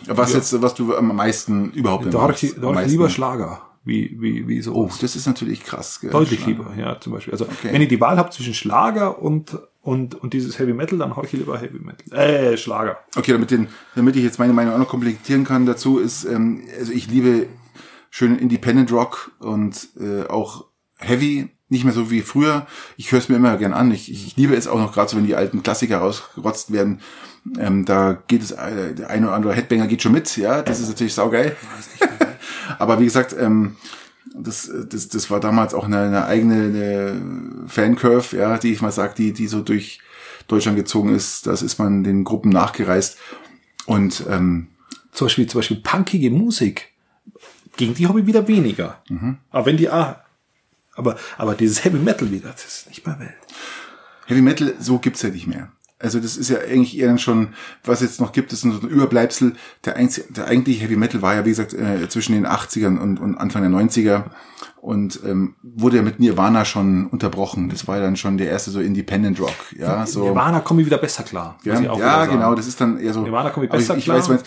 S2: was
S1: Ja.
S2: jetzt, was du am meisten überhaupt
S1: da habe
S2: magst?
S1: ich, da
S2: Am
S1: hab ich
S2: meisten.
S1: lieber Schlager, wie, wie, wie so.
S2: Oh, das ist natürlich krass, gell?
S1: Deutlich
S2: Schlager.
S1: lieber, ja, zum Beispiel. Also, wenn ihr die Wahl habt zwischen Schlager und, und, und dieses Heavy Metal, dann hau ich lieber Heavy Metal. Äh, Schlager.
S2: Okay, damit, den, damit ich jetzt meine Meinung auch noch komplettieren kann dazu, ist, ähm, also ich liebe schönen Independent Rock und äh, auch Heavy, nicht mehr so wie früher. Ich höre es mir immer gern an. Ich, ich liebe es auch noch gerade so, wenn die alten Klassiker rausgerotzt werden. Ähm, da geht es, äh, der eine oder andere Headbanger geht schon mit, ja, das ist natürlich saugeil. Aber wie gesagt, ähm, das, das, das war damals auch eine, eine eigene eine Fancurve, ja, die ich mal sag, die, die so durch Deutschland gezogen ist. Das ist man den Gruppen nachgereist. Und ähm,
S1: Zum Beispiel, zum Beispiel punkige Musik. Gegen die habe ich wieder weniger. Aber wenn die, ah, aber, aber dieses Heavy Metal wieder, das ist nicht meine Welt.
S2: Heavy Metal, so gibt's ja nicht mehr. Also das ist ja eigentlich eher dann schon, was jetzt noch gibt, ist nur so ein Überbleibsel. Der, einzige, der eigentliche Heavy Metal war ja, wie gesagt, äh, zwischen den 80ern und, und Anfang der 90er und ähm, wurde ja mit Nirvana schon unterbrochen. Das war ja dann schon der erste so Independent Rock. Ja, so.
S1: Nirvana komme ich wieder besser klar. muss
S2: Ja,
S1: ich auch
S2: ja
S1: wieder sagen.
S2: genau, das ist dann eher so.
S1: Nirvana komme ich
S2: Aber
S1: besser
S2: ich, ich
S1: klar.
S2: weiß, meinst,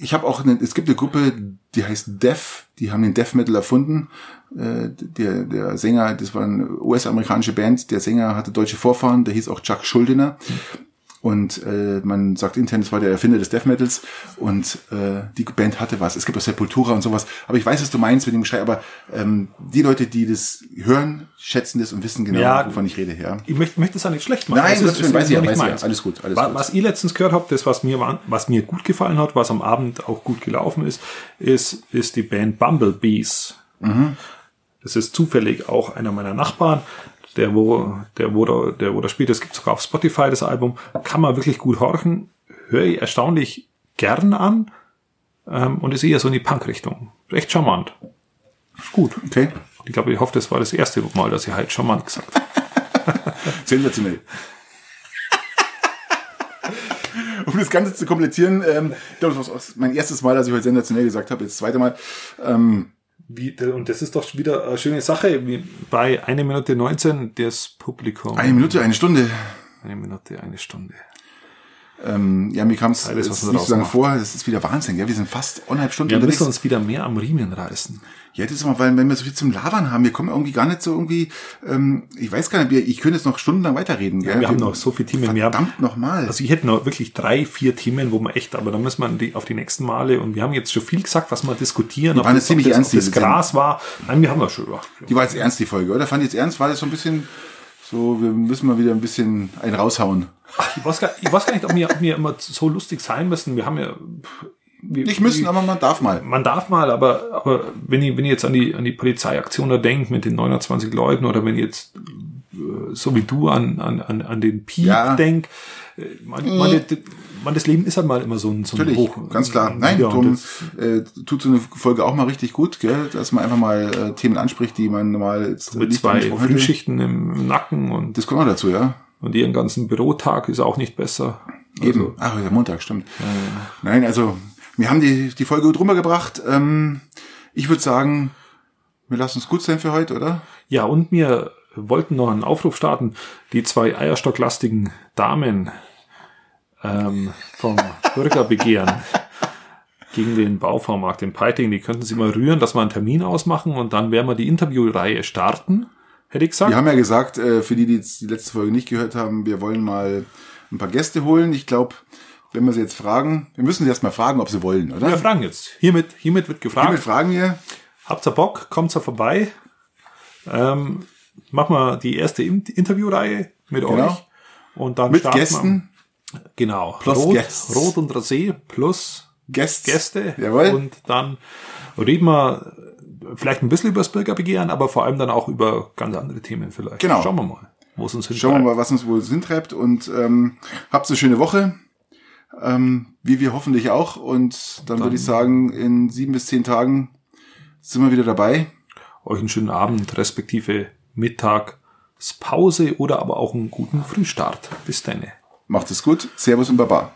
S2: ich habe auch eine, es gibt eine Gruppe, die heißt Def, die haben den Death Metal erfunden. Äh, der, der Sänger, das war eine US-amerikanische Band, der Sänger hatte deutsche Vorfahren, der hieß auch Chuck Schuldiner. Und äh, man sagt intern, das war der Erfinder des Death Metals und äh, die Band hatte was. Es gibt auch Sepultura und sowas. Aber ich weiß, was du meinst mit dem Geschrei. Aber ähm, die Leute, die das hören, schätzen das und wissen genau,
S1: Ja.
S2: wovon ich rede. Ja.
S1: Ich möchte, möchte es ja nicht schlecht machen.
S2: Nein,
S1: Das ist-
S2: Gottes Willen,
S1: ist
S2: weiß ich ja,
S1: nicht
S2: weiß ich ja.
S1: meins.
S2: Alles gut, alles
S1: was,
S2: gut.
S1: was ich letztens gehört habe, das, was mir, war- was mir gut gefallen hat, was am Abend auch gut gelaufen ist, ist, ist
S2: Mhm.
S1: die Band Bumblebees. Das ist zufällig auch einer meiner Nachbarn. der wo, der wo, da, der wo da spielt, das gibt's sogar auf Spotify, das Album, kann man wirklich gut horchen, höre ich erstaunlich gern an ähm, und ist eher so in die Punk-Richtung. Echt charmant. Ist gut.
S2: Okay.
S1: Ich glaube, ich hoffe, das war das erste Mal, dass ich halt charmant gesagt habe.
S2: Sensationell. Um das Ganze zu komplizieren, ähm, ich glaube, das war auch mein erstes Mal, dass ich heute sensationell gesagt habe. Jetzt das zweite Mal. Ähm,
S1: Wie, und das ist doch wieder eine schöne Sache, wie bei 1 Minute 19 das Publikum.
S2: eine Minute, eine Stunde.
S1: Eine Minute, eine Stunde.
S2: Ähm, ja, mir kam es
S1: Alles, was
S2: jetzt
S1: man
S2: nicht so
S1: draus
S2: lange
S1: macht.
S2: vor. Das ist wieder Wahnsinn. Ja, wir sind fast eineinhalb Stunden
S1: Wir
S2: unterwegs.
S1: müssen uns wieder mehr am Riemen reißen.
S2: Ja, das ist mal, weil wenn wir so viel zum Labern haben, wir kommen irgendwie gar nicht so irgendwie, ähm, ich weiß gar nicht, wir, ich könnte jetzt noch stundenlang weiterreden. gell?
S1: wir haben noch so viele Themen. Wir haben-
S2: Verdammt nochmal.
S1: Also ich hätte noch wirklich drei, vier Themen, wo man echt, aber da müssen wir an die- auf die nächsten Male, und wir haben jetzt schon viel gesagt, was wir diskutieren. ob
S2: waren
S1: das-
S2: jetzt ziemlich
S1: ob das,
S2: ernst,
S1: ob das
S2: diese
S1: Gras war. Nein, wir haben noch schon. Ja,
S2: die war jetzt ernst, die Folge, oder? Fand ich jetzt ernst, war das so ein bisschen so, wir müssen mal wieder ein bisschen einen raushauen.
S1: Ich weiß, gar, ich weiß gar nicht, ob wir, ob wir immer so lustig sein müssen. Wir haben ja. pff, wir-
S2: Nicht müssen, aber man darf mal.
S1: Man darf mal, aber, aber wenn ich, wenn ich jetzt an die, an die Polizeiaktion da denke mit den 29 Leuten oder wenn ich jetzt äh, so wie du an, an, an, an den Piep
S2: Ja.
S1: denk, äh, man, man, man, das Leben ist halt mal immer so ein, so ein
S2: Natürlich, ganz klar. Nein,
S1: Ja, und
S2: drum
S1: das-
S2: äh, tut so eine Folge auch mal richtig gut, gell? dass man einfach mal äh, Themen anspricht, die man normal jetzt
S1: mit
S2: nicht
S1: zwei
S2: angesprochen hätte.
S1: Frühschichten im Nacken und,
S2: Das kommt auch dazu, ja.
S1: und ihren ganzen Bürotag ist auch nicht besser. äh,
S2: Eben. Ach, heute ist Montag, stimmt. Nein, also, wir haben die, die Folge gut rübergebracht. Ähm, ich würde sagen, wir lassen es gut sein für heute, oder?
S1: Ja, und wir wollten noch einen Aufruf starten. Die zwei eierstocklastigen Damen ähm, vom Bürgerbegehren gegen den Bauvormarkt in Peiting, die könnten sie mal rühren, dass wir einen Termin ausmachen und dann werden wir die Interviewreihe starten, hätte ich gesagt.
S2: Wir haben ja gesagt, äh, für die, die jetzt die letzte Folge nicht gehört haben, wir wollen mal ein paar Gäste holen. Ich glaube, wenn wir sie jetzt fragen, wir müssen sie erst mal fragen, ob sie wollen, oder?
S1: Wir fragen jetzt. Hiermit, hiermit wird gefragt.
S2: Hiermit fragen wir.
S1: Habt ihr Bock? Kommt ihr vorbei? Ähm, machen wir die erste In Interviewreihe mit
S2: Genau.
S1: euch. Und dann
S2: Mit
S1: starten wir-
S2: Gästen.
S1: Genau.
S2: Plus
S1: Rot,
S2: Guests.
S1: Rot und Rosé plus
S2: Gäste.
S1: Gäste.
S2: Jawohl.
S1: Und dann reden wir vielleicht ein bisschen über das Bürgerbegehren, aber vor allem dann auch über ganz andere Themen vielleicht.
S2: Genau.
S1: Schauen wir mal, wo es uns hin
S2: Schauen wir mal, was uns wohl hintreibt. Und ähm, habt eine schöne Woche. Ähm, wie wir hoffentlich auch. Und dann, würde ich sagen, in sieben bis zehn Tagen sind wir wieder dabei.
S1: Euch einen schönen Abend, respektive Mittagspause oder aber auch einen guten Frühstart. Bis dann.
S2: Macht es gut. Servus und Baba.